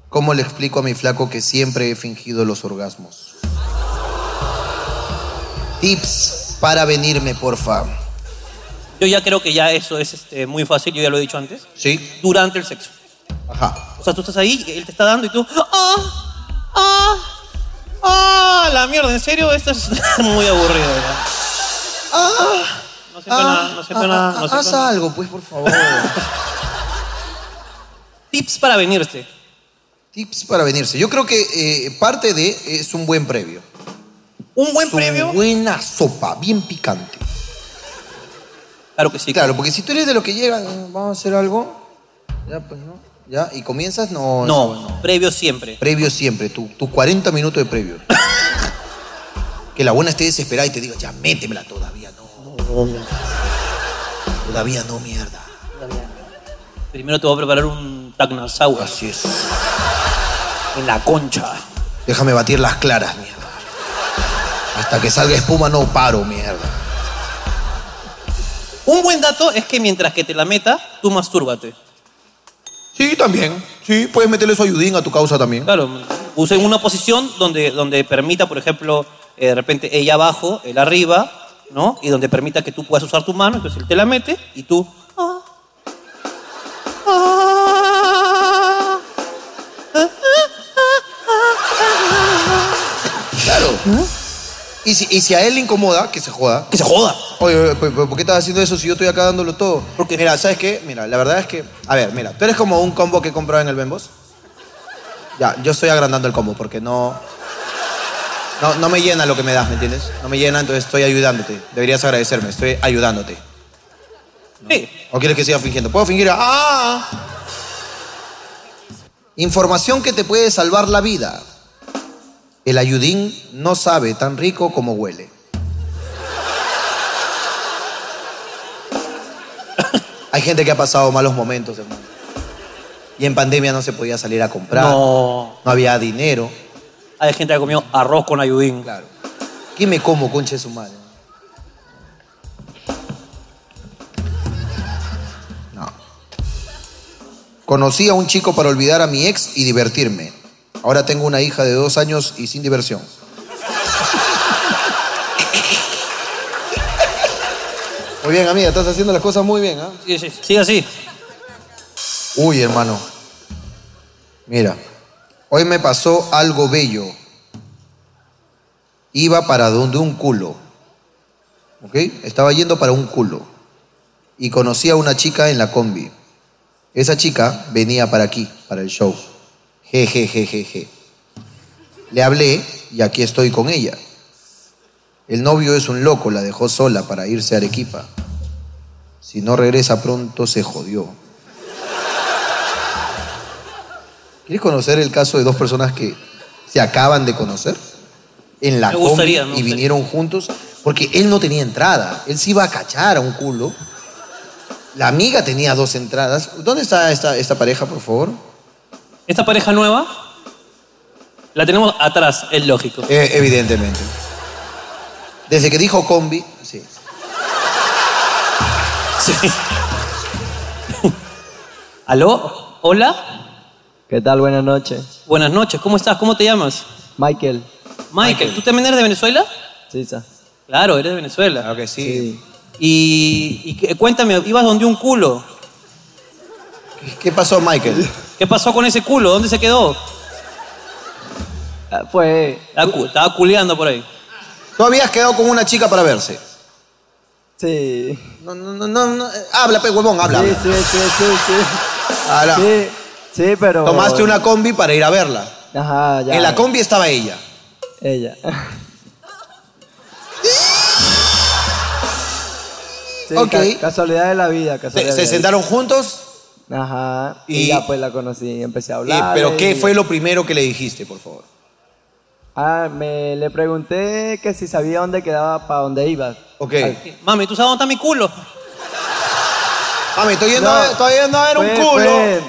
[SPEAKER 2] ¿Cómo le explico a mi flaco que siempre he fingido los orgasmos? Tips para venirme, porfa.
[SPEAKER 1] Yo ya creo que ya eso es este, muy fácil, yo ya lo he dicho antes.
[SPEAKER 2] Sí.
[SPEAKER 1] Durante el sexo.
[SPEAKER 2] Ajá.
[SPEAKER 1] O sea, tú estás ahí, él te está dando y tú. ¡Ah! ¡Ah! ¡Ah! La mierda, en serio, esto es muy aburrido. ¿verdad?
[SPEAKER 2] Ah,
[SPEAKER 1] no siento nada, no siento nada, no siento
[SPEAKER 2] haz
[SPEAKER 1] nada.
[SPEAKER 2] algo, pues, por favor.
[SPEAKER 1] Tips para venirte.
[SPEAKER 2] Tips para venirse. Yo creo que eh, parte de es un buen previo.
[SPEAKER 1] ¿Un buen
[SPEAKER 2] previo? Buena sopa, bien picante.
[SPEAKER 1] Claro que sí.
[SPEAKER 2] Claro, porque si tú eres de los que llegan, eh, vamos a hacer algo, ya pues no. Ya, y comienzas, no.
[SPEAKER 1] No,
[SPEAKER 2] eso, no.
[SPEAKER 1] previo siempre.
[SPEAKER 2] Previo siempre, tus tu 40 minutos de previo. que la buena esté desesperada y te diga, ya métemela todavía, no. Todavía no, mierda.
[SPEAKER 1] Primero te voy a preparar un tacna sour.
[SPEAKER 2] Así es.
[SPEAKER 1] En la concha.
[SPEAKER 2] Déjame batir las claras, mierda. Hasta que salga espuma no paro, mierda.
[SPEAKER 1] Un buen dato es que mientras que te la meta, tú mastúrbate.
[SPEAKER 2] Sí, también. Sí, puedes meterle su ayudín a tu causa también.
[SPEAKER 1] Claro, usa en una posición donde, donde permita, por ejemplo, eh, de repente ella abajo, él arriba, ¿no? Y donde permita que tú puedas usar tu mano, entonces él te la mete y tú.
[SPEAKER 2] Ah. Ah. Claro. Y si, y si a él le incomoda, que se joda.
[SPEAKER 1] Que se joda.
[SPEAKER 2] Oye, oye, ¿por por- por qué estás haciendo eso si yo estoy acá dándolo todo? Porque, mira, ¿sabes qué? Mira, la verdad es que. A ver, mira, tú eres como un combo que he comprado en el Bembos. Ya, yo estoy agrandando el combo porque no. No, no me llena lo que me das, ¿me entiendes? No me llena, entonces estoy ayudándote. Deberías agradecerme, estoy ayudándote.
[SPEAKER 1] Sí.
[SPEAKER 2] ¿O quieres que siga fingiendo? Puedo fingir. ¡Ah! Información que te puede salvar la vida. El ayudín no sabe tan rico como huele. Hay gente que ha pasado malos momentos, hermano. Y en pandemia no se podía salir a comprar.
[SPEAKER 1] No.
[SPEAKER 2] No había dinero.
[SPEAKER 1] Hay gente que ha comido arroz con ayudín.
[SPEAKER 2] Claro. ¿Qué me como, conche su madre? No. Conocí a un chico para olvidar a mi ex y divertirme. Ahora tengo una hija de dos años y sin diversión. Muy bien, amiga, estás haciendo las cosas muy bien, ¿ah?
[SPEAKER 1] Sí, sí, sigue así.
[SPEAKER 2] Uy, hermano. Mira, hoy me pasó algo bello. Iba para donde un culo. ¿Ok? Estaba yendo para un culo. Y conocí a una chica en la combi. Esa chica venía para aquí, para el show. Jejejejeje. Le hablé y aquí estoy con ella. El novio es un loco, la dejó sola para irse a Arequipa. Si no regresa pronto, se jodió. ¿Quieres conocer el caso de dos personas que se acaban de conocer? en la
[SPEAKER 1] Me gustaría,
[SPEAKER 2] combi y vinieron juntos porque él no tenía entrada. Él se iba a cachar a un culo. La amiga tenía dos entradas. ¿Dónde está esta, esta pareja, por favor?
[SPEAKER 1] Esta pareja nueva la tenemos atrás, es lógico.
[SPEAKER 2] Eh, evidentemente. Desde que dijo combi, sí.
[SPEAKER 1] ¿Aló? ¿Hola?
[SPEAKER 16] ¿Qué tal? Buenas noches.
[SPEAKER 1] Buenas noches, ¿cómo estás? ¿Cómo te llamas?
[SPEAKER 16] Michael.
[SPEAKER 1] Michael, ¿tú también eres de Venezuela?
[SPEAKER 16] Sí, sa.
[SPEAKER 1] Claro, eres de Venezuela. Claro que sí. Y, y que- cuéntame, ibas donde un culo.
[SPEAKER 2] ¿Qué pasó, Michael?
[SPEAKER 1] ¿Qué pasó con ese culo? ¿Dónde se quedó?
[SPEAKER 16] Ah, Fue.
[SPEAKER 1] Estaba culeando por ahí.
[SPEAKER 2] ¿Tú habías quedado con una chica para verse?
[SPEAKER 16] Sí.
[SPEAKER 2] No, no, no, no. no. Habla, pe, huevón, habla.
[SPEAKER 16] Sí,
[SPEAKER 2] habla.
[SPEAKER 16] sí, sí, sí,
[SPEAKER 2] Habla.
[SPEAKER 16] Sí, sí, pero.
[SPEAKER 2] Tomaste una combi para ir a verla.
[SPEAKER 16] Ajá, ya.
[SPEAKER 2] En la combi estaba ella.
[SPEAKER 16] Ella. Sí,
[SPEAKER 2] Ok.
[SPEAKER 16] ca- casualidad de la vida,
[SPEAKER 2] Se,
[SPEAKER 16] casualidad.
[SPEAKER 2] se
[SPEAKER 16] de la
[SPEAKER 2] sentaron juntos.
[SPEAKER 16] vida. Ajá. Y,
[SPEAKER 2] Y-
[SPEAKER 16] ya pues la conocí, empecé a
[SPEAKER 2] eh,
[SPEAKER 16] hablar.
[SPEAKER 2] pero ¿qué fue lo primero que le dijiste, por favor?
[SPEAKER 16] Ah, me le pregunté que si sabía dónde quedaba, para dónde iba.
[SPEAKER 2] Ok.
[SPEAKER 1] Mami, ¿tú sabes dónde está mi culo?
[SPEAKER 2] Mami, estoy yendo, a, estoy yendo a ver un
[SPEAKER 16] Fue-
[SPEAKER 2] culo.
[SPEAKER 16] fue-
[SPEAKER 2] Estoy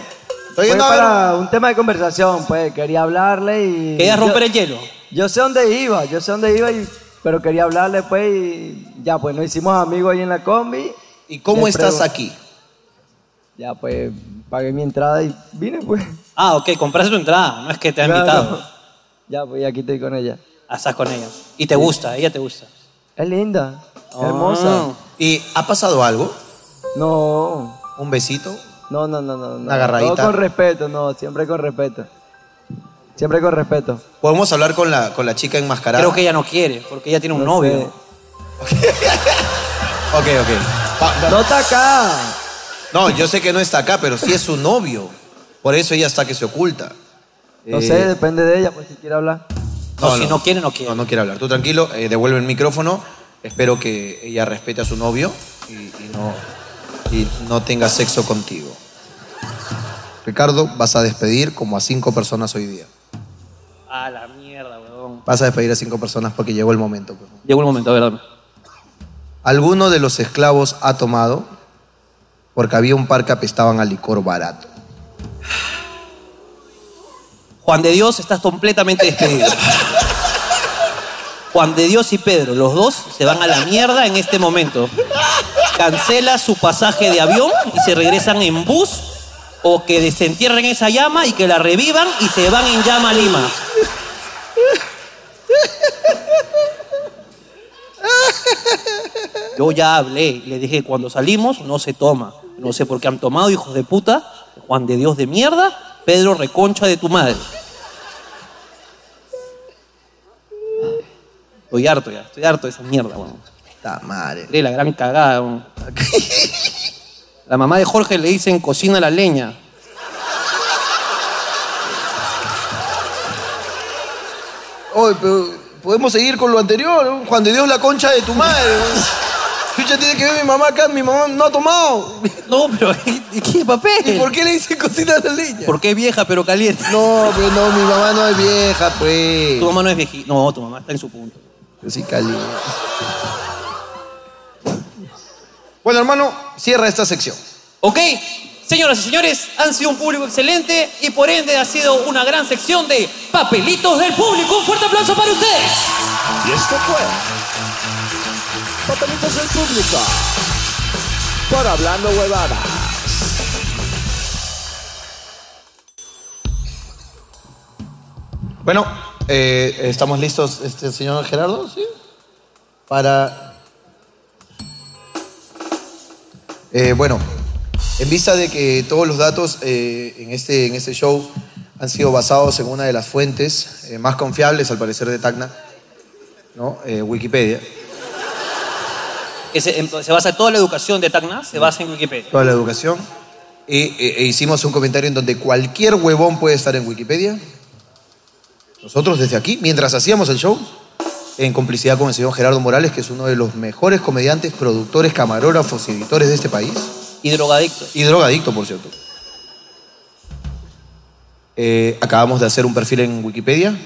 [SPEAKER 16] fue
[SPEAKER 2] yendo a ver
[SPEAKER 16] Pues, para un tema de conversación, pues quería hablarle y.
[SPEAKER 1] Querías
[SPEAKER 16] yo-
[SPEAKER 1] romper el hielo.
[SPEAKER 16] Yo sé dónde iba, yo sé dónde iba, y, pero quería hablarle, pues, y ya, pues nos hicimos amigos ahí en la combi.
[SPEAKER 2] ¿Y cómo
[SPEAKER 16] Le
[SPEAKER 2] estás
[SPEAKER 16] pregun-
[SPEAKER 2] aquí?
[SPEAKER 16] Ya, pues, pagué mi entrada y vine, pues.
[SPEAKER 1] Ah, ok, compraste tu entrada, no es que te ha
[SPEAKER 16] Claro.
[SPEAKER 1] invitado.
[SPEAKER 16] Ya, pues, y aquí estoy con ella.
[SPEAKER 1] Ah, estás con ella. Y te gusta, ella te gusta.
[SPEAKER 16] Es linda, hermosa.
[SPEAKER 2] Ah. ¿Y ha pasado algo?
[SPEAKER 16] No.
[SPEAKER 2] ¿Un besito?
[SPEAKER 16] No, no, no, no. no.
[SPEAKER 2] Una agarradita.
[SPEAKER 16] Todo con respeto, no, siempre con respeto. Siempre con respeto.
[SPEAKER 2] ¿Podemos hablar con la, con la chica enmascarada?
[SPEAKER 1] Creo que ella no quiere, porque ella tiene un
[SPEAKER 16] No
[SPEAKER 1] novio.
[SPEAKER 16] sé.
[SPEAKER 2] Ok, ok.
[SPEAKER 16] No está acá.
[SPEAKER 2] No, yo sé que no está acá, pero sí es su novio. Por eso ella está que se oculta.
[SPEAKER 16] No
[SPEAKER 2] Eh,
[SPEAKER 16] sé, depende de ella, pues, si quiere hablar.
[SPEAKER 1] No, si no quiere, no quiere.
[SPEAKER 2] No, no quiere hablar. Tú tranquilo, eh, devuelve el micrófono. Espero que ella respete a su novio y, y no, y no tenga sexo contigo. Ricardo, vas a despedir como a cinco personas hoy día.
[SPEAKER 1] Ah, la mierda, weón.
[SPEAKER 2] Vas a despedir a cinco personas porque llegó el momento. pues.
[SPEAKER 1] Llegó el momento, a ver, dame.
[SPEAKER 2] Alguno de los esclavos ha tomado porque había un par que apestaban a licor barato.
[SPEAKER 1] Juan de Dios, estás completamente despedido. Juan de Dios y Pedro, los dos se van a la mierda en este momento. Cancela su pasaje de avión y se regresan en bus o que desentierren esa llama y que la revivan y se van en llama a Lima. Yo ya hablé y le dije, cuando salimos no se toma. No sé por qué han tomado, hijos de puta. Juan de Dios de mierda, Pedro reconcha de tu madre. Estoy harto ya, estoy harto de esa mierda, weón.
[SPEAKER 2] Está madre.
[SPEAKER 1] la gran cagada, weón. La mamá de Jorge le dicen cocina la leña.
[SPEAKER 2] Oye, pero podemos seguir con lo anterior. ¿no? Juan de Dios, la concha de tu madre. Chucha, tiene que ver mi mamá acá. Mi mamá no ha tomado.
[SPEAKER 1] No, pero ¿qué papel?
[SPEAKER 2] ¿Y por qué le dicen cocina de leña?
[SPEAKER 1] Porque es vieja pero caliente.
[SPEAKER 2] No, pero no, mi mamá no es vieja, pues.
[SPEAKER 1] Tu mamá no es viejita. No, tu mamá está en su punto.
[SPEAKER 2] Yo sí caliente. Bueno, hermano, cierra esta sección.
[SPEAKER 1] Ok, señoras y señores, han sido un público excelente y por ende ha sido una gran sección de papelitos del público. Un fuerte aplauso para ustedes.
[SPEAKER 15] Y esto fue Papelitos del Público por Hablando Huevadas.
[SPEAKER 2] Bueno, eh, ¿estamos listos, este señor Gerardo? ¿Sí? Para. Eh, bueno, en vista de que todos los datos eh, en, este, en este show han sido basados en una de las fuentes eh, más confiables, al parecer, de Tacna, ¿no? Eh, Wikipedia.
[SPEAKER 1] Que se, en- se basa toda la educación de Tacna, se basa en Wikipedia.
[SPEAKER 2] toda la educación. Y, e- e hicimos un comentario en donde cualquier huevón puede estar en Wikipedia. Nosotros desde aquí, mientras hacíamos el show, en complicidad con el señor Gerardo Morales, que es uno de los mejores comediantes, productores, camarógrafos y editores de este país.
[SPEAKER 1] Y drogadicto.
[SPEAKER 2] Y drogadicto, por cierto. Eh, acabamos de hacer un perfil en Wikipedia.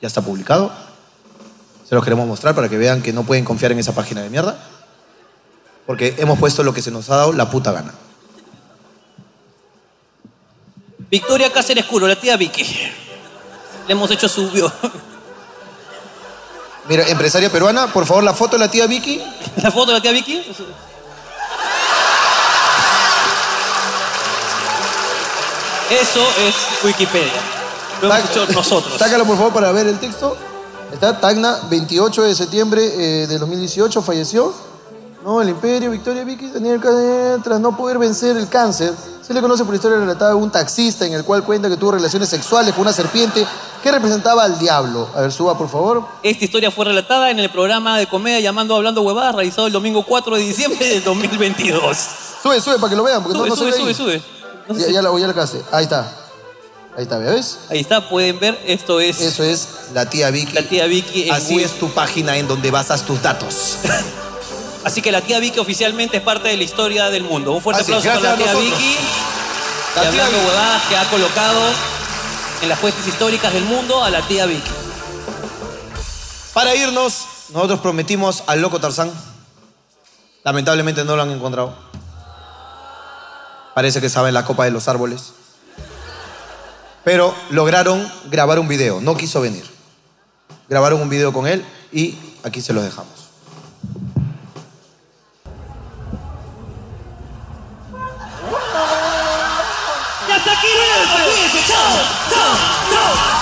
[SPEAKER 2] Ya está publicado. Se los queremos mostrar para que vean que no pueden confiar en esa página de mierda. Porque hemos puesto lo que se nos ha dado la puta gana.
[SPEAKER 1] Victoria Cáceres Curo, la tía Vicky. Le hemos hecho su bio.
[SPEAKER 2] Mira, empresaria peruana, por favor, la foto de la tía Vicky.
[SPEAKER 1] ¿La foto de la tía Vicky? Eso es Wikipedia. Lo hemos hecho nosotros.
[SPEAKER 2] Sácala, por favor, para ver el texto. Está Tacna, 28 de septiembre eh, de 2018, falleció. No, el imperio, Victoria Vicky, Daniel Cadena, tras no poder vencer el cáncer, se le conoce por la historia relatada de un taxista en el cual cuenta que tuvo relaciones sexuales con una serpiente que representaba al diablo. A ver, suba, por favor.
[SPEAKER 1] Esta historia fue relatada en el programa de comedia llamando Hablando Huevadas, realizado el domingo 4 de diciembre de 2022.
[SPEAKER 2] Sube, sube, para que lo vean, porque
[SPEAKER 1] Sube,
[SPEAKER 2] no, no se
[SPEAKER 1] sube,
[SPEAKER 2] ve
[SPEAKER 1] sube,
[SPEAKER 2] ahí.
[SPEAKER 1] sube.
[SPEAKER 2] Ya, ya la, ya la casé. Ahí está. Ahí está, ¿ves?
[SPEAKER 1] Ahí está, pueden ver, esto es...
[SPEAKER 2] Eso es la tía Vicky.
[SPEAKER 1] La tía Vicky. en
[SPEAKER 2] Así
[SPEAKER 1] Wiki.
[SPEAKER 2] es tu página en donde basas tus datos.
[SPEAKER 1] Así que la tía Vicky oficialmente es parte de la historia del mundo. Un fuerte
[SPEAKER 2] Así es,
[SPEAKER 1] aplauso para la
[SPEAKER 2] gracias
[SPEAKER 1] tía
[SPEAKER 2] a nosotros.
[SPEAKER 1] Vicky.
[SPEAKER 2] La
[SPEAKER 1] y
[SPEAKER 2] tía
[SPEAKER 1] hablando
[SPEAKER 2] Vicky.
[SPEAKER 1] huevadas que ha colocado en las fuentes históricas del mundo a la tía Vicky.
[SPEAKER 2] Para irnos, nosotros prometimos al loco Tarzán. Lamentablemente no lo han encontrado. Parece que saben la copa de los árboles. Pero lograron grabar un video, no quiso venir. Grabaron un video con él y aquí se los dejamos.
[SPEAKER 14] Y hasta aquí, cuídense, cuídense, chao, chao, chao.